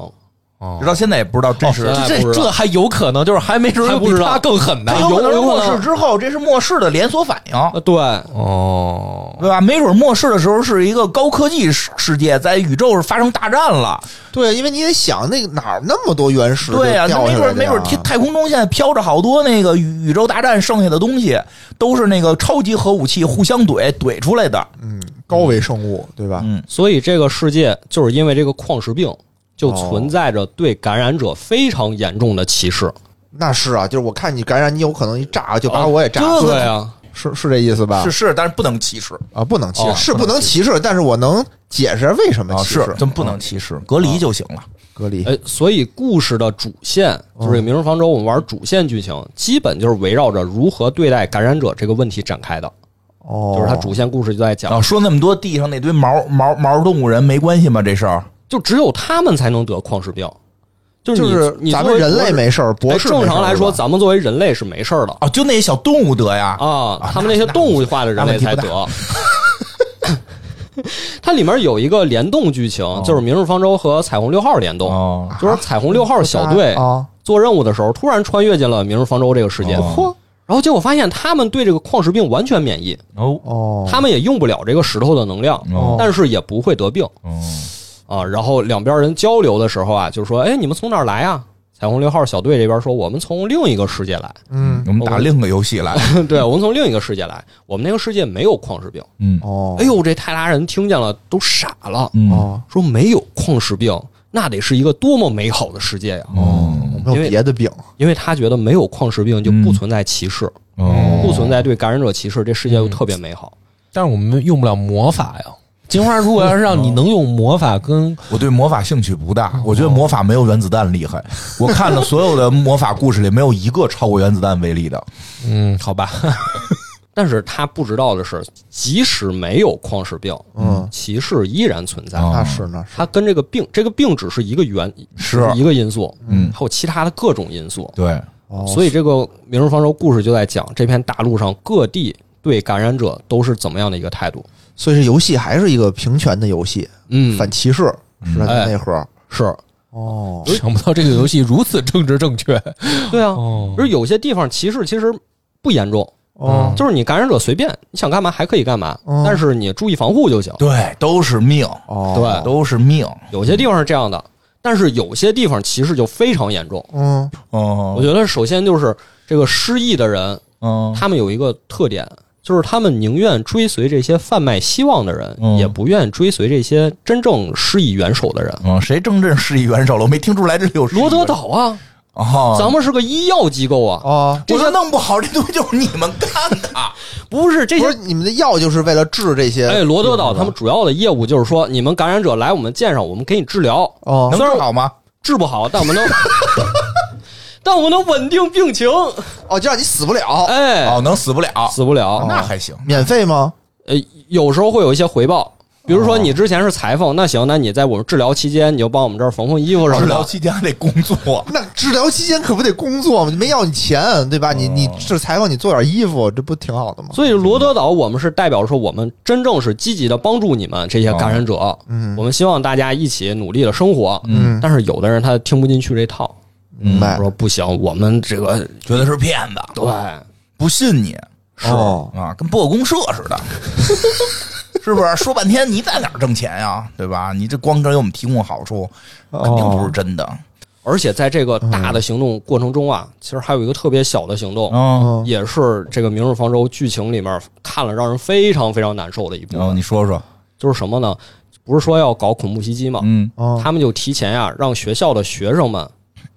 [SPEAKER 2] 直到现在也不知道真实
[SPEAKER 4] 哦。
[SPEAKER 1] 这
[SPEAKER 4] 不知道
[SPEAKER 1] 这还有可能，就是还没准
[SPEAKER 4] 还
[SPEAKER 1] 有
[SPEAKER 4] 不
[SPEAKER 1] 比
[SPEAKER 4] 知道
[SPEAKER 1] 他更狠的
[SPEAKER 2] 它有可能是
[SPEAKER 4] 有
[SPEAKER 2] 末
[SPEAKER 4] 可
[SPEAKER 2] 世
[SPEAKER 4] 能
[SPEAKER 2] 之后，这是末世的连锁反应，
[SPEAKER 4] 呃，对，
[SPEAKER 1] 哦。
[SPEAKER 2] 对吧？没准末世的时候是一个高科技世世界，在宇宙是发生大战了。
[SPEAKER 3] 对，因为你得想，那个哪儿那么多原石
[SPEAKER 2] 对呀、
[SPEAKER 3] 呀，
[SPEAKER 2] 那
[SPEAKER 3] 掉
[SPEAKER 2] 没
[SPEAKER 3] 下来
[SPEAKER 2] 准
[SPEAKER 3] 的
[SPEAKER 2] 没
[SPEAKER 3] 呀
[SPEAKER 2] 准太太空中现在飘着好多那个宇宇宙大战剩下的东西，都是那个超级核武器互相怼怼出来的。
[SPEAKER 3] 嗯，高维生物对吧？
[SPEAKER 2] 嗯，
[SPEAKER 4] 所以这个世界就是因为这个矿石病，就
[SPEAKER 3] 哦
[SPEAKER 4] 存在着对感染者非常严重的歧视。
[SPEAKER 3] 那是啊，就是我看你感染，你有可能一炸就把我也炸，
[SPEAKER 2] 这
[SPEAKER 4] 对
[SPEAKER 2] 个
[SPEAKER 4] 啊，
[SPEAKER 3] 是是这意思吧？
[SPEAKER 2] 是是，但是不能歧视
[SPEAKER 3] 啊，不能歧视，
[SPEAKER 4] 哦
[SPEAKER 3] 是
[SPEAKER 2] 不能
[SPEAKER 3] 能歧视，但是我能解释为什么
[SPEAKER 2] 啊，
[SPEAKER 3] 歧视。
[SPEAKER 2] 是真不能歧视，隔离就行了。
[SPEAKER 3] 隔离，
[SPEAKER 4] 哎，所以故事的主线就
[SPEAKER 3] 哦
[SPEAKER 4] 是《明日方舟》，我们玩主线剧情，基本就是围绕着如何对待感染者这个问题展开的，
[SPEAKER 3] 哦，
[SPEAKER 4] 就是它主线故事就在讲，
[SPEAKER 2] 啊，说那么多地上那堆毛毛毛动物人没关系吗？这事儿
[SPEAKER 4] 就只有他们才能得矿石病，就
[SPEAKER 3] 就是
[SPEAKER 4] 你你
[SPEAKER 3] 咱
[SPEAKER 4] 作
[SPEAKER 3] 们
[SPEAKER 4] 为
[SPEAKER 3] 人类没事儿，
[SPEAKER 4] 哎
[SPEAKER 3] 博士
[SPEAKER 4] 正常来说，
[SPEAKER 3] 咱
[SPEAKER 4] 咱们作为人类是没事儿的
[SPEAKER 2] 啊，就那些小动物得呀，
[SPEAKER 4] 啊，他们那些动物化的人类才
[SPEAKER 2] 那
[SPEAKER 4] 得。 它里面有一个联动剧情，就是《明日方舟》和《彩虹六号》联动，
[SPEAKER 2] 哦
[SPEAKER 4] 就是彩虹六号小队
[SPEAKER 3] 啊，
[SPEAKER 4] 做任务的时候，突然穿越进了明日方舟这个世界，
[SPEAKER 2] 哦
[SPEAKER 4] 然后结果发现他们对这个矿石病完全免疫，
[SPEAKER 2] 哦
[SPEAKER 3] 哦，
[SPEAKER 4] 他们也用不了这个石头的能量，
[SPEAKER 2] 哦
[SPEAKER 4] 但是也不会得病
[SPEAKER 2] 哦，
[SPEAKER 4] 啊。然后两边人交流的时候啊，就说：“哎，你们从哪儿来啊？”彩虹六号小队这边说，我们从另一个世界来，
[SPEAKER 3] 嗯，
[SPEAKER 2] 我们打另一个游戏来，
[SPEAKER 4] 对我们从另一个世界来，我们那个世界没有旷世病。
[SPEAKER 2] 嗯
[SPEAKER 3] 哦，
[SPEAKER 4] 哎呦，这泰拉人听见了都傻了，
[SPEAKER 2] 嗯
[SPEAKER 3] 哦，
[SPEAKER 4] 说没有旷世病，那得是一个多么美好的世界呀！
[SPEAKER 2] 哦
[SPEAKER 3] 没
[SPEAKER 4] 嗯因
[SPEAKER 3] 有
[SPEAKER 4] 为
[SPEAKER 3] 别的病，
[SPEAKER 4] 因为他觉得没有旷世病就不存在歧视，
[SPEAKER 2] 嗯哦，嗯
[SPEAKER 4] 不存在对感染者歧视，这世界就特别美好。
[SPEAKER 1] 但是我们用不了魔法呀。金花，如果要是让你能用魔法跟
[SPEAKER 2] 我对魔法兴趣不
[SPEAKER 4] 哦
[SPEAKER 2] 大，我觉得魔法没有原子弹厉 害。我看了所有的魔法故事里，没有一个超过原子弹威力的。
[SPEAKER 1] 嗯，好吧，
[SPEAKER 4] 但是他不知道的是，即使没有旷世病，
[SPEAKER 3] 嗯，
[SPEAKER 4] 歧视依然存在。
[SPEAKER 2] 哦
[SPEAKER 3] 那是那是，
[SPEAKER 4] 它跟这个病，这个病只是一个原，
[SPEAKER 2] 是
[SPEAKER 4] 一个因素，
[SPEAKER 2] 嗯
[SPEAKER 4] 还有其他的各种因素。
[SPEAKER 2] 对，
[SPEAKER 3] 哦
[SPEAKER 4] 所以这个《明日方舟》故事就在讲这片大陆上各地对感染者都是怎么样的一个态度。
[SPEAKER 3] 所以这游戏还是一个平权的游戏，
[SPEAKER 4] 嗯，
[SPEAKER 3] 反歧视是它的
[SPEAKER 4] 哎
[SPEAKER 3] 内核。
[SPEAKER 4] 是
[SPEAKER 3] 哦，
[SPEAKER 1] 想不到这个游戏如此政治正确。
[SPEAKER 4] 对啊，
[SPEAKER 1] 哦
[SPEAKER 4] 就是有些地方歧视其实不严重，
[SPEAKER 3] 哦，
[SPEAKER 4] 就是你感染者随便你想干嘛还可以干嘛
[SPEAKER 3] 嗯，
[SPEAKER 4] 但是你注意防护就行。
[SPEAKER 2] 哦对，都是命，
[SPEAKER 3] 哦，
[SPEAKER 2] 都是命。
[SPEAKER 4] 有些地方是这样的，但是有些地方歧视就非常严重。
[SPEAKER 3] 嗯，
[SPEAKER 4] 我
[SPEAKER 2] 哦，
[SPEAKER 4] 觉得首先就是这个失忆的人，
[SPEAKER 2] 嗯，
[SPEAKER 4] 他们有一个特点，就是他们宁愿追随这些贩卖希望的人，
[SPEAKER 2] 嗯
[SPEAKER 4] 也不愿追随这些真正施以援手的人。
[SPEAKER 2] 嗯，谁正阵是一元首了？我没听出来这里有市议
[SPEAKER 4] 罗
[SPEAKER 2] 员
[SPEAKER 4] 德岛啊，
[SPEAKER 2] 哦，
[SPEAKER 4] 咱们是个医药机构啊，
[SPEAKER 3] 哦，
[SPEAKER 2] 我说弄不好这东西就是你们干的。
[SPEAKER 4] 不是这
[SPEAKER 3] 不是
[SPEAKER 4] 些。
[SPEAKER 3] 你们的药就是为了治这些？
[SPEAKER 4] 哎，罗德
[SPEAKER 2] 嗯
[SPEAKER 4] 岛他们主要的业务就是说，你们感染者来我们见上，我们给你治疗，
[SPEAKER 3] 哦
[SPEAKER 2] 能治好吗？
[SPEAKER 4] 治不好，但我 们能，但我们能稳定病情。
[SPEAKER 3] 哦，就让你死不了，
[SPEAKER 4] 哎
[SPEAKER 2] 哦，，能死不了，哦
[SPEAKER 4] 死不了。
[SPEAKER 2] 那还行。
[SPEAKER 3] 免费吗？
[SPEAKER 4] 呃，有时候会有一些回报，比如
[SPEAKER 2] 哦
[SPEAKER 4] 说你之前是裁缝，那行，那你在我们治疗期间，你就帮我们这儿缝缝衣服什
[SPEAKER 2] 治
[SPEAKER 4] 么
[SPEAKER 2] 疗
[SPEAKER 4] 的。
[SPEAKER 2] 期间还得工 作，
[SPEAKER 3] 那治疗期间可不得工作吗？没要你钱，对吧？你你这采访你做点衣服，这不挺好的吗？
[SPEAKER 4] 哦所以罗德岛，我们是代表说，我们真正是积极的帮助你们这些感染者，
[SPEAKER 2] 哦
[SPEAKER 3] 嗯
[SPEAKER 4] 我们希望大家一起努力的生活。
[SPEAKER 3] 嗯，
[SPEAKER 4] 但是有的人他听不进去这套，
[SPEAKER 3] 明白。
[SPEAKER 4] 说不行，我们这个
[SPEAKER 2] 觉得是骗子，
[SPEAKER 4] 对
[SPEAKER 2] 不信你
[SPEAKER 3] 是哦
[SPEAKER 2] 啊，跟播公社似 的，是不是？说半天你在哪儿挣钱呀？对吧？你这光给我们提供好处，
[SPEAKER 3] 哦
[SPEAKER 2] 肯定不是真的。
[SPEAKER 4] 而且在这个大的行动过程中啊，其实还有一个特别小的行动，
[SPEAKER 2] 嗯，
[SPEAKER 3] 嗯
[SPEAKER 4] 也是这个《明日方舟》剧情里面看了让人非常非常难受的一部
[SPEAKER 2] 然后
[SPEAKER 4] 分，
[SPEAKER 2] 嗯哦你说说，
[SPEAKER 4] 就是什么呢？不是说要搞恐怖袭击吗？
[SPEAKER 2] 嗯
[SPEAKER 3] 哦
[SPEAKER 4] 他们就提前啊，让学校的学生们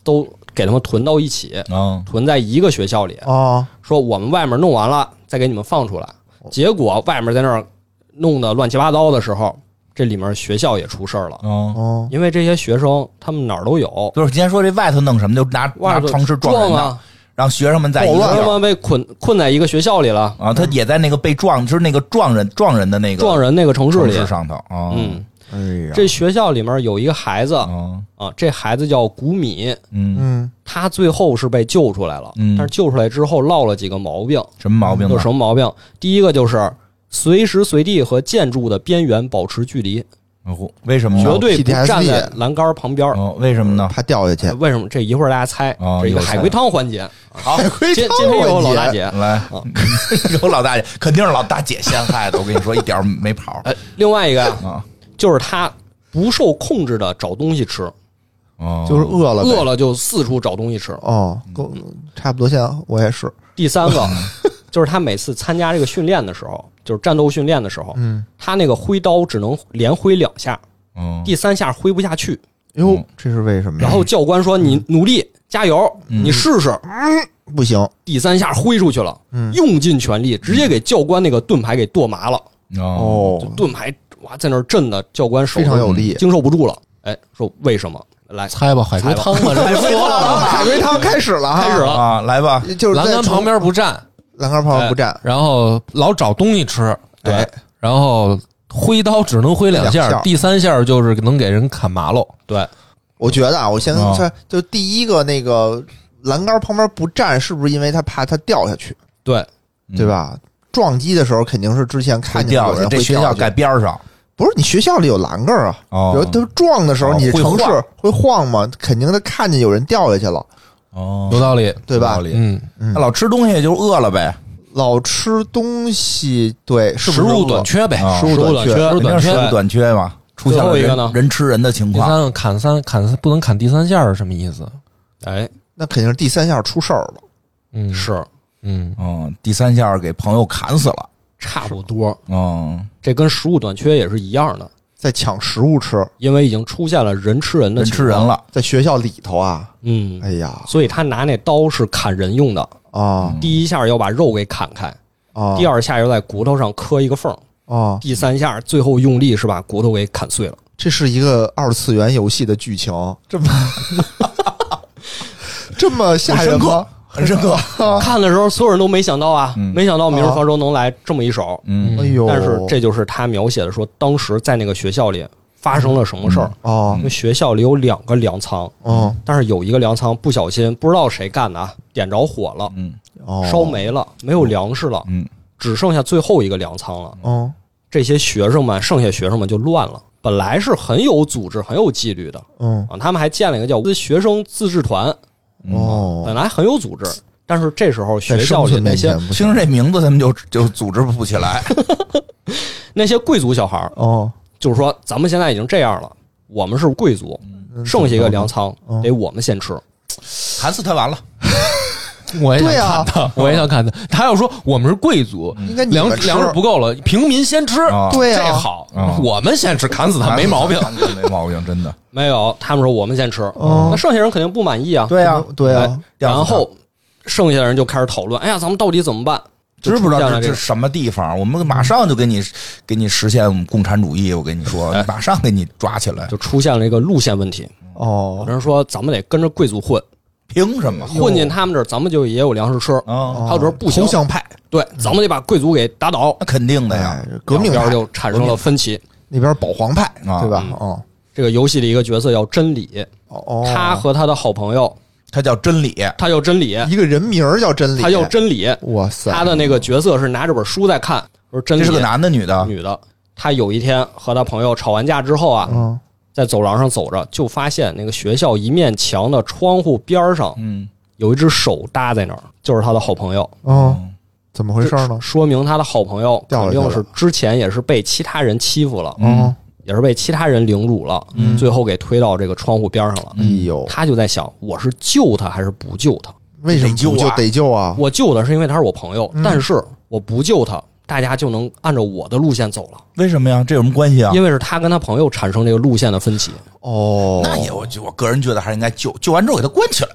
[SPEAKER 4] 都给他们囤到一起，
[SPEAKER 2] 嗯，
[SPEAKER 4] 囤在一个学校里，
[SPEAKER 3] 哦
[SPEAKER 4] 说我们外面弄完了，再给你们放出来。结果外面在那儿弄得乱七八糟的时候，这里面学校也出事儿了，
[SPEAKER 2] 嗯，
[SPEAKER 3] 哦
[SPEAKER 4] 因为这些学生他们哪儿都有，
[SPEAKER 2] 就是今天说这外头弄什么，就拿
[SPEAKER 4] 外
[SPEAKER 2] 拿
[SPEAKER 4] 头
[SPEAKER 2] 床石撞
[SPEAKER 4] 撞
[SPEAKER 2] 人呢，
[SPEAKER 4] 啊，
[SPEAKER 2] 让学生们在一
[SPEAKER 4] 学生
[SPEAKER 2] 个
[SPEAKER 4] 们被捆困在一个学校里了，
[SPEAKER 2] 啊，他也在那个被撞，就是那个撞人撞人的那个
[SPEAKER 4] 嗯撞人那个城市
[SPEAKER 2] 城
[SPEAKER 4] 里
[SPEAKER 2] 市，上头啊，
[SPEAKER 4] 嗯，
[SPEAKER 3] 哎呀，
[SPEAKER 4] 这学校里面有一个孩子
[SPEAKER 2] 嗯
[SPEAKER 4] 啊，这孩子叫古米。
[SPEAKER 2] 嗯，
[SPEAKER 3] 嗯
[SPEAKER 4] 他最后是被救出来了，
[SPEAKER 2] 嗯
[SPEAKER 4] 但是救出来之后落了几个毛病，
[SPEAKER 2] 什么毛病
[SPEAKER 4] 有
[SPEAKER 2] 呢
[SPEAKER 4] 什？么毛病？第一个就是随时随地和建筑的边缘保持距离，
[SPEAKER 2] 哦为什么呢？
[SPEAKER 4] 绝对不
[SPEAKER 3] PTSD
[SPEAKER 4] 站在栏杆旁边儿。哎
[SPEAKER 2] 哦，为什么呢？
[SPEAKER 3] 怕掉下去，
[SPEAKER 4] 为什么？这一会儿大家猜
[SPEAKER 2] 哦，
[SPEAKER 4] 这一个
[SPEAKER 2] 有猜
[SPEAKER 4] 海龟汤环节。
[SPEAKER 2] 好，
[SPEAKER 4] 今今天又有老大
[SPEAKER 3] 姐，
[SPEAKER 4] 姐。
[SPEAKER 2] 来，有老大姐，肯定是老大姐陷害的。我跟你说，一点儿没跑
[SPEAKER 4] 呃，另外一个呀
[SPEAKER 2] 啊。
[SPEAKER 4] 就是他不受控制的找东西吃，
[SPEAKER 2] 哦
[SPEAKER 3] 就是饿了呗，
[SPEAKER 4] 饿了就四处找东西吃。
[SPEAKER 3] 哦，够差不多。现在我也是，
[SPEAKER 4] 第三 个就是他每次参加这个训练的时候，就是战斗训练的时候，
[SPEAKER 3] 嗯，
[SPEAKER 4] 他那个挥刀只能连挥两下，
[SPEAKER 2] 嗯
[SPEAKER 4] 第三下挥不下去。
[SPEAKER 3] 哟
[SPEAKER 2] 嗯，
[SPEAKER 3] 这是为什么呀？
[SPEAKER 4] 然后教官说：“你努力，加油，
[SPEAKER 3] 嗯
[SPEAKER 4] 你试试。”
[SPEAKER 3] 不行，
[SPEAKER 4] 第三下挥出去了，
[SPEAKER 3] 嗯
[SPEAKER 4] 用尽全力，直接给教官那个盾牌给剁麻了。
[SPEAKER 2] 哦
[SPEAKER 3] 哦
[SPEAKER 4] 就，盾牌哇，在那儿震的教官手
[SPEAKER 3] 非常有力。
[SPEAKER 4] 经受不住了。哎，说为什么？来，
[SPEAKER 1] 猜吧， 海龟汤嘛，这不说了吗？
[SPEAKER 3] 海龟汤开始了哈，
[SPEAKER 4] 开始了
[SPEAKER 2] 啊，来吧，
[SPEAKER 3] 就是在
[SPEAKER 1] 栏杆
[SPEAKER 3] 床
[SPEAKER 1] 旁，边不站，
[SPEAKER 3] 栏杆旁边不站，
[SPEAKER 1] 然后老找东西吃，哎
[SPEAKER 3] 对，
[SPEAKER 1] 然后挥刀只能挥两
[SPEAKER 3] 两
[SPEAKER 1] 下
[SPEAKER 3] 下，
[SPEAKER 1] 第三下就是能给人砍麻喽。
[SPEAKER 4] 对，
[SPEAKER 3] 我觉得啊，我先
[SPEAKER 2] 啊
[SPEAKER 3] 猜，就第一个那个栏杆旁边不站，是不是因为他怕他掉下去，
[SPEAKER 4] 对，
[SPEAKER 3] 对吧？撞击的时候肯定是之前看见
[SPEAKER 2] 掉
[SPEAKER 3] 有人
[SPEAKER 2] 这
[SPEAKER 3] 会
[SPEAKER 2] 学
[SPEAKER 3] 掉
[SPEAKER 2] 校
[SPEAKER 3] 下去
[SPEAKER 2] 盖边儿上，
[SPEAKER 3] 不是你学校里有栏杆啊，
[SPEAKER 2] 哦
[SPEAKER 3] 然后他撞的时候，
[SPEAKER 2] 哦
[SPEAKER 3] 你
[SPEAKER 2] 会
[SPEAKER 3] 城市
[SPEAKER 2] 晃
[SPEAKER 3] 会晃吗？肯定他看见有人掉下去了，
[SPEAKER 2] 哦
[SPEAKER 1] 有道理，
[SPEAKER 3] 对吧？
[SPEAKER 1] 嗯，
[SPEAKER 2] 那老吃东西就饿了呗，
[SPEAKER 3] 老吃东西，对，是不
[SPEAKER 1] 食
[SPEAKER 3] 是
[SPEAKER 1] 物
[SPEAKER 3] 饿
[SPEAKER 1] 短，缺呗，
[SPEAKER 2] 啊
[SPEAKER 1] 食物
[SPEAKER 3] 物
[SPEAKER 4] 短
[SPEAKER 3] 短缺
[SPEAKER 4] 缺
[SPEAKER 1] 食
[SPEAKER 2] 肯
[SPEAKER 1] 物
[SPEAKER 2] 定
[SPEAKER 1] 短
[SPEAKER 2] 是食
[SPEAKER 1] 缺。
[SPEAKER 2] 物短缺嘛，出现
[SPEAKER 4] 最
[SPEAKER 2] 了
[SPEAKER 4] 后一个
[SPEAKER 2] 人
[SPEAKER 4] 呢
[SPEAKER 2] 人吃人的情
[SPEAKER 1] 第
[SPEAKER 2] 况。
[SPEAKER 1] 三个砍三砍不能砍第三下是什么意思？
[SPEAKER 4] 哎，
[SPEAKER 3] 那肯定是第三下出事儿了。
[SPEAKER 1] 嗯，
[SPEAKER 4] 是
[SPEAKER 1] 嗯，
[SPEAKER 2] 嗯，第三下给朋友砍死了，
[SPEAKER 4] 差不多，
[SPEAKER 2] 嗯，
[SPEAKER 4] 这跟食物短缺也是一样的，
[SPEAKER 3] 在抢食物吃，
[SPEAKER 4] 因为已经出现了人吃人的
[SPEAKER 2] 人
[SPEAKER 4] 情
[SPEAKER 2] 吃
[SPEAKER 4] 况
[SPEAKER 2] 人，了，
[SPEAKER 3] 在学校里头啊，
[SPEAKER 4] 嗯，
[SPEAKER 3] 哎呀
[SPEAKER 4] 所以他拿那刀是砍人用的，
[SPEAKER 3] 啊
[SPEAKER 4] 第一下要把肉给砍开，
[SPEAKER 2] 哦
[SPEAKER 3] 啊！
[SPEAKER 4] 嗯第二下要在骨头上磕一个缝，
[SPEAKER 3] 啊，
[SPEAKER 4] 第三下最后用力是把骨头给砍碎了。
[SPEAKER 3] 这是一个二次元游戏的剧情，这么 这么吓人吗？
[SPEAKER 2] 很深刻，
[SPEAKER 4] 看的时候，所有人都没想到啊，
[SPEAKER 2] 哦嗯
[SPEAKER 4] 没想到《明日方舟》能来这么一手。
[SPEAKER 2] 嗯
[SPEAKER 3] 哎呦，
[SPEAKER 4] 但是这就是他描写的说，当时在那个学校里发生了什么
[SPEAKER 2] 嗯
[SPEAKER 4] 事儿。
[SPEAKER 3] 啊
[SPEAKER 4] 因为学校里有两个粮仓，
[SPEAKER 3] 嗯
[SPEAKER 4] 但是有一个粮仓不小心不知道谁干的啊，点着火了，
[SPEAKER 2] 嗯
[SPEAKER 3] 哦，
[SPEAKER 4] 烧没了，没有粮食了，
[SPEAKER 2] 嗯
[SPEAKER 4] 只剩下最后一个粮仓了。
[SPEAKER 3] 嗯
[SPEAKER 4] 这些学生们，剩下学生们就乱了。本来是很有组织、很有纪律的
[SPEAKER 3] 嗯
[SPEAKER 4] 啊，他们还建了一个叫学生自治团，本
[SPEAKER 2] 嗯
[SPEAKER 3] 哦，
[SPEAKER 4] 来很有组织，但是这时候
[SPEAKER 3] 在
[SPEAKER 4] 学校
[SPEAKER 3] 生
[SPEAKER 4] 里
[SPEAKER 3] 存
[SPEAKER 4] 那
[SPEAKER 3] 面
[SPEAKER 4] 些
[SPEAKER 3] 前
[SPEAKER 2] 嗯
[SPEAKER 3] 不行
[SPEAKER 2] 听着这名字，他们就就组织不起 来，
[SPEAKER 4] 那些贵族小孩儿，
[SPEAKER 3] 哦，
[SPEAKER 4] 就是说咱们现在已经这样了，我们是贵族，
[SPEAKER 3] 嗯
[SPEAKER 4] 剩下一个粮仓
[SPEAKER 3] 嗯
[SPEAKER 4] 得我们先
[SPEAKER 1] 哦
[SPEAKER 4] 吃。
[SPEAKER 2] 砍死他完了，
[SPEAKER 1] 我也想
[SPEAKER 3] 对啊
[SPEAKER 1] 看
[SPEAKER 3] 嗯
[SPEAKER 1] 他，我也想看他。他要说我们是贵族，
[SPEAKER 3] 应该你
[SPEAKER 1] 粮
[SPEAKER 3] 们吃
[SPEAKER 1] 粮食不够了，平民先吃，
[SPEAKER 2] 啊
[SPEAKER 3] 对啊
[SPEAKER 1] 这好
[SPEAKER 2] 啊，
[SPEAKER 1] 我们先吃，砍死
[SPEAKER 4] 啊
[SPEAKER 1] 他没 毛病。
[SPEAKER 2] 砍死他没毛病， 真的，
[SPEAKER 4] 没有，他们说我们先吃，
[SPEAKER 3] 哦
[SPEAKER 4] 那剩下人肯定不满意啊。
[SPEAKER 3] 对呀对呀，
[SPEAKER 2] 吊死他
[SPEAKER 4] 然后剩下的人就开始讨论，哎呀，咱们到底怎么办？
[SPEAKER 2] 知不知
[SPEAKER 4] 就出
[SPEAKER 2] 道
[SPEAKER 4] 现了
[SPEAKER 2] 这
[SPEAKER 4] 这
[SPEAKER 2] 这
[SPEAKER 4] 个
[SPEAKER 2] 什么地方？我们马上就给你给你实现我们共产主义，我跟你 说，马上给你抓起来，
[SPEAKER 4] 就出现了一个路线问题。有
[SPEAKER 3] 哦
[SPEAKER 4] 人说咱们得跟着贵族混，
[SPEAKER 2] 凭什么？
[SPEAKER 4] 混进他们这儿，咱们就也有粮食吃。
[SPEAKER 2] 啊，
[SPEAKER 4] 还有就是不行
[SPEAKER 3] 投降哦派，
[SPEAKER 4] 对，
[SPEAKER 2] 嗯
[SPEAKER 4] 咱们得把贵族给打倒。
[SPEAKER 2] 那肯定的呀
[SPEAKER 3] 哎，，革命
[SPEAKER 4] 两边
[SPEAKER 3] 派
[SPEAKER 4] 就产生了分歧。
[SPEAKER 3] 那边保皇派，
[SPEAKER 2] 啊
[SPEAKER 3] 对吧？哦
[SPEAKER 4] 这个游戏里一个角色叫真理，
[SPEAKER 3] 哦哦，
[SPEAKER 4] 他和他的好朋友，
[SPEAKER 2] 他叫真理，
[SPEAKER 4] 他叫真理，
[SPEAKER 3] 一个人名儿叫真理，
[SPEAKER 4] 他叫真理，
[SPEAKER 3] 哇塞，
[SPEAKER 4] 他的那个角色是拿着本书在看，说
[SPEAKER 2] 啊
[SPEAKER 4] 真
[SPEAKER 2] 这
[SPEAKER 4] 理
[SPEAKER 2] 是个男的女的？
[SPEAKER 4] 女的。他有一天和他朋友吵完架之后啊，
[SPEAKER 3] 嗯
[SPEAKER 4] 在走廊上走着，就发现那个学校一面墙的窗户边儿上
[SPEAKER 2] 嗯，
[SPEAKER 4] 有一只手搭在那儿，就是他的好朋友。
[SPEAKER 3] 嗯，怎么回事呢？
[SPEAKER 4] 说明他的好朋友
[SPEAKER 3] 掉
[SPEAKER 4] 肯
[SPEAKER 3] 下去了
[SPEAKER 4] 定是之前也是被其他人欺负了，
[SPEAKER 3] 嗯，
[SPEAKER 4] 也是被其他人凌辱了，最后给推到这个窗户边上了。
[SPEAKER 3] 哎呦，
[SPEAKER 4] 他就在想，我是救他还是不救他？
[SPEAKER 3] 为什么不
[SPEAKER 2] 得救
[SPEAKER 3] 就
[SPEAKER 2] 啊
[SPEAKER 3] 得救啊？
[SPEAKER 4] 我救他是因为他是我朋友，
[SPEAKER 3] 嗯
[SPEAKER 4] 但是我不救他，大家就能按照我的路线走了，
[SPEAKER 2] 为什么呀？这有什么关系啊？
[SPEAKER 4] 因为是他跟他朋友产生这个路线的分歧。
[SPEAKER 3] 哦，
[SPEAKER 2] 那也我就我个人觉得还是应该救，救完之后给他关起来。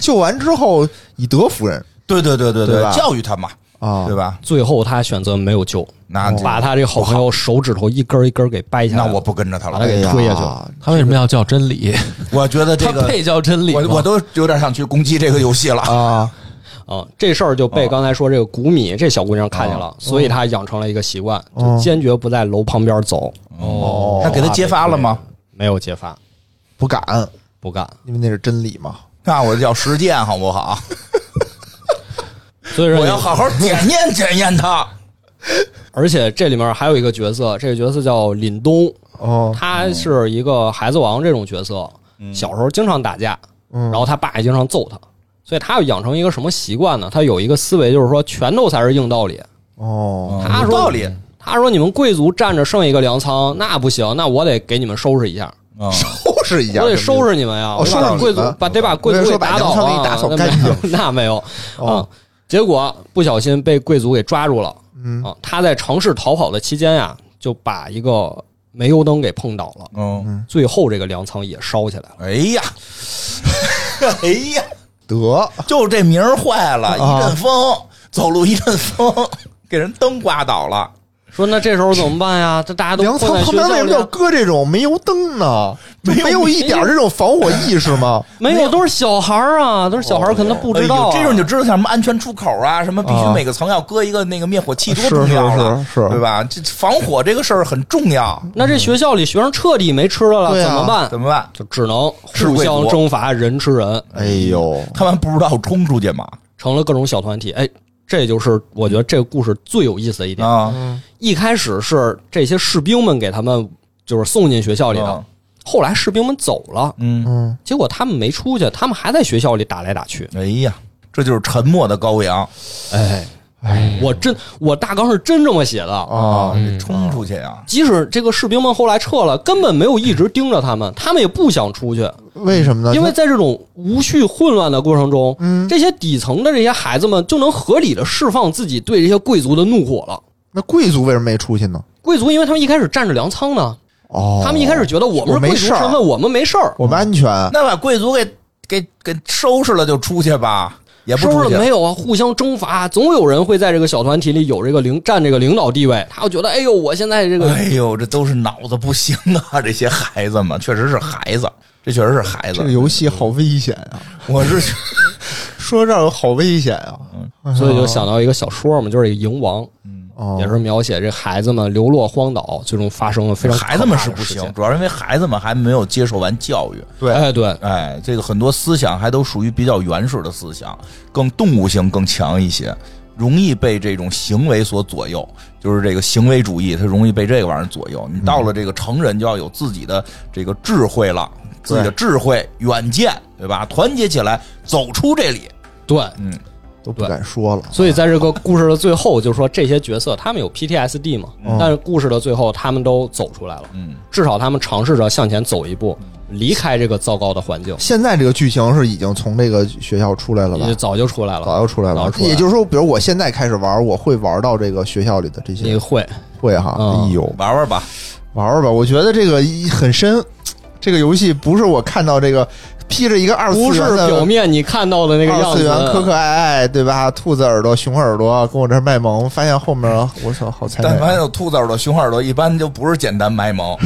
[SPEAKER 3] 救完之后以德服人
[SPEAKER 2] 对对对对
[SPEAKER 3] 对吧
[SPEAKER 2] 教育他嘛，
[SPEAKER 4] 哦
[SPEAKER 3] 啊
[SPEAKER 2] 对，吧？
[SPEAKER 4] 最后他选择没有救，
[SPEAKER 2] 那这
[SPEAKER 4] 把他这个好朋友手指头一根一根给掰下来
[SPEAKER 2] 那
[SPEAKER 4] 了。
[SPEAKER 2] 我不跟着他
[SPEAKER 4] 把
[SPEAKER 2] 了
[SPEAKER 4] 他，
[SPEAKER 3] 哎
[SPEAKER 4] 给推下去了
[SPEAKER 3] 了。
[SPEAKER 1] 他为什么要叫真理？
[SPEAKER 2] 我觉得这
[SPEAKER 1] 他
[SPEAKER 2] 个
[SPEAKER 1] 配叫真理吗
[SPEAKER 2] 我我都有点想去攻击这个游戏了。
[SPEAKER 3] 啊，
[SPEAKER 4] 啊，这事儿就被刚才说这个古米这小姑娘看见
[SPEAKER 2] 啊
[SPEAKER 4] 了，所以她养成了一个习惯，就
[SPEAKER 3] 嗯
[SPEAKER 4] 坚决不在楼旁边走，
[SPEAKER 2] 哦，那给他揭发了吗？
[SPEAKER 4] 没有揭发，
[SPEAKER 3] 不敢，
[SPEAKER 4] 不干。
[SPEAKER 3] 因为那是真理嘛。
[SPEAKER 2] 那我叫实践好不好？
[SPEAKER 4] 所以
[SPEAKER 2] 我要
[SPEAKER 4] 说，
[SPEAKER 2] 好好检验检验他。
[SPEAKER 4] 而且这里面还有一个角色，这个角色叫凛东，
[SPEAKER 3] 哦，
[SPEAKER 4] 他是一个孩子王这种角色，
[SPEAKER 2] 嗯
[SPEAKER 4] 小时候经常打架，
[SPEAKER 3] 嗯
[SPEAKER 4] 然后他爸也经常揍他，所以他要养成一个什么习惯呢？他有一个思维就是说，拳头才是硬道理。
[SPEAKER 3] 哦，
[SPEAKER 4] 他
[SPEAKER 2] 有
[SPEAKER 4] 说
[SPEAKER 2] 道理，
[SPEAKER 4] 他说：“你们贵族占着剩一个粮仓，那不行，那我得给你们收拾一下。”
[SPEAKER 2] 嗯
[SPEAKER 3] 收拾一下，
[SPEAKER 4] 我得收拾你们呀！
[SPEAKER 3] 哦
[SPEAKER 4] 我
[SPEAKER 3] 收拾
[SPEAKER 4] 把
[SPEAKER 3] 你
[SPEAKER 4] 贵族
[SPEAKER 3] 们，
[SPEAKER 4] 把得把贵
[SPEAKER 3] 我
[SPEAKER 4] 族
[SPEAKER 3] 以为说
[SPEAKER 4] 给
[SPEAKER 3] 把
[SPEAKER 4] 打倒
[SPEAKER 3] 粮仓给
[SPEAKER 4] 啊！
[SPEAKER 3] 打扫
[SPEAKER 4] 那
[SPEAKER 3] 干
[SPEAKER 4] 没有
[SPEAKER 3] 净
[SPEAKER 4] 那没有啊
[SPEAKER 3] 哦！
[SPEAKER 4] 结果不小心被贵族给抓住了
[SPEAKER 3] 嗯
[SPEAKER 4] 啊！他在尝试逃跑的期间呀，就把一个煤油灯给碰倒了，
[SPEAKER 2] 嗯，
[SPEAKER 4] 最后这个粮仓也烧起来了。
[SPEAKER 2] 哎呀， 哎呀，
[SPEAKER 3] 得
[SPEAKER 2] 就这名儿坏了，
[SPEAKER 3] 啊
[SPEAKER 2] 一阵风，走路一阵风， 给人灯刮倒了。
[SPEAKER 4] 说那这时候怎么 办呀？这大家都
[SPEAKER 3] 粮
[SPEAKER 4] 困
[SPEAKER 3] 仓
[SPEAKER 4] 在
[SPEAKER 3] 旁
[SPEAKER 4] 学
[SPEAKER 3] 边为
[SPEAKER 4] 校
[SPEAKER 3] 什么
[SPEAKER 4] 里
[SPEAKER 3] 要
[SPEAKER 4] 啊，
[SPEAKER 3] 搁这种煤油灯呢？
[SPEAKER 2] 没有
[SPEAKER 3] 没有一点这种防火意识吗？
[SPEAKER 4] 没有都是小孩儿啊，都是小孩
[SPEAKER 3] 哦
[SPEAKER 4] 儿，可能不知道啊。
[SPEAKER 2] 哎呦这种你就知道像什么安全出口啊，什么必须
[SPEAKER 3] 啊
[SPEAKER 2] 每个层要搁一个那个灭火器，多
[SPEAKER 3] 是
[SPEAKER 2] 重要了，
[SPEAKER 3] 是是是
[SPEAKER 2] 对吧？这防火这个事儿很重要，
[SPEAKER 4] 那这学校里学生彻底没吃的了，
[SPEAKER 3] 对啊
[SPEAKER 4] 怎么办？
[SPEAKER 2] 怎么办？
[SPEAKER 4] 就只能
[SPEAKER 2] 吃
[SPEAKER 4] 互
[SPEAKER 2] 贵族
[SPEAKER 4] 相征伐，人吃人。
[SPEAKER 3] 哎呦，
[SPEAKER 2] 他们不知道冲出去嘛？
[SPEAKER 4] 成了各种小团体。哎，这就是我觉得这个故事最有意思的一点。
[SPEAKER 2] 啊，
[SPEAKER 4] 一开始是这些士兵们给他们就是送进学校里的，
[SPEAKER 2] 嗯
[SPEAKER 4] 后来士兵们走了，
[SPEAKER 2] 嗯，
[SPEAKER 3] 嗯，
[SPEAKER 4] 结果他们没出去，他们还在学校里打来打去。
[SPEAKER 2] 哎呀，这就是沉默的羔羊。
[SPEAKER 4] 哎，哎，我真我大纲是真这么写的
[SPEAKER 2] 啊，
[SPEAKER 1] 嗯
[SPEAKER 2] 冲出去啊！
[SPEAKER 4] 即使这个士兵们后来撤了，根本没有一直盯着他们，他们也不想出去，
[SPEAKER 3] 为什么
[SPEAKER 2] 啊
[SPEAKER 3] 呢？
[SPEAKER 4] 因为在这种无序混乱的过程中，
[SPEAKER 3] 嗯
[SPEAKER 4] 这些底层的这些孩子们就能合理的释放自己对这些贵族的怒火了。
[SPEAKER 3] 那贵族为什么没出去呢？
[SPEAKER 4] 贵族，因为他们一开始占着粮仓呢，
[SPEAKER 3] 哦，
[SPEAKER 4] 他们一开始觉得我们
[SPEAKER 3] 我
[SPEAKER 4] 是
[SPEAKER 3] 没
[SPEAKER 4] 贵族
[SPEAKER 3] 事儿
[SPEAKER 4] 身份，我们没事儿。
[SPEAKER 3] 我们安全，啊
[SPEAKER 2] 那把贵族给给给收拾了就出去吧，也不
[SPEAKER 4] 收
[SPEAKER 2] 出
[SPEAKER 4] 拾
[SPEAKER 2] 去
[SPEAKER 4] 了没有啊？互相征伐，总有人会在这个小团体里有这个领占这个领导地位，他会觉得，哎呦，我现在这个
[SPEAKER 2] 哎呦，这都是脑子不行啊！这些孩子们确实是孩子，这确实是孩子。
[SPEAKER 3] 这个游戏好危险啊！
[SPEAKER 2] 我是
[SPEAKER 3] 说到这儿好危险啊！
[SPEAKER 2] 哎
[SPEAKER 4] 所以就想到一个小说嘛，就是《蝇王》，
[SPEAKER 3] 哦
[SPEAKER 4] 嗯也是描写这孩子们流落荒岛，最终发生了非常可怕
[SPEAKER 2] 孩
[SPEAKER 4] 的
[SPEAKER 2] 子们是不
[SPEAKER 4] 事
[SPEAKER 2] 行，
[SPEAKER 4] 件。
[SPEAKER 2] 主要是因为孩子们还没有接受完教育。
[SPEAKER 3] 对
[SPEAKER 4] 哎，对，
[SPEAKER 2] 哎，这个很多思想还都属于比较原始的思想，更动物性更强一些，容易被这种行为所左右，就是这个行为主义，它容易被这个玩意儿左右。你到了这个成人，就要有自己的这个智慧了，自己的智慧、远见，对吧？团结起来，走出这里。
[SPEAKER 4] 对，
[SPEAKER 2] 嗯，
[SPEAKER 3] 都不敢说了。
[SPEAKER 4] 所以在这个故事的最后，就是说这些角色他们有 PTSD 嘛，
[SPEAKER 3] 嗯
[SPEAKER 4] 但是故事的最后他们都走出来了，
[SPEAKER 2] 嗯，
[SPEAKER 4] 至少他们尝试着向前走一步，离开这个糟糕的环境，
[SPEAKER 3] 现在这个剧情是已经从这个学校出来了吧
[SPEAKER 4] 也？早就出来了，
[SPEAKER 3] 早就出来
[SPEAKER 4] 早
[SPEAKER 3] 了
[SPEAKER 4] 就。出来了
[SPEAKER 3] 也就是说，比如我现在开始玩，我会玩到这个学校里的这
[SPEAKER 4] 你
[SPEAKER 3] 些
[SPEAKER 4] 会
[SPEAKER 3] 会哈。
[SPEAKER 4] 嗯
[SPEAKER 3] 哎呦，
[SPEAKER 2] 玩玩吧，
[SPEAKER 3] 玩玩吧，我觉得这个很深。这个游戏不是我看到这个披着一个二次
[SPEAKER 4] 不
[SPEAKER 3] 元
[SPEAKER 4] 是
[SPEAKER 3] 的
[SPEAKER 4] 表面你看到的那个
[SPEAKER 3] 二
[SPEAKER 4] 样
[SPEAKER 3] 次
[SPEAKER 4] 子，
[SPEAKER 3] 元可可爱爱，对吧？兔子耳朵、熊耳朵，跟我这儿卖萌，发现后面我操，好残
[SPEAKER 2] 但凡
[SPEAKER 3] 忍！
[SPEAKER 2] 有兔子耳朵、熊耳朵，一般就不是简单卖萌。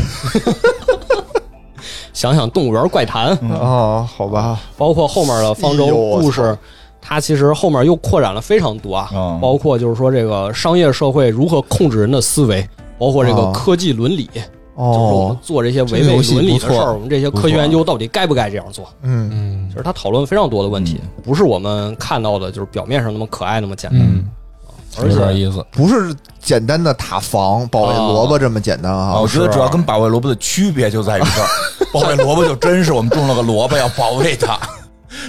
[SPEAKER 4] 想想《动物园怪谈》，
[SPEAKER 3] 哦，好吧，
[SPEAKER 4] 包括后面的方舟
[SPEAKER 3] 哎呦我
[SPEAKER 4] 故事，它其实后面又扩展了非常多啊，
[SPEAKER 2] 嗯
[SPEAKER 4] 包括就是说这个商业社会如何控制人的思维，包括这个
[SPEAKER 3] 哦
[SPEAKER 4] 科技伦理，就是我
[SPEAKER 3] 哦
[SPEAKER 4] 们，做这些违
[SPEAKER 3] 这个
[SPEAKER 4] 背
[SPEAKER 3] 游戏
[SPEAKER 4] 伦理
[SPEAKER 3] 不
[SPEAKER 4] 的事
[SPEAKER 3] 错
[SPEAKER 4] 儿，我们这些
[SPEAKER 3] 不
[SPEAKER 4] 科学
[SPEAKER 3] 错
[SPEAKER 4] 研究到底该不该这样做？
[SPEAKER 3] 嗯，
[SPEAKER 1] 嗯
[SPEAKER 4] 就是他讨论非常多的问题，不是我们看到的，就是表面上那么可爱那么简单。
[SPEAKER 1] 嗯，
[SPEAKER 4] 而
[SPEAKER 1] 有点
[SPEAKER 4] 且
[SPEAKER 1] 意思。
[SPEAKER 3] 不是简单的塔防保卫萝卜这么简单
[SPEAKER 2] 啊，
[SPEAKER 3] 啊
[SPEAKER 4] 哦
[SPEAKER 2] 我！觉得主要跟保卫萝卜的区别就在于 这儿，保卫萝卜就真是我们种了个萝卜要保卫 它。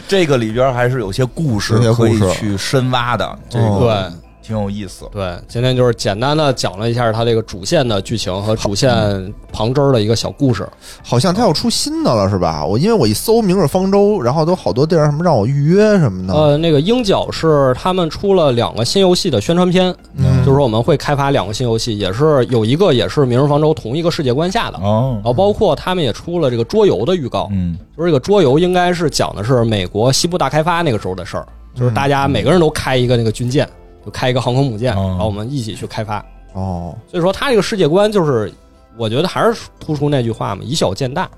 [SPEAKER 2] 这个里边还是有些故事
[SPEAKER 3] 有些故
[SPEAKER 2] 可以
[SPEAKER 3] 事
[SPEAKER 2] 去深挖的，这
[SPEAKER 3] 哦
[SPEAKER 2] 个
[SPEAKER 4] 对
[SPEAKER 2] 挺有意思。
[SPEAKER 4] 对，今天就是简单的讲了一下它这个主线的剧情和主
[SPEAKER 3] 嗯
[SPEAKER 4] 线旁枝儿的一个小故事。
[SPEAKER 3] 好像它要出新的了是吧？我因为我一搜《明日方舟》，然后都好多地儿什么让我预约什么的。
[SPEAKER 4] 呃，那个鹰角是他们出了两个新游戏的宣传片，
[SPEAKER 3] 嗯
[SPEAKER 4] 就是说我们会开发两个新游戏，也是有一个也是《明日方舟》同一个世界观下的。
[SPEAKER 2] 哦
[SPEAKER 4] 然，后包括他们也出了这个桌游的预告，
[SPEAKER 2] 嗯，
[SPEAKER 4] 就是这个桌游应该是讲的是美国西部大开发那个时候的事儿，就是大家每个人都开一个那个军舰，就开一个航空母舰，
[SPEAKER 2] 哦
[SPEAKER 4] 然后我们一起去开发。
[SPEAKER 3] 哦，
[SPEAKER 4] 所以说，他这个世界观就是，我觉得还是突出那句话嘛，以小见大，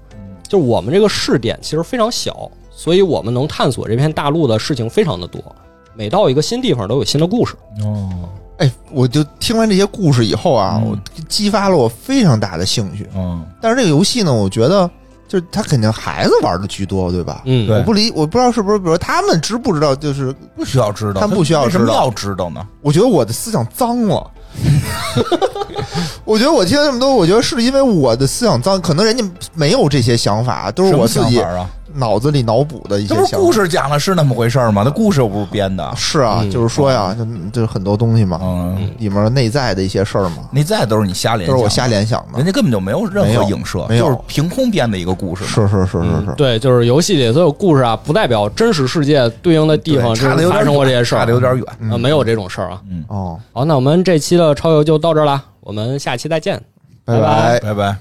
[SPEAKER 4] 就是我们这个试点其实非常小，所以我们能探索这片大陆的事情非常的多。每到一个新地方都有新的故事，
[SPEAKER 2] 哦，
[SPEAKER 3] 哎，我就听完这些故事以后啊，
[SPEAKER 2] 嗯
[SPEAKER 3] 我激发了我非常大的兴趣。
[SPEAKER 2] 嗯，
[SPEAKER 3] 但是这个游戏呢，我觉得就是它肯定孩子玩的居多，对吧？
[SPEAKER 4] 嗯，
[SPEAKER 2] 对
[SPEAKER 3] 我不理，我不知道是不是，比如他们知不知道？就是
[SPEAKER 2] 不需要知道，
[SPEAKER 3] 他不需要
[SPEAKER 2] 为什么
[SPEAKER 3] 知道
[SPEAKER 2] 要知道呢？
[SPEAKER 3] 我觉得我的思想脏了。 我觉得我听了这么多，我觉得是因为我的思想脏，可能人家没有这些想法，都是
[SPEAKER 2] 什么
[SPEAKER 3] 我自己
[SPEAKER 2] 想法啊，
[SPEAKER 3] 脑子里脑补的一
[SPEAKER 2] 这
[SPEAKER 3] 些
[SPEAKER 2] 不是
[SPEAKER 3] 想
[SPEAKER 2] 故
[SPEAKER 3] 法。
[SPEAKER 2] 事讲的是那么回事儿吗？那故事又不是编的。
[SPEAKER 3] 是啊，
[SPEAKER 4] 嗯
[SPEAKER 3] 就是说呀，就就是很多东西嘛，
[SPEAKER 2] 嗯，
[SPEAKER 3] 里面内在的一些事儿嘛，
[SPEAKER 2] 那再都是你瞎联
[SPEAKER 3] 都是
[SPEAKER 2] 想，
[SPEAKER 3] 我瞎，联想的
[SPEAKER 2] 人。家根本就没有任
[SPEAKER 3] 没
[SPEAKER 2] 何
[SPEAKER 3] 有
[SPEAKER 2] 影射，
[SPEAKER 3] 没有
[SPEAKER 2] 就是凭空编的一个故事嘛。
[SPEAKER 3] 是是是是
[SPEAKER 4] 嗯
[SPEAKER 3] 是，
[SPEAKER 4] 对，就是游戏里所有故事啊，不代表真实世界对应的地
[SPEAKER 2] 对
[SPEAKER 4] 方真
[SPEAKER 2] 差的
[SPEAKER 4] 实
[SPEAKER 2] 有
[SPEAKER 4] 发
[SPEAKER 2] 点
[SPEAKER 4] 生过这些
[SPEAKER 2] 远，
[SPEAKER 4] 事儿，
[SPEAKER 2] 差的有点嗯远。
[SPEAKER 4] 啊，没有这种事儿啊。
[SPEAKER 2] 嗯，
[SPEAKER 3] 哦，
[SPEAKER 4] 好，那我们这期的超游就到这儿啦，我们下期再见。拜
[SPEAKER 3] 拜
[SPEAKER 4] 拜
[SPEAKER 2] 嗯拜拜。